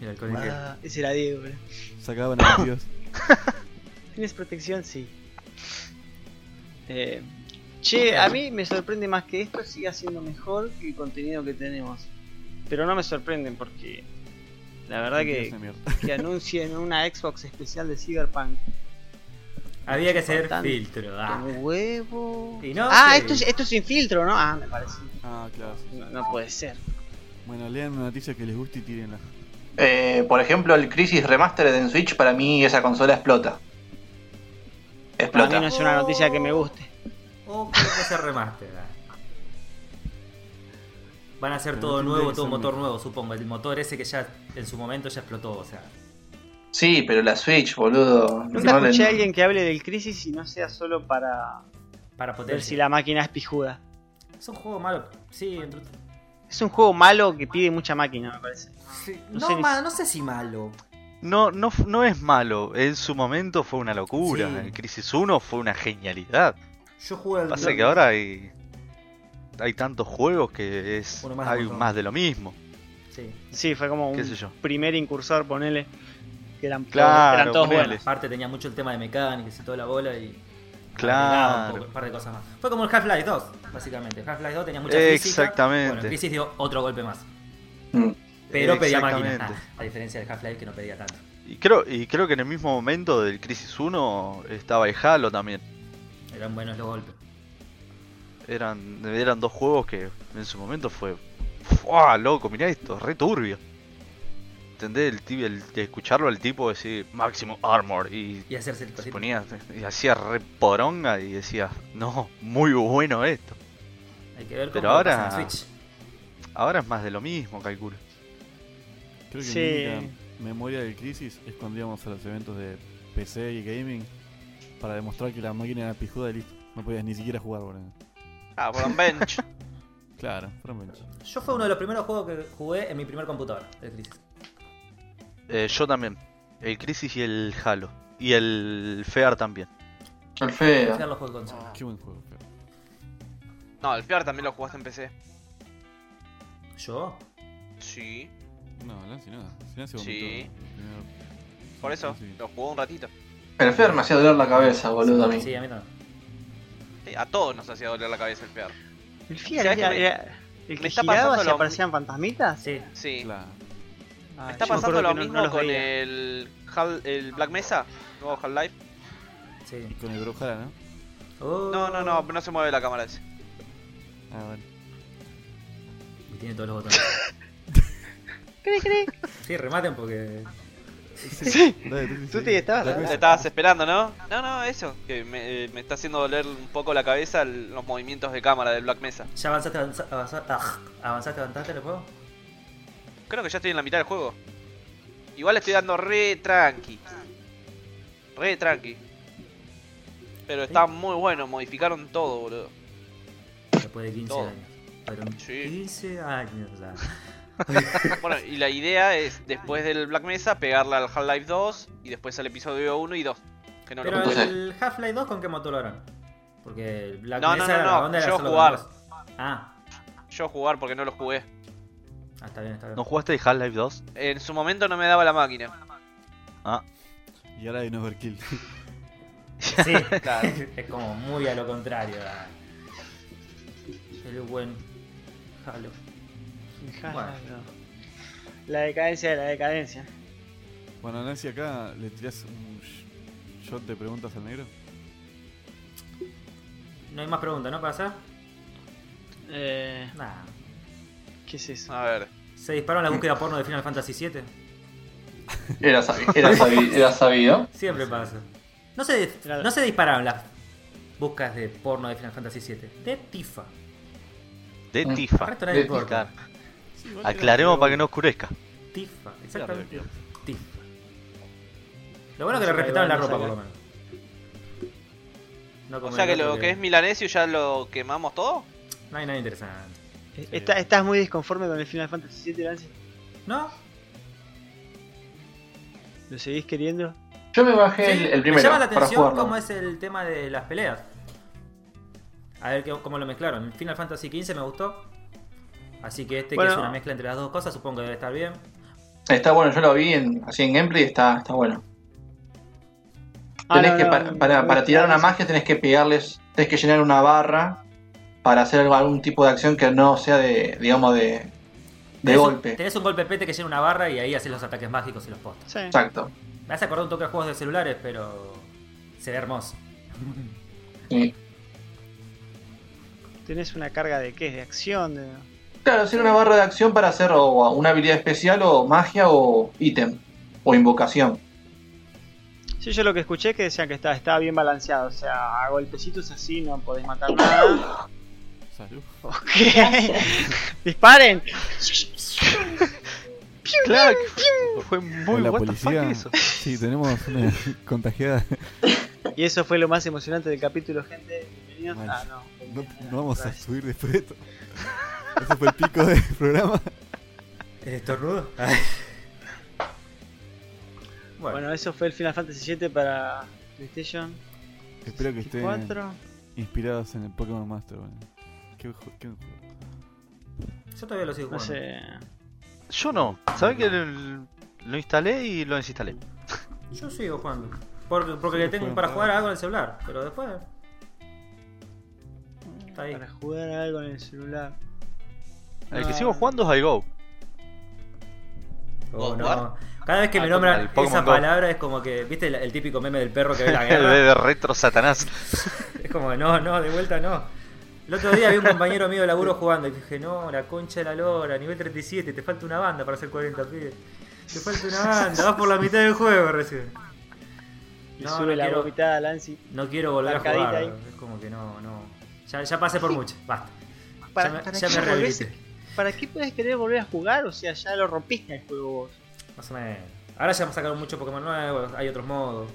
El alcohol en gel.
Ah, ese era Diego, bro.
Sacaban a los tíos.
¿Tienes protección? Sí. Eh, che, a mí me sorprende más que esto siga siendo mejor que el contenido que tenemos. Pero no me sorprenden porque la verdad que,
Esa mierda.
que anuncien una Xbox especial de Cyberpunk.
Había que hacer
Bastante.
filtro. ah.
Con huevo.
Y no
ah,
sé.
esto, es- esto es sin filtro, ¿no? Ah, me parece.
Ah, claro. sí.
No, no puede ser.
Bueno, lean una noticia que les guste y tírenla.
Eh, por ejemplo, el Crisis Remastered en Switch, para mí esa consola explota.
Para mí
Explota.
no es una noticia que me guste.
O que pues se remaster. ah. Van a hacer
Pero
todo
no tendría
nuevo,
que
todo
ser
motor
muy-
nuevo, supongo. El motor ese que ya en su momento ya explotó, o sea.
Sí, pero la Switch, boludo.
Nunca
no le-
escuché a alguien que hable del crisis y no sea solo para
Para
ver si
potencia.
la máquina es pijuda.
Es un juego malo. Sí, entre-
Es un juego malo que pide mucha máquina, me parece.
sí,
No
No,
sé ni-
ma- no sé si malo.
No, no, f- no es malo. En su momento fue una locura.
Sí.
El Crisis 1 fue una genialidad.
Yo jugué al.
Pasa que ahora hay. Hay tantos juegos que es.
Uno más de
hay
montón.
más de lo mismo.
Sí.
Sí, fue como
Qué
un
sé yo.
primer incursor, ponele. Que eran,
Claro,
todos, eran todos
ponele.
buenos.
Aparte tenía mucho el tema de mecánicas y toda la bola y. agregaba Un, poco-
Claro.
un par de cosas más. Fue como el Half-Life 2, básicamente. Half-Life 2 tenía mucha física.
Exactamente.
Bueno, el Crisis dio otro golpe más.
Mm.
Pero pedía máquinas.
Exactamente.
ah, a diferencia del Half-Life que no pedía tanto.
Y creo, y creo que en el mismo momento del Crisis 1 estaba el Halo también.
Eran buenos los golpes.
Eran, eran dos juegos que en su momento fue. ¡Fua, loco! Mirá esto, re turbio. ¿Entendés? El, ti- el- de escucharlo al tipo decir máximo armor y
Y hacerse el
se
cosito.
ponía y hacía re poronga y decía, no, muy bueno esto.
Hay que ver cómo
Pero
lo
ahora-
pasan en Switch.
Ahora es más de lo mismo, calculo.
Creo que
Sí.
mi única memoria del Crisis es cuando íbamos a los eventos de PC y gaming para demostrar que la máquina era pijuda y listo. No podías ni siquiera jugar, boludo.
Ah, por un bench.
Claro, Fromage.
Yo fue uno de los primeros juegos que jugué en mi primer computadora, el Crisis.
Eh, yo también. El Crisis y el Halo. Y el Fear también.
El feo.
Fijar los juegos de consola.
Qué buen juego, cara.
No, el Fear también lo jugaste en PC.
¿Yo?
Sí.
No, Lance no. Lance vomitó.
Sí.
Primero.
Por eso,
Sí.
lo jugó un ratito.
El feo me hacía doler la cabeza, Ah, boludo, a mí.
Sí, a mí también.
Sí, a todos nos hacía doler la cabeza el Fear.
El
¿Sabés
Fiat
que
era,
me-
era el
me
que
está
giraba
pasando
si
lo-
aparecían fantasmitas.
Sí.
Sí.
Claro.
Ah,
Está
yo me
pasando
acuerdo
lo
que no-
mismo
no los
con
veía.
el, Hal- el Black Mesa, nuevo Half-Life.
Y
Sí.
con el Brujara, ¿no?
Oh.
No, no, no, no se mueve la cámara ese.
Ah, bueno.
Y tiene todos los botones. Sí, rematen porque.
Sí. Dale,
Tú te estabas-
Dale,
Te
Mesa.
estabas esperando, ¿no? No, no, eso. Que me, eh, me está haciendo doler un poco la cabeza el- los movimientos de cámara del Black Mesa.
¿Ya avanzaste, avanza- avanza- ah, avanzaste, avanzaste en el juego?
Creo que ya estoy en la mitad del juego. Igual estoy dando re tranqui. Re tranqui. Pero está muy bueno, modificaron todo, boludo.
Después de 15
Todo.
años. Fueron
Sí.
15 años ya.
Bueno, y la idea es después del Black Mesa pegarla al Half-Life 2 y después al episodio 1 y 2. Que no lo
Pero
conté.
Entonces-
el Half-Life 2 con qué motor lo harán? Porque el Black
No, no,
Mesa
no,
la
no,
onda era
yo
solo con
jugar.
dos. Ah,
Yo jugar porque no lo jugué.
ah, está bien, está bien.
¿No jugaste el Half-Life 2?
En su momento no me daba la máquina.
Ah,
Y ahora hay un overkill.
Sí,
Claro.
es como muy a lo contrario. ah. El buen Halo.
Fijá,
Bueno.
no. La decadencia de la decadencia.
Bueno, Nancy, acá le tirás un sh- shot de preguntas al negro.
No hay más preguntas, ¿no? ¿Para hacer?
Eh,
Nah.
¿Qué es eso?
A ver.
¿Se disparó la búsqueda porno de Final Fantasy VII?
Era sabido. Era sabido. Era sabido.
Siempre pasa. No se, dis-
Era-
no se dispararon las buscas de porno de Final Fantasy VII. De Tifa.
de
Mm.
Al
Tifa.
resto nadie
de
le importa.
Aclaremos para que no oscurezca.
Tifa,
Claro,
exactamente.
claro.
Tifa. Lo bueno es que
Sí,
le respetaron la
ahí va,
ropa,
ahí
por
va.
lo menos. No
O
como
sea
el
que
otro
lo que es Milanesio ya lo quemamos todo.
No hay nada interesante.
Eh, está- ¿Estás muy disconforme con el Final Fantasy VII, Lance?
¿No?
¿Lo seguís queriendo?
Yo me bajé el,
Sí,
el
me
primero
llama la
para
atención
jugarlo.
cómo es el tema de las peleas. A ver qué- cómo lo mezclaron. El Final Fantasy XV me gustó. Así que este
Bueno.
que es una mezcla entre las dos cosas, supongo que debe estar bien.
Está bueno, yo lo vi en, así en gameplay y está, está bueno.
Ah,
Tenés
no,
que
no,
para,
no,
para,
no,
para
no,
tirar una
no,
magia tenés que pegarles, tenés que llenar una barra para hacer algo- algún tipo de acción que no sea de, digamos, de, de
Tenés un-
golpe.
tenés un golpe pete que llena una barra y ahí haces los ataques mágicos y los postres.
Sí.
Exacto.
Me hace acordar un toque a juegos de celulares, pero se ve hermoso.
Sí.
¿Tenés una carga de qué? ¿De acción? De...
Claro, hacer una barra de acción para hacer o una habilidad especial o magia o ítem o invocación.
Sí, yo lo que escuché es que decían que estaba, estaba bien balanceado. O sea, a golpecitos así no podés matar nada.
Salud.
¿Qué? ¡Disparen!
Claro, fue muy
Hola,
what the fuck eso.
Sí, tenemos una contagiada.
Y eso fue lo más emocionante del capítulo, gente. Bienvenidos.
Mal.
Ah, no.
No, no vamos a
Gracias.
subir después de esto. Ese fue el pico del programa.
¿El estornudo? bueno,
Bueno, eso fue el Final Fantasy VII para PlayStation
Espero que estén
4.
inspirados en el Pokémon Master. Bueno. Qué ju- qué buen juego.
yo todavía lo sigo
No
jugando.
sé.
Yo no. ¿Sabés que el- lo instalé y lo desinstalé?
Yo sigo jugando. Porque, porque
Sí,
le tengo
juegan
para
para-
jugar algo en el celular, pero después. Está ahí.
Para jugar algo en el celular.
El que
Ah.
sigo jugando es al Go.
Oh,
¿Godward?
no. Cada vez que
Ah,
me
con el
nombran
Pokémon
esa
Go.
palabra es como que, ¿viste el, el típico meme del perro que ve la
El
guerra?
bebé retro satanás.
Es como, no, no, de vuelta no. El otro día vi un compañero mío de laburo jugando y dije, no, la concha de la lora, nivel 37, te falta una banda para hacer 40, pibe. Te falta una banda, vas por la mitad del juego recién.
Le
No,
sube
no
la
quiero-
vomitada a Lancy.
No quiero volver
Marcadita
a jugar.
ahí.
Es como que no, no. Ya, ya pasé por mucho, basta.
¿Para,
ya me,
para
ya
qué
me
volvés-
rehabilité.
¿Para qué puedes querer volver a jugar? O sea, ya lo rompiste el juego vos.
Más o menos. Ahora ya me sacaron muchos Pokémon nuevos, hay otros modos.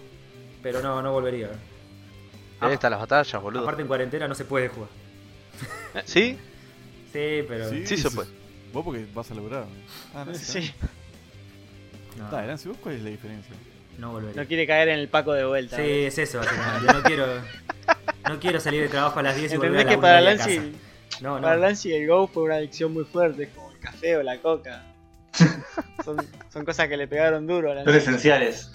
Pero no, no volvería.
Ahí están las batallas, boludo.
Aparte en cuarentena no se puede jugar.
¿Sí?
Sí, pero.
Sí se puede.
Vos porque vas a lograr. Ah, no,
Sí,
No,
Dale, Nancy, ¿vos cuál es la diferencia?
no volvería.
no quiere caer en el paco de vuelta.
Sí, es eso, básicamente. Yo no quiero, no quiero salir de trabajo a las 10 y volver a
Entendés
la
que para
la casa.
Lancy,
No,
para
no.
Lancy el Go fue una adicción muy fuerte, es como el café o la coca. Son, son cosas que le pegaron duro a
Son
Lancy.
esenciales.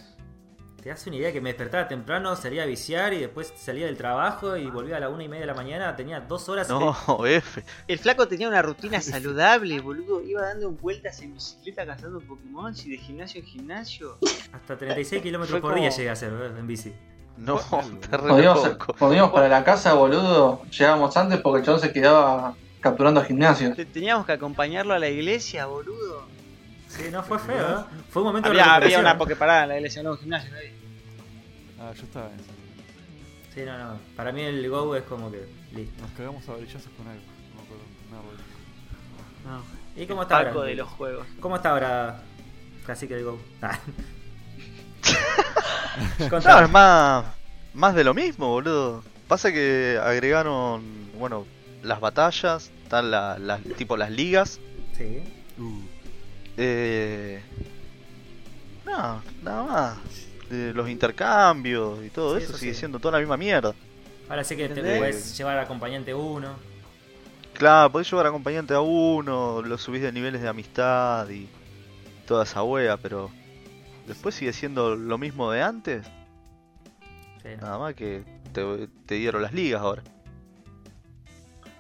Te das una idea que me despertaba temprano, salía a viciar y después salía del trabajo y volvía a la 1 y media de la mañana. Tenía dos horas.
No, F.
El flaco tenía una rutina saludable, boludo. Iba dando vueltas en bicicleta cazando Pokémon y de gimnasio en gimnasio.
Hasta 36 kilómetros
Fue
por día
como-
llegué a hacer ¿verdad? en bici.
No, está re
Cuando íbamos,
loco.
cuando íbamos para la casa, boludo, llegábamos antes porque el chabón se quedaba capturando gimnasios.
Te- Teníamos que acompañarlo a la iglesia, boludo.
Sí, no fue feo, ¿eh? Fue un momento de
Había, había
recuperación.
una Poképarada en la iglesia, no un gimnasio. ¿no?
Ah, yo estaba en esa.
Sí, no, no. Para mí el Go es como que listo.
Nos cagamos a varillazos con algo. No me acuerdo. con un árbol.
¿Y cómo
El
está
Paco
ahora?
de los juegos.
¿Cómo está ahora? Casi que el Go. Ah.
No,
Contame.
es más, más de lo mismo, boludo. Pasa que agregaron, bueno, las batallas, están la- las, tipo las ligas.
Sí.
Uh,
Eh... No, nada más. Eh, los intercambios y todo
Sí,
eso
eso
sigue
sí.
siendo toda la misma mierda.
Ahora sí que te
¿Entendés?
puedes llevar acompañante uno.
Claro, podés llevar acompañante a uno, lo subís de niveles de amistad y toda esa wea, pero después sigue siendo lo mismo de antes.
Sí, no.
Nada más que te, te dieron las ligas ahora.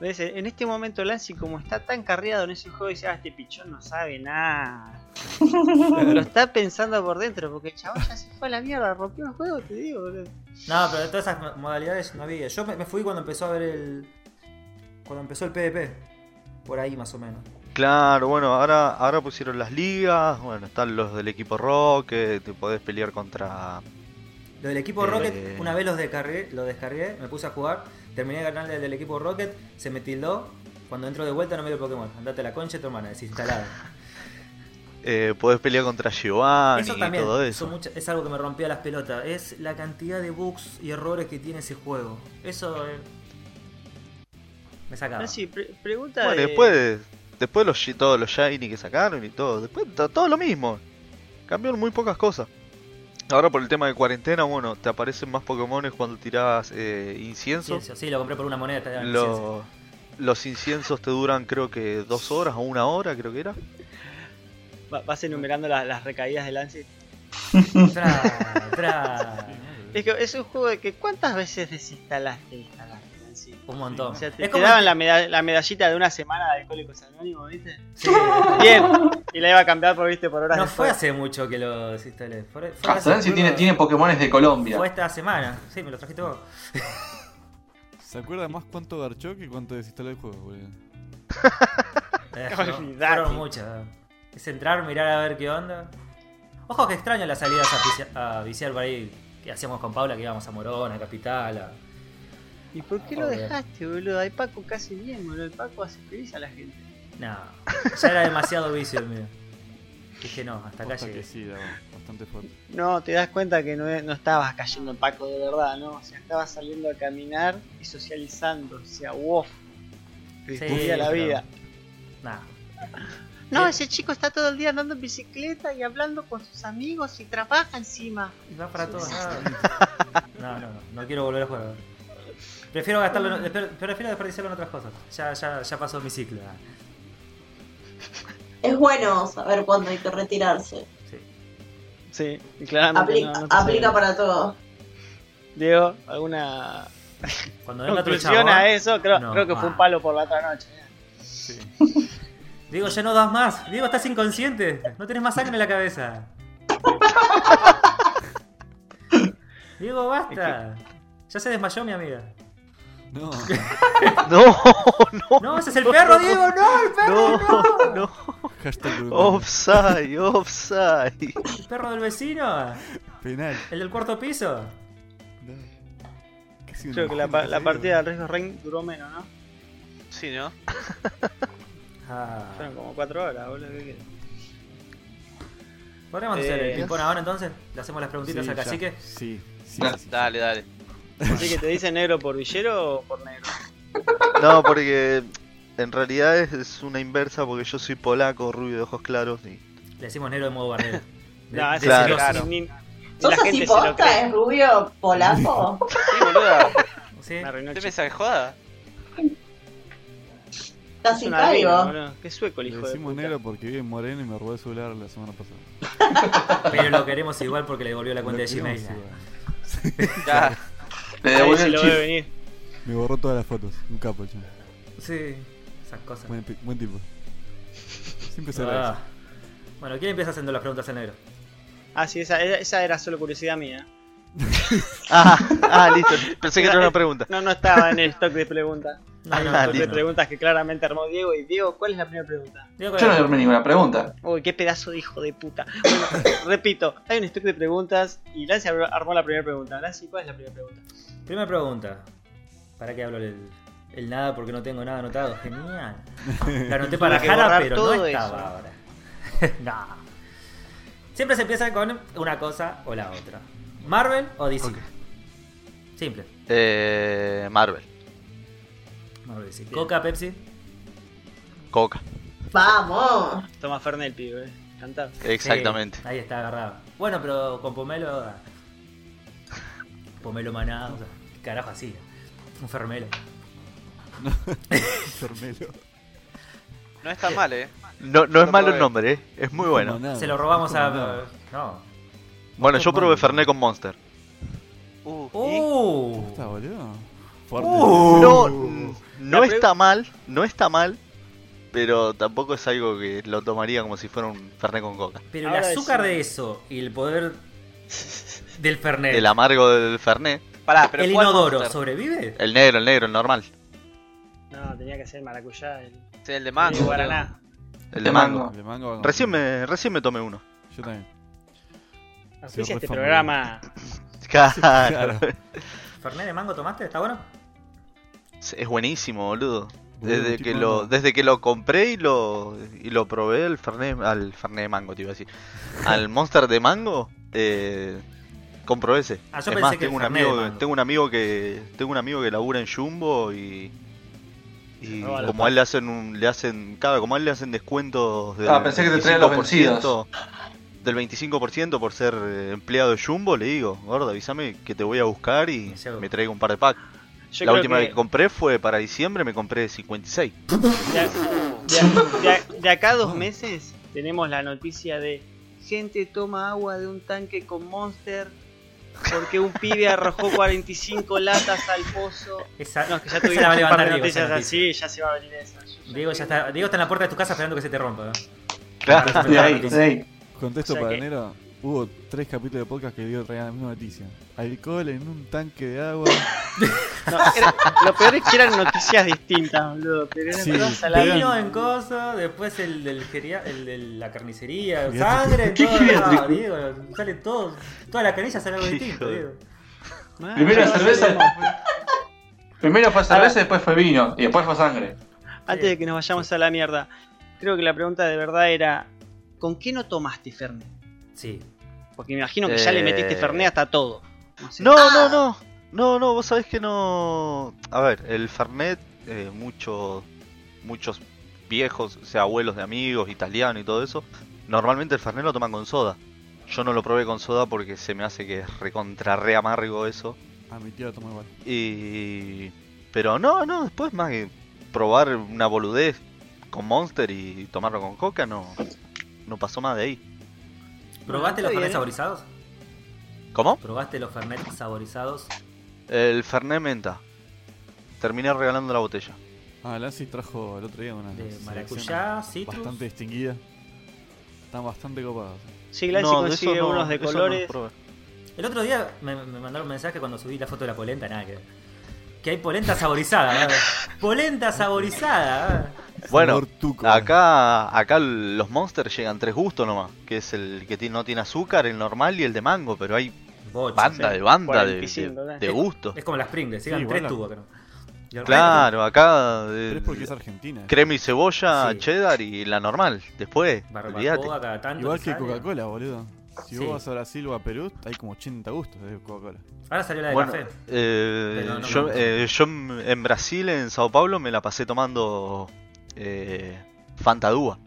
¿Ves? En este momento Lancy, como está tan carriado en ese juego, dice, ah, este pichón no sabe nada. Lo está pensando por dentro, porque el chabón ya se fue a la mierda, rompió el juego, te digo. boludo.
No, pero de todas esas mo- modalidades no había. Yo me, me fui cuando empezó a ver el. Cuando empezó el PvP. Por ahí más o menos.
Claro, bueno, ahora, ahora pusieron las ligas, bueno, están los del equipo Rocket, te podés pelear contra...
Lo del equipo
Eh.
Rocket, una vez los descargué, lo descargué, me puse a jugar, terminé de ganarle al del equipo Rocket, se me tildó. Cuando entro de vuelta no me dio Pokémon. Andate a la concha de tu hermana, desinstalada.
Eh, podés pelear contra Giovanni
eso
Ah, y
también
todo
son
eso.
mucha- es algo que me rompía las pelotas. Es la cantidad de bugs y errores que tiene ese juego. Eso eh, me sacaba.
Lancy, pre- pregunta
Bueno,
de-
después, después los, shi- todos los Shiny que sacaron y todo, después to- todo lo mismo. Cambiaron muy pocas cosas. Ahora por el tema de cuarentena, bueno, te aparecen más Pokémones cuando tirabas eh, incienso.
Incienso, sí, lo compré por una moneda. está bien,
Lo-
incienso.
los inciensos te duran creo que dos horas o una hora, creo que era.
va- vas enumerando las, las recaídas de Lancy.
Tra, tra.
Es que es un juego de que cuántas veces desinstalaste, instalaste, Lancy.
Un montón.
O sea, te,
Es
te
como-
daban la, meda- la medallita de una semana de Alcohólicos Anónimos, ¿viste?
Sí.
Bien, y la iba a cambiar por, ¿viste? por horas
No
de
fue hace mucho que lo desinstalé. Fue, fue hace-
Hasta Ah, si tiene, tiene Pokémones de Colombia.
fue esta semana. Sí, me lo trajiste vos.
¿Se acuerda más cuánto garchó que cuánto desinstaló el juego, boludo?
Eh,
Olvidate.
fueron muchas. Es entrar, mirar a ver qué onda. Ojo que extraño las salidas a, vicia- a viciar por ahí que hacíamos con Paula, que íbamos a Morón, a Capital, a,
¿Y por qué lo
Joder.
dejaste, boludo? Ahí Paco casi bien, boludo. El Paco hace feliz a la gente.
No, ya era demasiado vicio el mío. Dije, no, hasta acá
Posta que
llegué.
sí, era bastante fuerte.
No, te das cuenta que no, es- no estabas cayendo en Paco de verdad, ¿no? O sea, estabas saliendo a caminar y socializando. O sea, wow. Te
Sí,
descubría la
claro.
vida.
Nah.
No, ese chico está todo el día andando en bicicleta y hablando con sus amigos y trabaja encima.
Y va para todos lados. No, no, no, no quiero volver a jugar. Prefiero gastarlo, en- pre- prefiero desperdiciarlo en otras cosas. Ya, ya, ya pasó mi ciclo. ah.
Es bueno saber cuándo hay que retirarse.
Sí.
Sí, claramente.
Aplica, aplica para todo.
Diego, ¿alguna
Cuando venga otro
conclusión
chabón,
a eso? Creo,
¿eh? No,
creo que fue
ah.
un palo por la otra noche. ¿eh?
digo, ya no das más. Digo, estás inconsciente. No tenés más sangre en la cabeza. Diego, basta. Ya se desmayó mi amiga.
No.
No, no,
No, ese es el perro, Diego, no, el perro, no.
no, no.
Hashtag Uruguay.
Offside, offside.
El perro del vecino,
Penal.
el del cuarto piso.
No. Casi un
Creo que la, pa-
ojete,
la
¿sí?
partida del Risk Ring duró menos, ¿no?
Sí, ¿no?
Ah.
Fueron como 4 horas, boludo. ¿qué querés?
¿Podríamos hacer
Eh,
el ping-pong ahora entonces? ¿Le hacemos las preguntitas
Sí,
al
ya.
cacique?
Sí, sí, sí, sí.
Dale, dale.
Así que te dicen negro por villero o por negro.
No, porque en realidad es, es una inversa porque yo soy polaco, rubio de ojos claros y
Le decimos negro de modo barrio.
No, ese
Claro.
es
Claro.
claro. Ni, ni
¿Sos
la
así
gente se lo
posta? eh.
cree.
¿Es rubio polaco?
Sí, boluda.
Sí,
Me arruinó el
¿Usted
chiste.
piensa que joda?
¿Estás
Es un albino,
sicario?
boludo. Qué sueco el
Le
hijo de
decimos
puta.
negro porque vive en Moreno y me robó el celular la semana pasada.
pero lo queremos igual porque le devolvió la
Lo
cuenta de
queremos
Gmail.
igual.
Ya.
Le
Nadie
devuelve
se
el
lo ve
chip.
venir.
Me borró todas las fotos. Un capo, chaval.
Sí, esas cosas.
Buen, pi- buen tipo. Siempre se
Ah.
agradece.
Bueno, ¿quién empieza haciendo las preguntas al negro?
Ah, sí, esa, esa era solo curiosidad mía.
Ah, ah, listo. Pensé que era una pregunta.
No, no estaba en el stock de preguntas.
No, no,
Ah,
Stock de
listo.
preguntas que claramente armó Diego. Y Diego, ¿cuál es la primera pregunta?
Diego,
Yo no le armé ninguna pregunta.
Uy, qué pedazo de hijo de puta. Bueno, repito, hay un stock de preguntas y Lancy ar- armó la primera pregunta. Lancy, ¿cuál es la primera pregunta?
Primera pregunta. ¿Para qué hablo el, el nada? Porque no tengo nada anotado. Genial. La anoté para
que
Jara,
borrar
pero
todo
no estaba
eso.
ahora. no. Siempre se empieza con una cosa o la otra. ¿Marvel o DC? Simple.
Eh, Marvel,
Marvel DC. ¿Coca, Pepsi?
Coca,
Vamos.
Toma Fernel, pibe. eh. Cantá.
exactamente.
Sí, ahí está agarrado. Bueno, pero con pomelo. ah. Pomelo manado. o sea, ¿qué carajo así? Un fermelo.
Fermelo.
No es tan mal, eh.
No, no es
No
malo el
probé.
nombre, eh. es muy bueno.
Manado.
Se lo robamos a.
Manado.
No.
Bueno, yo probé
Manado.
Fernet con Monster.
Uh,
¡Uh!
Puta, boludo. Fuerte.
No, mm, no
La pre-
está mal, no está mal, pero tampoco es algo que lo tomaría como si fuera un Fernet con Coca.
Pero
Ahora
el azúcar
decime.
de eso y el poder del Fernet.
El amargo del Fernet,
y- Pará, pero
el
¿cuál
inodoro
Monster?
sobrevive.
el negro, el negro, el normal,
No, tenía que ser maracuyá, el,
Sí, el de
Ah,
mango.
el
boludo.
guaraná.
el
De
de mango.
mango.
De mango, no.
Recién me, recién me tomé uno.
Yo también.
Así es
re
este
familiar.
programa.
Ah, Claro.
¿Fernet de mango tomaste? ¿Está bueno?
Es buenísimo, boludo.
Boludo,
Desde
tipo
que lo,
no.
desde que lo compré y lo, y lo probé el Fernet, al Fernet de mango, te iba a decir. Al Monster de mango, eh, compro ese.
Ah, yo
es
pensé
más,
que
tengo un
el Fernet de
amigo,
mango.
tengo un amigo que, tengo un amigo que labura en Jumbo y, y
roba la
como a él le hacen un, le hacen, claro, como a él le hacen descuentos del
Ah, pensé que te traían los
25%, del 25% por ser eh, empleado de Jumbo, le digo, gordo, avísame que te voy a buscar y
Me llevo.
me traigo un par de packs.
Yo
la
creo
última
que,
que... compré fue para diciembre, me compré 56.
de, a- de a- de a- de acá a dos meses tenemos la noticia de gente toma agua de un tanque con Monster porque un pibe arrojó 45 latas al pozo.
Esa,
No, es que ya
esa
tuvimos
la va a
un par de
levantar Diego. esa
noticias
noticia.
así, ya se va a venir esa. Yo ya-
Diego ya está, Diego está en la puerta de tu casa esperando que se te rompa. ¿no?
Claro.
De ahí, de ahí.
Contesto
O sea
para
que-
enero. Hubo tres capítulos de podcast que dio traían la misma noticia. Alcohol en un tanque de agua.
No, era- lo peor es que eran noticias distintas, boludo. Pero era
Sí,
todas a la
pero-
vez.
Vino en cosa, después el del geria- el de la carnicería,
Geriátrico.
sangre, en
¿Qué
todo,
geriátrico?
no, Diego, sale todo, toda la canilla sale algo
Hijo
distinto,
de-
Diego.
Ah,
Primero
no,
cerveza. Primero fue
ver.
cerveza, después fue vino y después fue sangre.
Antes de que nos vayamos a la mierda, creo que la pregunta de verdad era: ¿con qué no tomaste Fernet?
Sí.
Porque me imagino que ya le
Eh.
metiste Fernet hasta todo. sé.
No, no, no. No, no, vos sabés que no. A ver, el Fernet, eh, muchos muchos viejos, o sea, abuelos de amigos, italianos y todo eso, normalmente el Fernet lo toman con soda. Yo no lo probé con soda porque se me hace que es recontra re amargo eso.
A Ah, mi tío toma igual.
Y. Pero no, no, después más que probar una boludez con Monster y tomarlo con coca, no. No pasó más de ahí.
¿Probaste
está
los
bien.
fernet saborizados?
¿Cómo?
¿Probaste los fernet saborizados?
El Fernet Menta. Terminé regalando la botella.
Ah, Lancy trajo el otro día una
De
selección
maracuyá, citrus.
Bastante distinguida. Están bastante copados. eh.
Sí, Glancy
No, de eso
consigue
no-
unos de
eso no
colores.
probé.
El otro día me, me mandaron un mensaje cuando subí la foto de la polenta, nada que ver. Que hay polenta saborizada, ¿verdad? Polenta saborizada. ¿eh? ¿verdad?
Bueno,
Sabor tuco.
Acá, acá los monsters llegan tres gustos nomás, que es el que ti- no tiene azúcar, el normal y el de mango, pero hay
Bocha.
banda de banda de,
45,
de,
¿no?
de gusto.
Es como las Pringles, sigan
Sí,
tres
igual la-
tubos, creo. Y el
Claro, acá
Pero
eh,
es porque es Argentina.
crema y cebolla,
Sí.
cheddar y la normal. Después,
resto,
olvídate.
Barbacoa cada tanto.
Igual
te
que
sale.
Coca-Cola, boludo. Si
Sí.
vos vas a Brasil o a Perú, hay como 80 gustos de Coca-Cola.
Ahora salió la de
Bueno,
café.
eh,
Pero no me
yo,
gusta.
eh, yo en en Brasil, en Sao Paulo, me la pasé tomando eh, Fantadúa.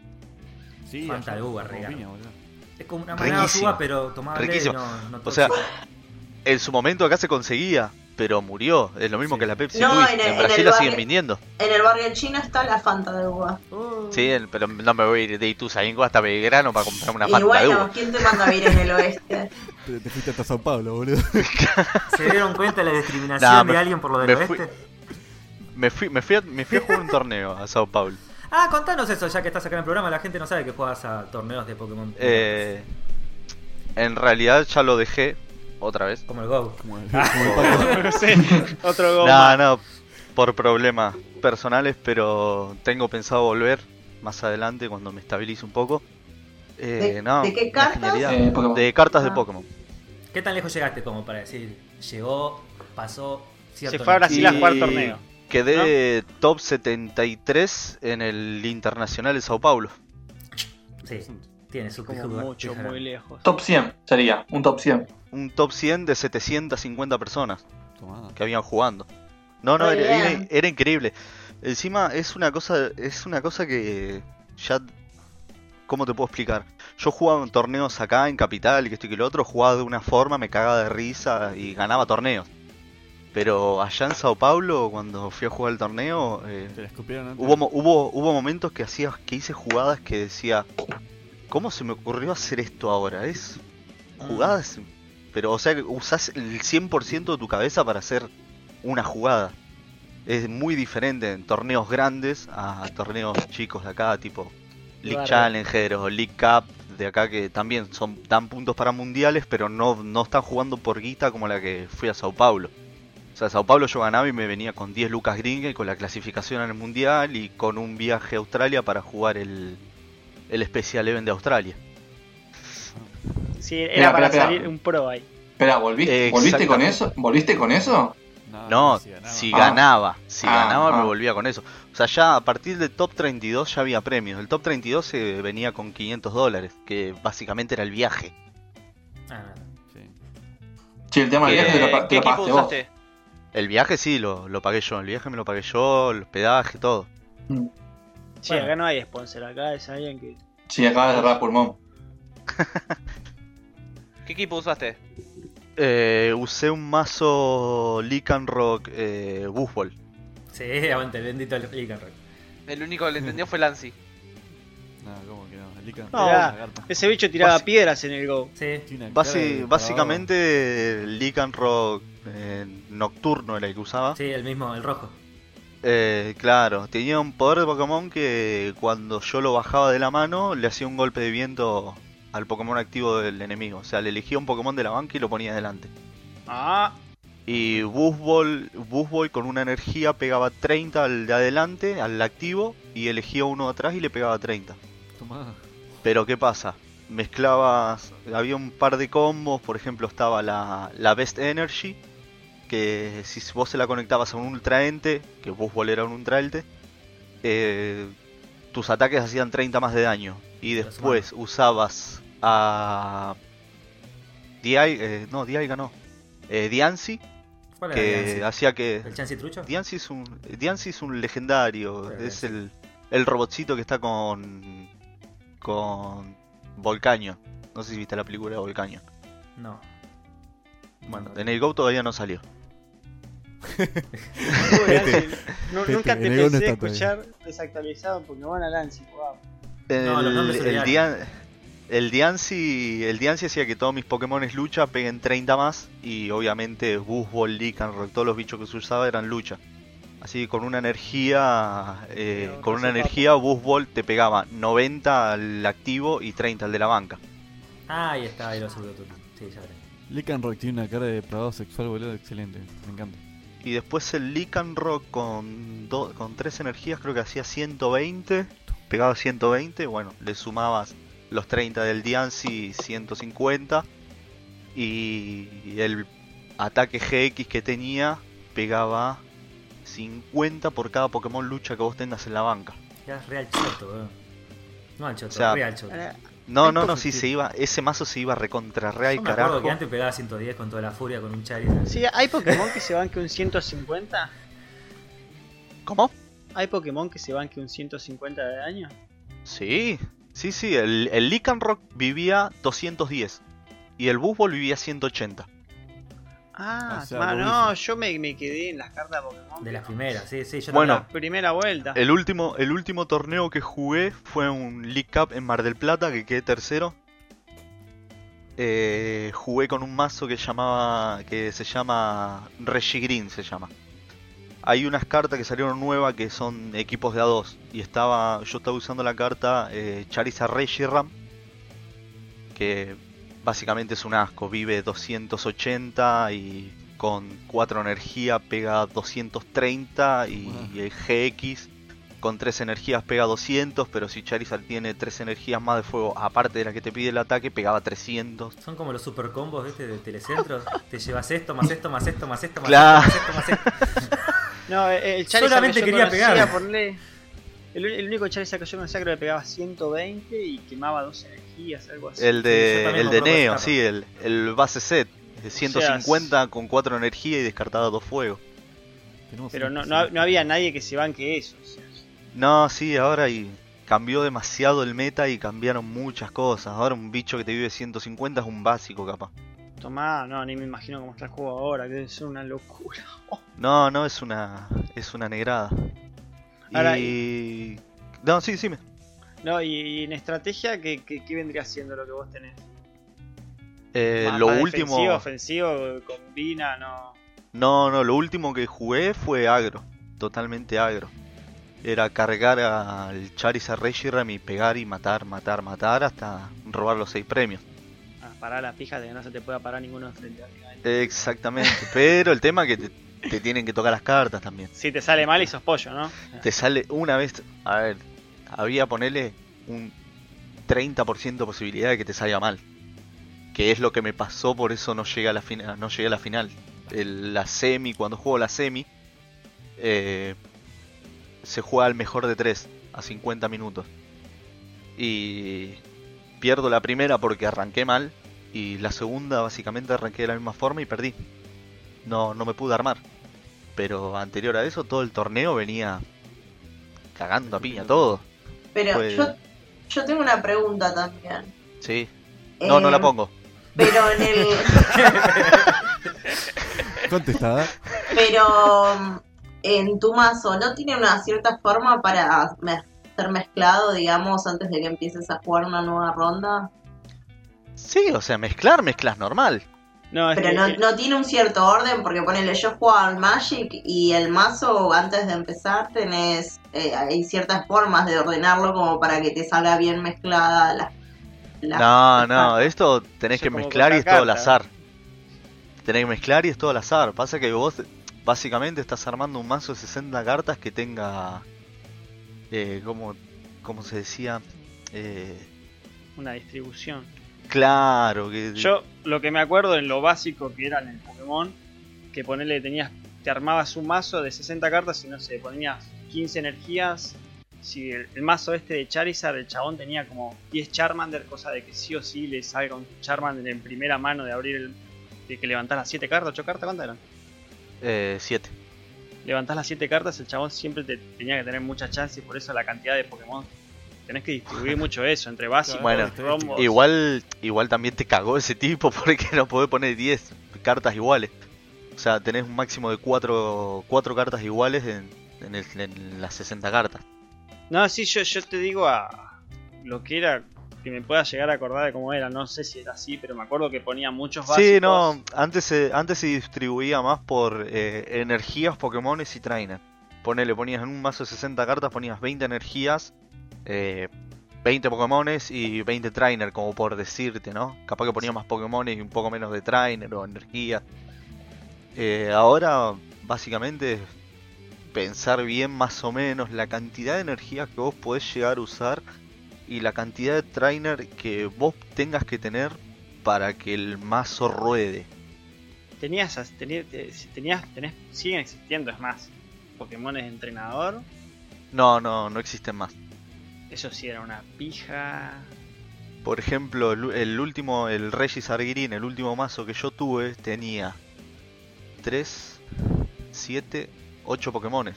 Sí,
Fanta
allá,
de uva,
como
regalo.
piña, boludo.
Es como una manada de
riquísimo.
uva, pero tomable
Riquísimo.
no, no
O sea,
tóxica.
En su momento acá se conseguía, pero murió. Es lo mismo
Sí.
que la Pepsi
No,
Twist.
en
En,
el- en
Brasil
el
la
bar-
siguen viniendo.
En el barrio chino está la Fanta de uva.
Oh.
Sí, el- pero no me voy a ir de Ituzaingó hasta Belgrano para comprar una
y
Fanta de
bueno,
uva.
¿quién te manda a vivir en el oeste?
Pero te fuiste hasta Sao Paulo, boludo.
¿Se dieron cuenta de la discriminación
Nah,
de
me-
alguien por lo del
me fui-
oeste?
Me fui, me, fui a, me fui a jugar un torneo a Sao Paulo.
Ah, contanos eso, ya que estás acá en el programa, la gente no sabe que juegas a torneos de Pokémon.
Eh, en realidad ya lo dejé otra vez.
Como el Go.
Como el, como
Ah,
el Paco.
No sé, otro goma.
No, no, por problemas personales, pero tengo pensado volver más adelante cuando me estabilice un poco. Eh,
¿De-
no,
de qué
una
cartas?
genialidad.
Eh, Pokémon.
De cartas de
Ah.
Pokémon.
¿Qué tan lejos llegaste como para decir, llegó, pasó, cierto?
Se fue a Brasil a
Y
jugar torneo.
Quedé top 73 en el Internacional de Sao Paulo.
Sí, tiene su
Como
pijuda,
mucho,
pijara.
muy lejos.
Top 100 sería, un top 100.
Un top 100 de 750 personas.
Tomá.
que habían jugando. No, no,
Muy
era, era-
bien.
era increíble. Encima es una cosa, es una cosa que ya ¿cómo te puedo explicar? Yo jugaba en torneos acá en Capital y que esto y que lo otro, jugaba de una forma, me cagaba de risa y ganaba torneos. Pero allá en Sao Paulo, cuando fui a jugar el torneo, eh,
Te la escupieron antes.
hubo, mo- hubo, hubo momentos que hacía, que hice jugadas que decía, ¿cómo se me ocurrió hacer esto ahora? Es jugadas, pero o sea que usás el 100% de tu cabeza para hacer una jugada. Es muy diferente en torneos grandes a torneos chicos de acá, tipo League
Claro.
Challenger o League Cup de acá que también son dan puntos para mundiales, pero no, no están jugando por guita como la que fui a Sao Paulo. O sea, Sao Paulo yo ganaba y me venía con 10 lucas gringa y con la clasificación al mundial y con un viaje a Australia para jugar el, el Special Event de Australia.
Sí, era
Espera,
para
espera,
salir
espera.
un pro ahí.
Espera, ¿volviste,
Eh,
¿volviste con
exactamente.
eso? ¿Volviste con eso?
Nada,
No,
sí, ganaba.
si
Ah.
ganaba, si
Ah,
ganaba
ah.
me volvía con eso. O sea, ya a partir del top 32 ya había premios. El top 32 se venía con 500 dólares, que básicamente era el viaje.
Ah,
Sí.
Sí, el tema del
Eh,
viaje te Este lo, pa- te
¿Qué
lo
equipo
pagaste vos.
usaste?
El viaje sí, lo, lo pagué yo. El viaje me lo pagué yo, el hospedaje, todo.
Sí,
Bueno.
acá no hay sponsor, acá es alguien que.
Sí, acabas de cerrar pulmón.
¿Qué equipo usaste?
Eh, usé un mazo Lican Rock eh, Buffball.
sí, aguante, bendito el Icarro.
El único que le entendió fue Lancy.
Nada, ¿cómo que no? El Ica-
No.
la garpa.
Ese bicho tiraba
Basi-
piedras en el Go.
Sí,
Tiene una cara de
Basi-
trabado.
básicamente, Lican Rock eh, nocturno era el que usaba.
sí, el mismo, el rojo.
Eh, claro, tenía un poder de Pokémon que cuando yo lo bajaba de la mano le hacía un golpe de viento al Pokémon activo del enemigo. O sea, le elegía un Pokémon de la banca y lo ponía delante.
Ah,
Y Buzzball, Buzzball con una energía pegaba 30 al de adelante, al activo, y elegía uno atrás y le pegaba 30.
Tomá.
Pero ¿qué pasa? Mezclabas, había un par de combos, por ejemplo estaba la, la Best Energy, que si vos se la conectabas a un ultraente, que vos era un ultraente, eh, tus ataques hacían 30 más de daño. Y
Pero
después usabas a... Di eh, no, Dialga no. Eh, Diancy,
¿Cuál era el
que
Yancy?
hacía que...
¿El Chancy Trucho?
Diancy es un, Diancy es un legendario.
Pero
es
Diancy.
el, el robotcito que está con. con. Volcaño. No sé si viste la película de Volcaño.
No.
Bueno, en el Go todavía no salió.
pobre Lancy. Nu-
Pete,
nunca te
el Go no
pensé
está todavía.
escuchar desactualizado en Pokémon a Lancy. Wow.
El,
No, los nombres
el,
olvidaron.
Dian- el Diancy. El Diancy hacía que todos mis Pokémones lucha peguen 30 más. Y obviamente Buzzball, Lycanroc, todos los bichos que se usaba eran lucha. Así con una energía, eh,
Pero
con
no
una
se
energía Boost Ball te pegaba 90 al activo y 30 al de la banca.
Ah, Ahí está, ahí lo subió tú. Sí, ya veré.
Lican Rock tiene una cara de depravado sexual, boludo, excelente. Me encanta.
Y después el Lycanroc con, do- con tres energías creo que hacía 120. Pegaba 120, bueno, le sumabas los 30 del Diancy, 150. Y el ataque GX que tenía pegaba 50 por cada Pokémon lucha que vos tengas en la banca.
Ya es real choto, weón. No al choto,
O sea,
real choto.
No,
Ay,
no, no,
pues,
sí,
sí.
se iba, ese mazo se iba recontra re al
Yo me acuerdo
carajo.
que antes pegaba 110 con toda la furia con un Charizard.
Sí, hay Pokémon que se banque un 150.
¿Cómo?
¿Hay Pokémon que se banque un 150 de daño?
Sí, sí, sí, el, el Lycanroc vivía 210 y el Buzbol vivía 180.
Ah,
O sea,
ma-
lo
no,
mismo.
yo me, me quedé en las cartas Pokémon.
De las primeras, sí, sí. Yo
Bueno.
La primera vuelta.
El último, el último torneo que jugué fue un League Cup en Mar del Plata, que quedé tercero. Eh, jugué con un mazo que llamaba. que se llama Regigreen se llama. Hay unas cartas que salieron nuevas que son equipos de A2. Y estaba. Yo estaba usando la carta eh, Charizard Regiram. Que básicamente es un asco. Vive 280 y con 4 energía pega 230 y, y el GX con 3 energías pega 200, pero si Charizard tiene 3 energías más de fuego aparte de la que te pide el ataque, pegaba 300.
Son como los super combos ¿viste? de Telecentro. Te llevas esto, más esto, más esto, más esto, más
Claro.
esto, más esto, más esto.
No, eh, el Charizard
Solamente
que yo
quería
conocía,
pegar.
ponle- el, el único Charizard que yo conocía creo que pegaba 120 y quemaba dos energías, algo así.
El de,
Sí, yo también
el de
compré
Neo,
esa
sí, el, el base set. de 150 con 4 energía y descartaba 2 fuego.
Tenemos
Pero
una
no,
persona.
no, no había nadie que se banque eso. o sea.
No, sí, ahora y cambió demasiado el meta y cambiaron muchas cosas. Ahora un bicho que te vive 150 es un básico, capaz.
Tomá, no, ni me imagino cómo está el juego ahora, que debe ser una locura.
No, no, es una, es una negrada.
Ahora,
y... No, sí, sí. me-
No, y, y en estrategia, ¿qué, qué, qué vendría siendo lo que vos tenés?
eh,
Más-
lo
más
último...
Defensivo, ofensivo, combina, no.
No, no, lo último que jugué fue agro, totalmente agro. Era cargar al Charizard Regiram y pegar y matar, matar, matar hasta robar los seis premios.
Ah, pará las pijas de que no se te pueda parar ninguno enfrente. básicamente.
Exactamente, pero el tema es que te, te tienen que tocar las cartas también.
Si te sale mal y sos pollo, ¿no?
Te sale una vez, a ver, había ponerle un 30% de posibilidad de que te salga mal. Que es lo que me pasó, por eso no llegué a la, fina- no llegué a la final. El- la semi, cuando juego la semi, eh, se juega al mejor de 3 a 50 minutos. Y pierdo la primera porque arranqué mal. Y la segunda básicamente arranqué de la misma forma y perdí. No, no me pude armar. Pero anterior a eso todo el torneo venía cagando a piña todo.
Pero
Pues-
yo, yo tengo una pregunta también.
Sí. No, no la
Eh,
pongo.
Pero en el.
Contestada.
Pero mm, en tu mazo, ¿no tiene una cierta forma para mez- ser mezclado, digamos, antes de que empieces a jugar una nueva ronda?
Sí, o sea, mezclar, mezclas normal.
No, es
Pero
que-
no, no tiene un cierto orden, porque ponele, yo jugaba al Magic y el mazo, antes de empezar, tenés. eh, hay ciertas formas de ordenarlo como para que te salga bien mezclada la. la-
No, no,
la-
esto tenés
Eso
que
como
mezclar y
con
es
la
todo al
carta.
azar. Tenés que mezclar y es todo al azar. Pasa que vos básicamente estás armando un mazo de 60 cartas que tenga, eh, como, como se decía, eh,
Una distribución.
claro, que
Yo lo que me acuerdo en lo básico que era en el Pokémon, que ponele tenías, te armabas un mazo de 60 cartas y no sé, ponías 15 energías. Si el, el mazo este de Charizard, el chabón tenía como 10 Charmander, cosa de que sí o sí le salga un Charmander en primera mano de abrir el. de que levantás las 7 cartas, 8 cartas, ¿cuántas eran?
eh, siete.
Levantás las 7 cartas, el chabón siempre te tenía que tener muchas chances, por eso la cantidad de Pokémon. Tenés que distribuir mucho eso, entre básicos,
Bueno,
rombos.
Igual, igual también te cagó ese tipo porque no podés poner 10 cartas iguales. O sea, tenés un máximo de 4, cartas iguales en, en el- en las 60 cartas.
No, sí, yo, yo te digo a lo que era, que me pueda llegar a acordar de cómo era, no sé si era así, pero me acuerdo que ponía muchos básicos.
Sí, no, antes se, antes se distribuía más por eh, energías, Pokémones y trainer. ponele, ponías en un mazo de 60 cartas, ponías 20 energías, eh, 20 Pokémones y 20 trainer, como por decirte, ¿no? Capaz que ponía más Pokémones y un poco menos de trainer o energía. Eh, ahora, básicamente, es pensar bien más o menos la cantidad de energías que vos podés llegar a usar y la cantidad de trainer que vos tengas que tener para que el mazo ruede.
Tenías, as- teni- te- si tenías, tenés, siguen existiendo, es más. Pokémon es entrenador,
No, no, no existen más.
eso sí era una pija.
Por ejemplo, el, el último, el Regis Argirin, el último mazo que yo tuve, tenía 3, 7, 8 Pokémones,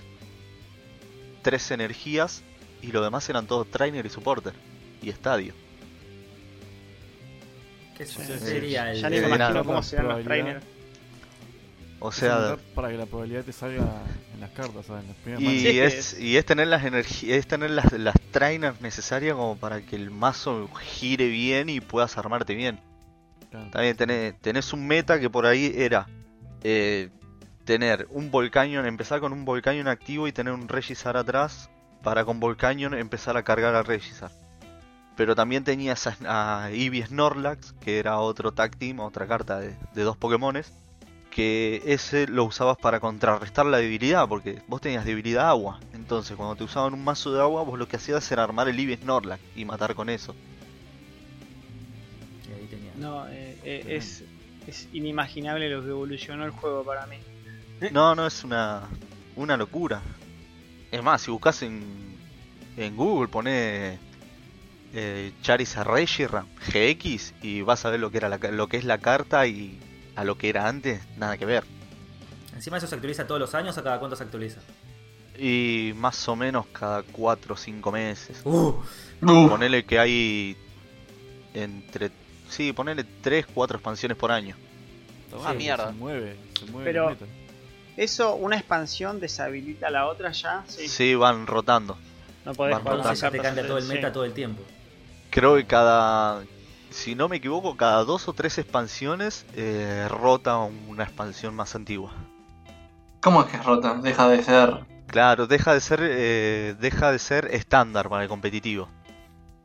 3 energías y lo demás eran todos trainer y supporter y estadio.
¿Qué
Sí,
sería
sí,
el-
Ya ni
de
me
nada.
imagino cómo serán los trainers.
Probabilidad.
O
Es un
sea,
lugar para que la probabilidad te salga en las cartas, ¿sabes? En las primeras
y
manos.
Sí,
es,
es-
y es tener las energías, es tener las, las trainers necesarias como para que el mazo gire bien y puedas armarte bien.
Claro.
También tenés, tenés un meta que por ahí era eh, tener un Volcanion, empezar con un Volcanion activo y tener un Regisar atrás para con Volcanion empezar a cargar a Regisar. Pero también tenías a, a Eevee Snorlax, que era otro tag team, otra carta de, de dos Pokémones, que ese lo usabas para contrarrestar la debilidad, porque vos tenías debilidad agua. Entonces, cuando te usaban un mazo de agua, vos lo que hacías era armar el Eevee Snorlax y matar con eso.
Y ahí tenía.
No, eh, eh, es, es inimaginable lo que evolucionó el juego para mí.
No, no, es una, una locura. Es más, si buscas en, en Google, pone eh, Charizard Regiram GX y vas a ver lo que, era la, ca- lo que es la carta y a lo que era antes, nada que ver.
Encima eso se actualiza todos los años o cada cuánto se actualiza.
Y más o menos cada 4 o 5 meses.
Uh,
Uf,
Ponele que hay entre... Sí, ponele 3, 4 expansiones por año.
Ah, mierda.
Se mueve, se mueve.
Pero-
la meta.
Eso, una expansión deshabilita a la otra ya, sí.
Sí, van rotando.
No podés
Van
jugar
rotando.
entonces
las
ya te
cartas
cambia todo el
antes,
meta
sí.
todo el tiempo.
Creo que cada, si no me equivoco, cada dos o tres expansiones eh, rota una expansión más antigua.
¿Cómo es que es rota? Deja de ser.
Claro, deja de ser, eh, deja de ser estándar para el competitivo.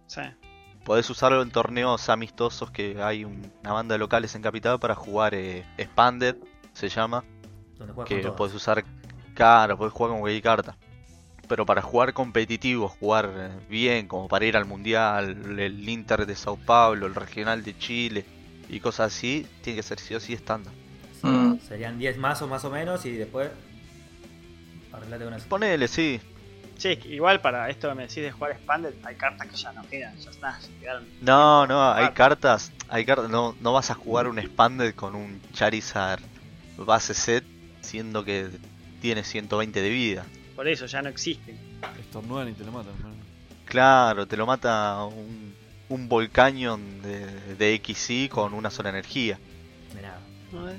Sí.
Podés usarlo en torneos amistosos que hay un- una banda de locales en Capital para jugar eh, Expanded, se llama,
Donde juegas
que
con todas.
podés usar cara, podés jugar con cualquier carta. Pero para jugar competitivo, jugar eh, bien, como para ir al Mundial, el Inter de Sao Paulo, el Regional de Chile y cosas así, tiene que ser sí o sí estándar.
Mm.
Serían 10 mazos más o menos y después. Arreglate con eso.
Ponele, sí.
Sí, es que igual para esto que me decís de jugar Expanded, hay cartas que ya no quedan, ya están, ya quedaron.
No, no, hay
Ah.
cartas. Hay cartas. No, no vas a jugar un Expanded con un Charizard base set, siendo que tiene 120 de vida.
Por eso ya no existen.
Estornudan y te lo matan. man.
Claro, te lo mata un, un Volcanion de, de XY con una sola energía.
De nada.
A ver.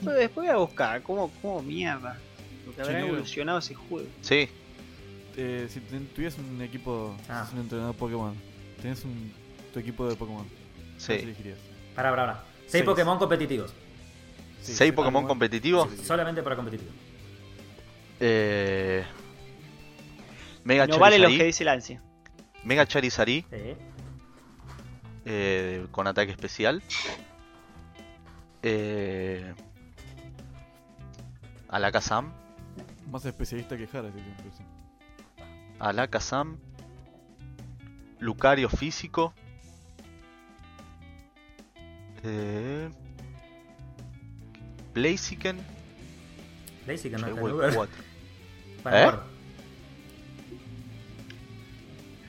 Pero Después voy a buscar cómo, cómo mierda lo que habrá
Genero.
evolucionado ese juego.
Sí,
Eh, si ten- tuvieras un equipo, si
Ah.
sos un entrenador Pokémon, tenés un, tu equipo de Pokémon, ¿cuál
sí.
elegirías?
Pará, pará, pará. 6
Seis.
Pokémon competitivos.
Sí,
¿Seis
sí,
Pokémon
Pokémon.
competitivos?
Solamente para competitivos.
Eh, Mega
No vale lo
Charizard,
que dice Lancy.
Mega Charizard
Sí.
eh, con ataque especial. Eh, Alakazam.
Más especialista que Jara, este así que incluso.
Alakazam, Lucario físico, eh, Blaziken,
Daisy que no está en
llegó el
lugar.
cuatro.
Para
¿Eh?
jugar.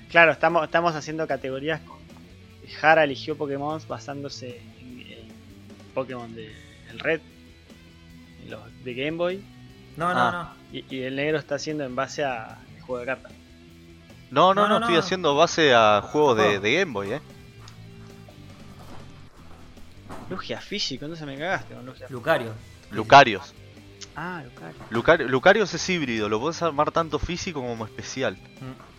Claro, estamos, estamos haciendo categorías. con- Jara eligió Pokémon basándose en, en Pokémon de el Red, en los de Game Boy,
No, no,
Ah.
y, y el negro está haciendo en base a el juego de cartas.
No,
No,
no, no,
no,
estoy
no.
haciendo base a juegos de, de Game Boy, eh.
Lugia físico, entonces me cagaste con Lugia.
no. Lucario.
Lucarios.
Ah, Lucario.
Lucario- Lucarios es híbrido, lo puedes armar tanto físico como especial.
Mm.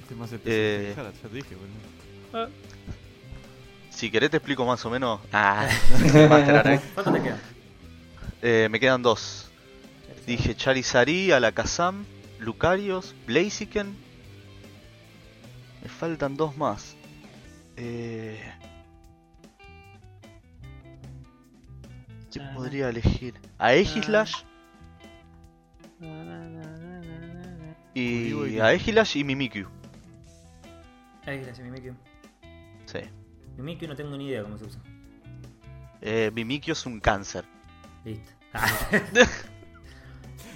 Este es más especialista
Eh.
que Jara, ya te dije, boludo.
Si querés te explico más o menos. Ah, Master Array.
¿Cuánto te queda?
Eh, me quedan dos. Dije Charizard, Alakazam, Lucarios, Blaziken. Me faltan dos más. Eh, ¿Qué podría elegir? A Egislash. Y a Egislash y Mimikyu.
Ahí está, sí, Mimikyu.
Sí.
Mimikyu no tengo ni idea cómo se usa.
Eh, Mimikyu es un cáncer.
Listo. Ah.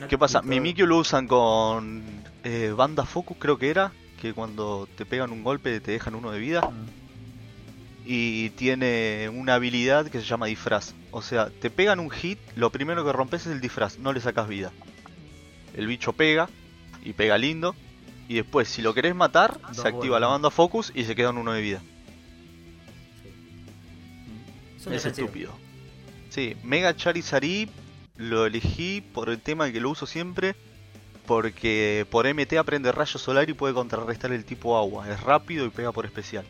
¿Qué pasa? Mimikyu lo usan con eh, Banda Focus, creo que era. Que cuando te pegan un golpe te dejan uno de vida.
Mm.
Y tiene una habilidad que se llama disfraz. O sea, te pegan un hit, lo primero que rompes es el disfraz, no le sacas vida. El bicho pega, y pega lindo. Y después, si lo querés matar,
Dos
se activa
bolas,
la
¿no?
banda Focus y se queda en uno de vida.
Son
es
defensivos.
estúpido. Sí, Mega Charizard lo elegí por el tema que lo uso siempre. Porque por MT aprende rayo solar y puede contrarrestar el tipo agua. Es rápido y pega por especial.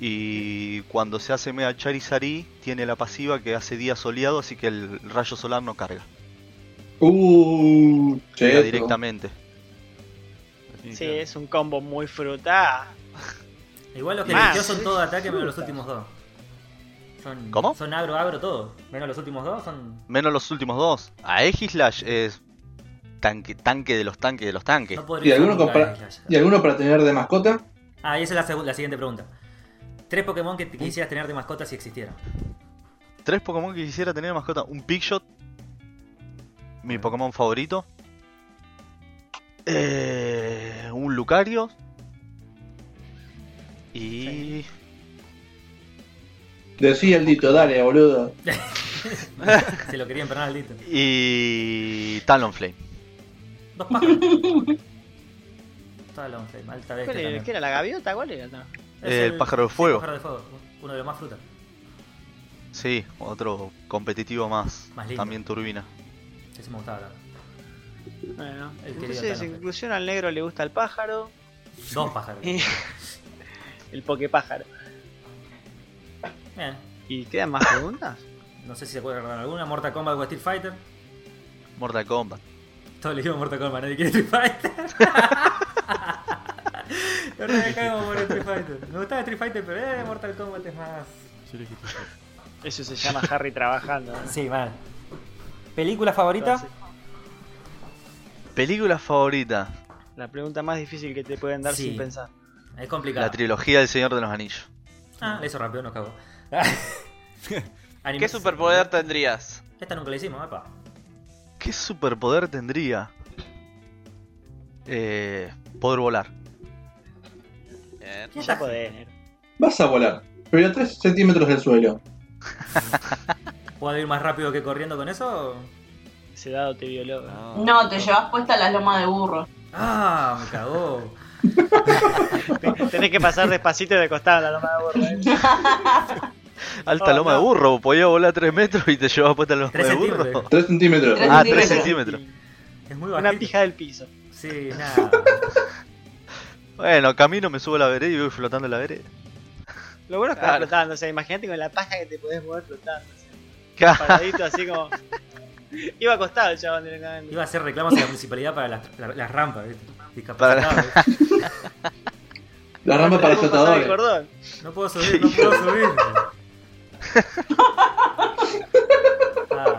Y cuando se hace Mega Charizard tiene la pasiva que hace día soleado, así que el rayo solar no carga.
Uh,
Pega
cheto.
directamente.
Sí, es un combo muy fruta.
Igual los que
Más.
eligió son todos ataques menos los últimos dos. Son,
¿Cómo?
Son agro, agro, todo. Menos los últimos dos son.
Menos los últimos dos. A Slash es tanque, tanque de los tanques de los tanques.
No
¿Y
podría
alguno,
usar nunca
compara-
Slash.
¿Y alguno para tener de mascota?
Ah, y esa es la, segu- la siguiente pregunta. Tres Pokémon que
¿Mm?
te quisieras tener de mascota si existieran.
Tres Pokémon que quisiera tener de mascota. Un Pigshot. Mi Pokémon favorito. Eh, un Lucario. Y...
Decía el dito, dale, boludo.
Se lo quería empernar al dito.
Y... Talonflame.
Dos pájaros. Toda la once, alta vez.
¿Cuál era? ¿Qué era? ¿La gaviota? ¿Cuál era? No.
Eh, el pájaro de fuego.
pájaro de fuego. Uno de los más frutas.
Sí, otro competitivo más.
Más lindo.
También turbina.
Ese me gustaba. la-
Bueno,
El querido
entonces, en
Talonflame.
conclusión, al negro le gusta el pájaro.
Dos pájaros.
Y- el pokepájaro.
Bien.
¿Y quedan más preguntas?
No sé si se acuerdan de alguna. Mortal Kombat o Steel Fighter.
Mortal Kombat.
Todos le dijimos Mortal Kombat, nadie quiere Street Fighter. Ahora me cago por Street Fighter. Me gustaba Street Fighter, pero eh, Mortal Kombat es más.
Yo elegí Street Fighter.
Eso se llama Harry trabajando. ¿no?
Sí, mal. ¿Película favorita?
Entonces,
Película favorita.
la pregunta más difícil que te pueden dar
Sí.
sin pensar.
Es
La
complicada.
trilogía del Señor de los Anillos.
Ah, le hizo rápido, nos cagó. Anime-
¿Qué superpoder tendrías?
Esta nunca la hicimos, epa.
¿Qué superpoder tendría? Eh, poder volar.
Bien.
¿Qué
Ya
estás-
podés, negro.
Vas a volar, pero a 3 centímetros del suelo.
¿Puedo ir más rápido que corriendo con eso?
Ese dado te violó. ¿no?
No, te llevas puesta la loma de burro.
Ah, me cagó.
Tenés que pasar despacito y de costado la loma de borra.
Alta
Oh,
loma
no.
de burro, podía volar 3 metros y te llevabas puesta la loma
Tres
de
centímetros.
burro.
3 centímetros.
Tres
Ah, 3
centímetros.
centímetros.
Es muy
Una
bajito.
pija del piso.
Sí, nada.
Bueno, camino, me subo a la vereda y voy flotando a la vereda.
Lo bueno es que
Claro.
vas flotando, o sea, imagínate con la paja que te podés mover flotando. o sea,
Ca-
paradito así como. Iba acostado el chabón directamente.
Iba a hacer reclamos a la municipalidad para las, la- las rampas, ¿viste? Discapacitados.
Ah, La rampa para
pasar el
flotadores.
cordón.
No puedo subir, no puedo subir. Ah.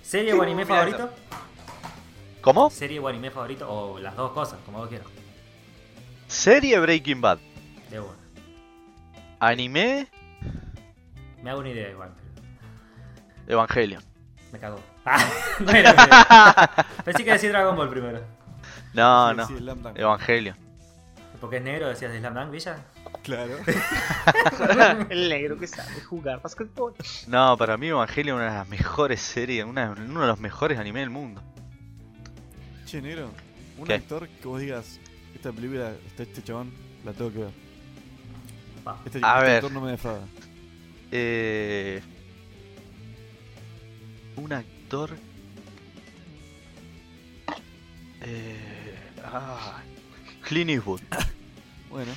¿Serie o anime
Mirá
favorito?
¿Cómo?
Serie o anime favorito, o las dos cosas, como vos quieras.
Serie Breaking Bad.
De una.
Anime
Me hago una idea igual, pero
Evangelion.
me cago. Ah, no era idea. Pensé que decía Dragon Ball primero.
No,
Sí,
Ah, no. Eh,
sí, Slam Dunk.
Evangelion.
Porque es negro, decías de Slam Dunk Villa.
Claro.
El negro que sabe jugar basketball.
No, para mí Evangelion es una de las mejores series, una- uno de los mejores animes del mundo.
Che, negro. Un
¿Qué?
actor que vos digas, esta película, está este chabón, la tengo que ver.
Pa.
Este,
A
este
ver.
actor no me defrauda.
Eh, un actor. Eh, ah, Clint Eastwood.
Bueno,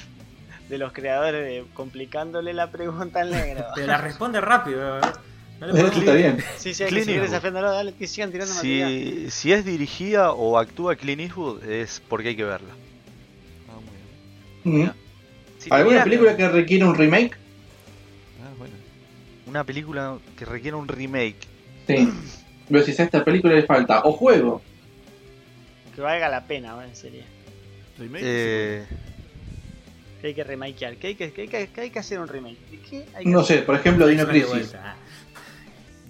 De los creadores de- complicándole la pregunta al negro.
Pero la responde rápido. ¿eh? No le podemos
Pero esto está
ir.
bien.
Sí, sí, hay que
Clint
seguir
Eastwood.
desafiándolo, dale, que sigan tirando material.
Si, si es dirigida o actúa Clint Eastwood es porque hay que verla.
Ah, muy bien.
Mm.
Si
¿Alguna
tuvieran-
película que requiere un remake?
Ah, bueno.
Una película que requiere un remake.
Sí. Pero si a esta película le falta. O juego.
Que valga la pena, bueno, en serio.
Remake,
Eh,
Que hay que remakear, que hay que, que, hay que, que hay que hacer un remake. ¿De qué hay que
No sé, por ejemplo, Dino
Una de
Crisis.
vuelta. Ah,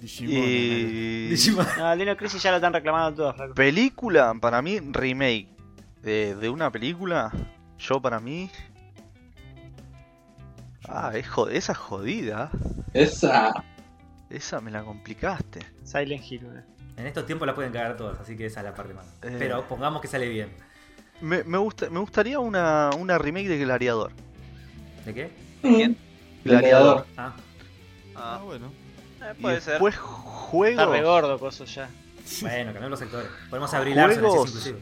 sí, Digimon, eh,
y...
Digimon.
No, el Dino Crisis ya lo están reclamando todos, flaco.
Película, para mí, remake de, de una película. Yo, para mí. Ah, es jod- esa es jodida.
Esa.
Esa me la complicaste.
Silent Hill, boludo.
En estos tiempos la pueden cagar todas, así que esa es la parte más.
Eh.
Pero pongamos que sale bien.
Me, me, gusta, me gustaría una, una remake de Gladiador.
¿De qué?
Mm.
Gladiador.
Ah,
Ah,
Ah,
bueno.
eh,
Y
puede ser.
después
Está re
juego
gordo, coso ya.
bueno, cambiamos los sectores. Podemos abrir Larson, así
Juegos.
inclusive.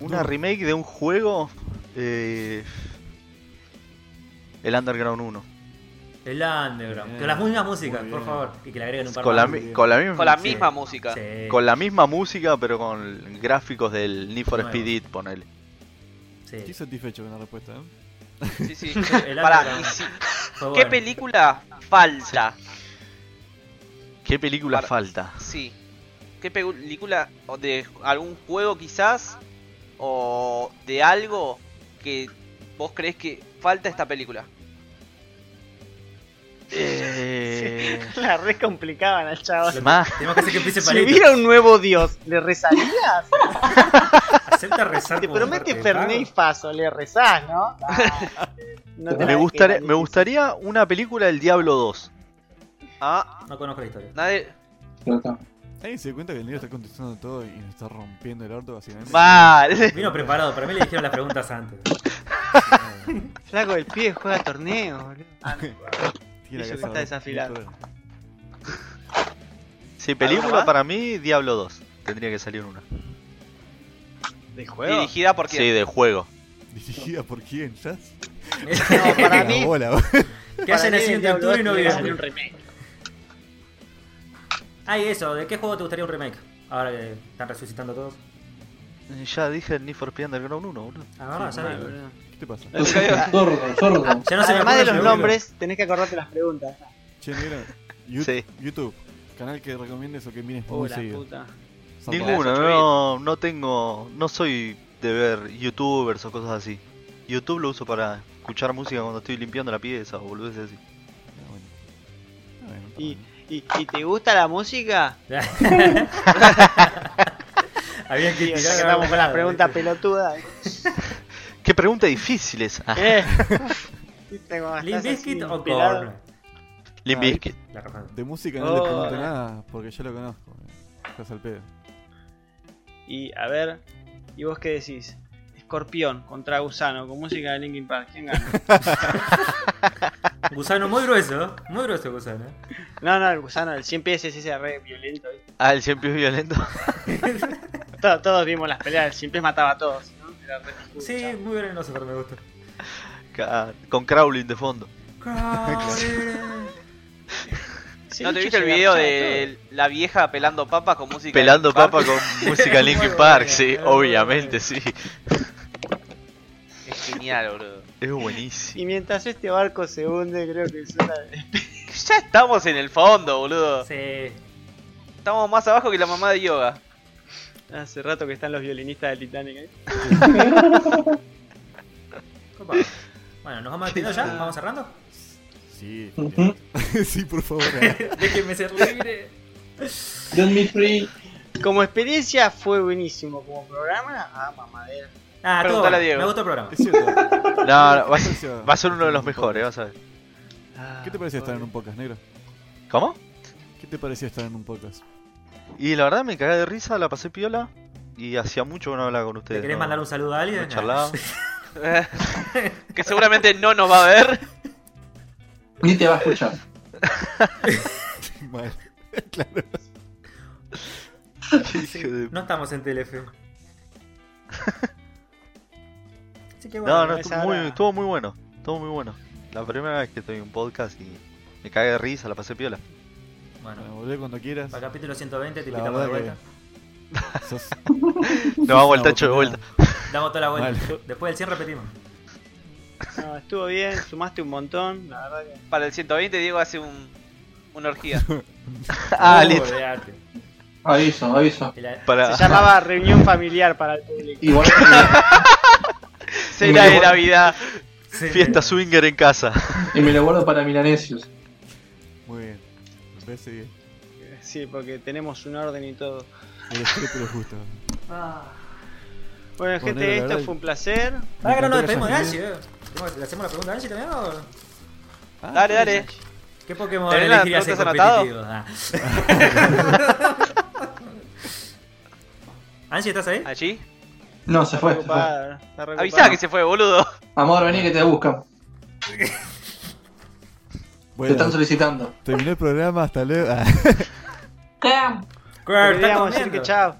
una remake de un juego. eh, el Underground 1.
El Underground.
Bien.
Con las mismas
Muy
músicas,
bien.
por favor. Y que le agreguen un par
Con la,
más.
mi- con la misma.
Con la
Sí.
misma música.
Sí.
con la misma música, pero con gráficos del Need for
Nuevo.
Speed It, ponele.
Sí.
Estoy satisfecho con la respuesta, ¿eh?
Sí, sí.
El
Pará, y
Underground. ah,
si-
Fue
¿qué
bueno.
película falta?
¿Qué película
Para-
falta?
Sí. ¿Qué película o de algún juego quizás? ¿O de algo que vos crees que falta esta película?
Eh,
La re complicaban al chaval.
Más.
Tenemos que hacer que empiece
Si
palito.
hubiera un nuevo dios, ¿le rezarías?
Acepta rezar
Te
como
promete
parte de
Ferné y
pago.
Faso, le rezás, ¿no? Ah, no te la
Me,
dejes,
gustaría, me
difícil.
gustaría una película del Diablo 2.
Ah,
No conozco la historia.
nadie.
Pero está.
Ahí se cuenta que el negro está contestando todo y nos está rompiendo el orto, básicamente.
Vale.
Vino preparado, para mí le dijeron las preguntas antes.
Flaco, el pibe juega torneos, boludo.
Tira
Y
que
se está desafilando.
Sí,
¿Alguna
película
más?
para mí, Diablo 2. Tendría que salir una.
¿De juego?
Dirigida por
Sí,
quién?
de juego.
¿Dirigida por quién? ¿Jazz?
No, para
La
mí.
bola,
que haya
para mí el
nacido en
Diablo
octubre y
II tiene que hacer
noviembre.
un remake.
Ah, y eso, ¿de qué juego te gustaría un remake? Ahora que están resucitando todos.
Ya dije el Need for Speed Underground 1, boludo.
Ah, verdad,
Sí,
ya
mal,
no-
boludo. ¿Qué te pasa?
Lo siento, Sordo, sordo.
Ya no se me
Además
acuerdo
de
el
los
nombre.
nombres, tenés que acordarte las preguntas.
Che, negro. You-
Sí.
YouTube. Canal que recomiendes o que mires muy
Hola,
seguido.
puta.
Zarpado.
Ninguno,
ocho
no, no tengo. No soy de ver youtubers o cosas así. YouTube lo uso para escuchar música cuando estoy limpiando la pieza o boludeces así.
Ah, bueno. Ah, bueno, está
Y,
bien.
y, ¿Y te gusta la música?
Había que
Tío, ya
tirar
que estamos con la
¿viste?
pregunta pelotuda.
Qué pregunta difícil es. Ah,
¿eh? ¿Viste cómo estás
¿Limp
así,
Bizkit o
pelado?
Korn?
Limp
Ah,
Bizkit.
La razón.
De música no
Oh.
le pregunto nada porque yo lo conozco. eh. Estás al pedo.
Y a ver, ¿y vos qué decís? Escorpión contra Gusano con música de Linkin Park. ¿Quién gana?
Gusano muy grueso, ¿eh? muy grueso gusano. ¿eh?
No, no, el Gusano, el 100 pies es ese re violento. ¿viste?
Ah, el siempre es violento.
To- todos vimos las peleas, el 100 pies mataba a todos. ¿no? Era re pijudo,
Sí,
chao.
muy venenoso, pero me gusta.
Ca- Con crawling de fondo.
Sí,
¿No te
che,
viste el
llega
video
a
de la vieja pelando papas con música? de
Pelando
Linkin Park?
papa con música Linkin Park, sí, obviamente, sí.
Es genial, boludo.
Es
todo.
buenísimo.
Y mientras este barco se hunde, creo que es una...
Ya estamos en el fondo, boludo.
Sí.
Estamos más abajo que la mamá de yoga.
Hace rato que están los violinistas del Titanic. ¿eh?
Copa. Bueno, nos vamos despidiendo ya, vamos cerrando.
Sí,
Ujú.
sí, por favor. eh.
Déjenme ser libre.
Don't be free.
Como experiencia fue buenísimo, como programa, ah, mamadera.
Ah, todo.
Preguntale
bueno.
a Diego.
Me gustó el programa.
Es cierto.
No, no, va, a ser- va a ser uno de los mejores, vas a ver.
¿Qué te pareció estar en un podcast, negro?
¿Cómo?
¿Qué te pareció estar en un podcast?
Y la verdad me cagué de risa, la pasé piola. Y hacía mucho que no hablaba con ustedes.
¿Le querés
no-
mandar un saludo a alguien?
no charlaba.
que seguramente no nos va a ver.
Ni te va a escuchar.
Mal.
Hijo de-
No estamos en Telefe. Así que bueno,
No, no, estuvo
esa
muy,
era-
estuvo muy bueno. Estuvo muy bueno. La primera vez que estoy en un podcast y me cagué de risa, la pasé piola.
Bueno,
volver cuando quieras.
para capítulo 120 te
La
invitamos de
verdad
vuelta.
que sos-
Nos vamos al
una
tacho de vuelta.
Damos toda la vuelta.
Vale.
Después del 100 repetimos.
No, estuvo bien, sumaste un montón. La verdad que.
Para el 120 Diego hace un una orgía.
Ah,
Uh,
listo.
de arte.
Aviso, aviso.
El a-
Para...
Se llamaba reunión familiar para el público.
Igual
Cena de Navidad,
Sí.
Fiesta swinger en casa.
y me lo guardo para milanesios.
Muy bien. Me parece bien.
Sí, porque tenemos un orden y todo.
El escrúpulo justo.
Bueno,
Bueno,
gente,
la
esto
verdad-
fue un placer.
Pará Ah, que no nos
Me encantó
despedimos de
que
Angie, eh. ¿Tenemos- ¿Le hacemos la pregunta a Angie también o.?
Ah,
dale, dale.
¿Qué Pokémon
¿Tenés las
elegirías en
preguntas anotado?
competitivo? Ah. Ah. Angie, ¿estás ahí?
allí.
No, se
Está
fue. se fue.
reocupada, está reocupada.
Avisá que se fue, boludo.
Amor, vení que te buscan. te
Bueno,
están solicitando.
terminó el programa, hasta luego. Ah,
¿Qué?
Te
Girl, ¿estás
queríamos decir
comiendo?
que chao.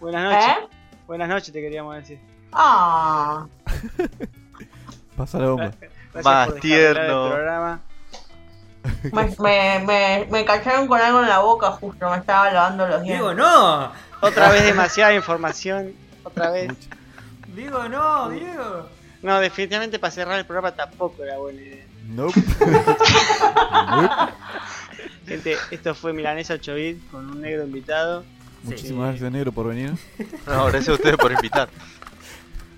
Buenas noches.
¿Eh?
Buenas noches te queríamos decir.
Ah.
pasa la bomba.
Gracias
Más
por dejar de hablar
tierno.
del programa.
Me, me, me, me cacharon con algo en la boca justo, me estaba lavando los
Diego,
dientes.
no.
Otra vez demasiada información. Otra vez.
Diego, no, Diego.
No, definitivamente para cerrar el programa tampoco era buena idea.
Nope. Nope.
Gente, esto fue Milanesa 8 bit con un negro invitado.
Muchísimas gracias, negro, por venir.
No, gracias a ustedes por invitar.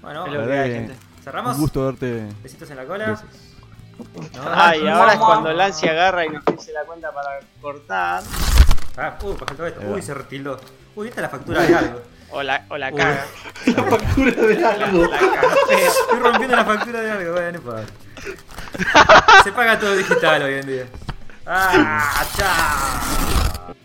Bueno,
Es
la
lo que
verdad
hay,
que-
gente.
cerramos.
Un gusto verte.
Besitos en la cola.
Besos.
No,
Ay,
Ah,
ahora es
mamá.
cuando Lancy agarra y nos dice la cuenta para cortar.
Ah, uh, faltó esto.
Ahí va.
Uy, se retildó. Uy, esta es la factura de algo.
O la, o la
Uy.
caga.
La factura de algo.
La caga.
Estoy rompiendo la factura de algo, bueno, no importa. Se paga todo digital hoy en día. Ah, chao.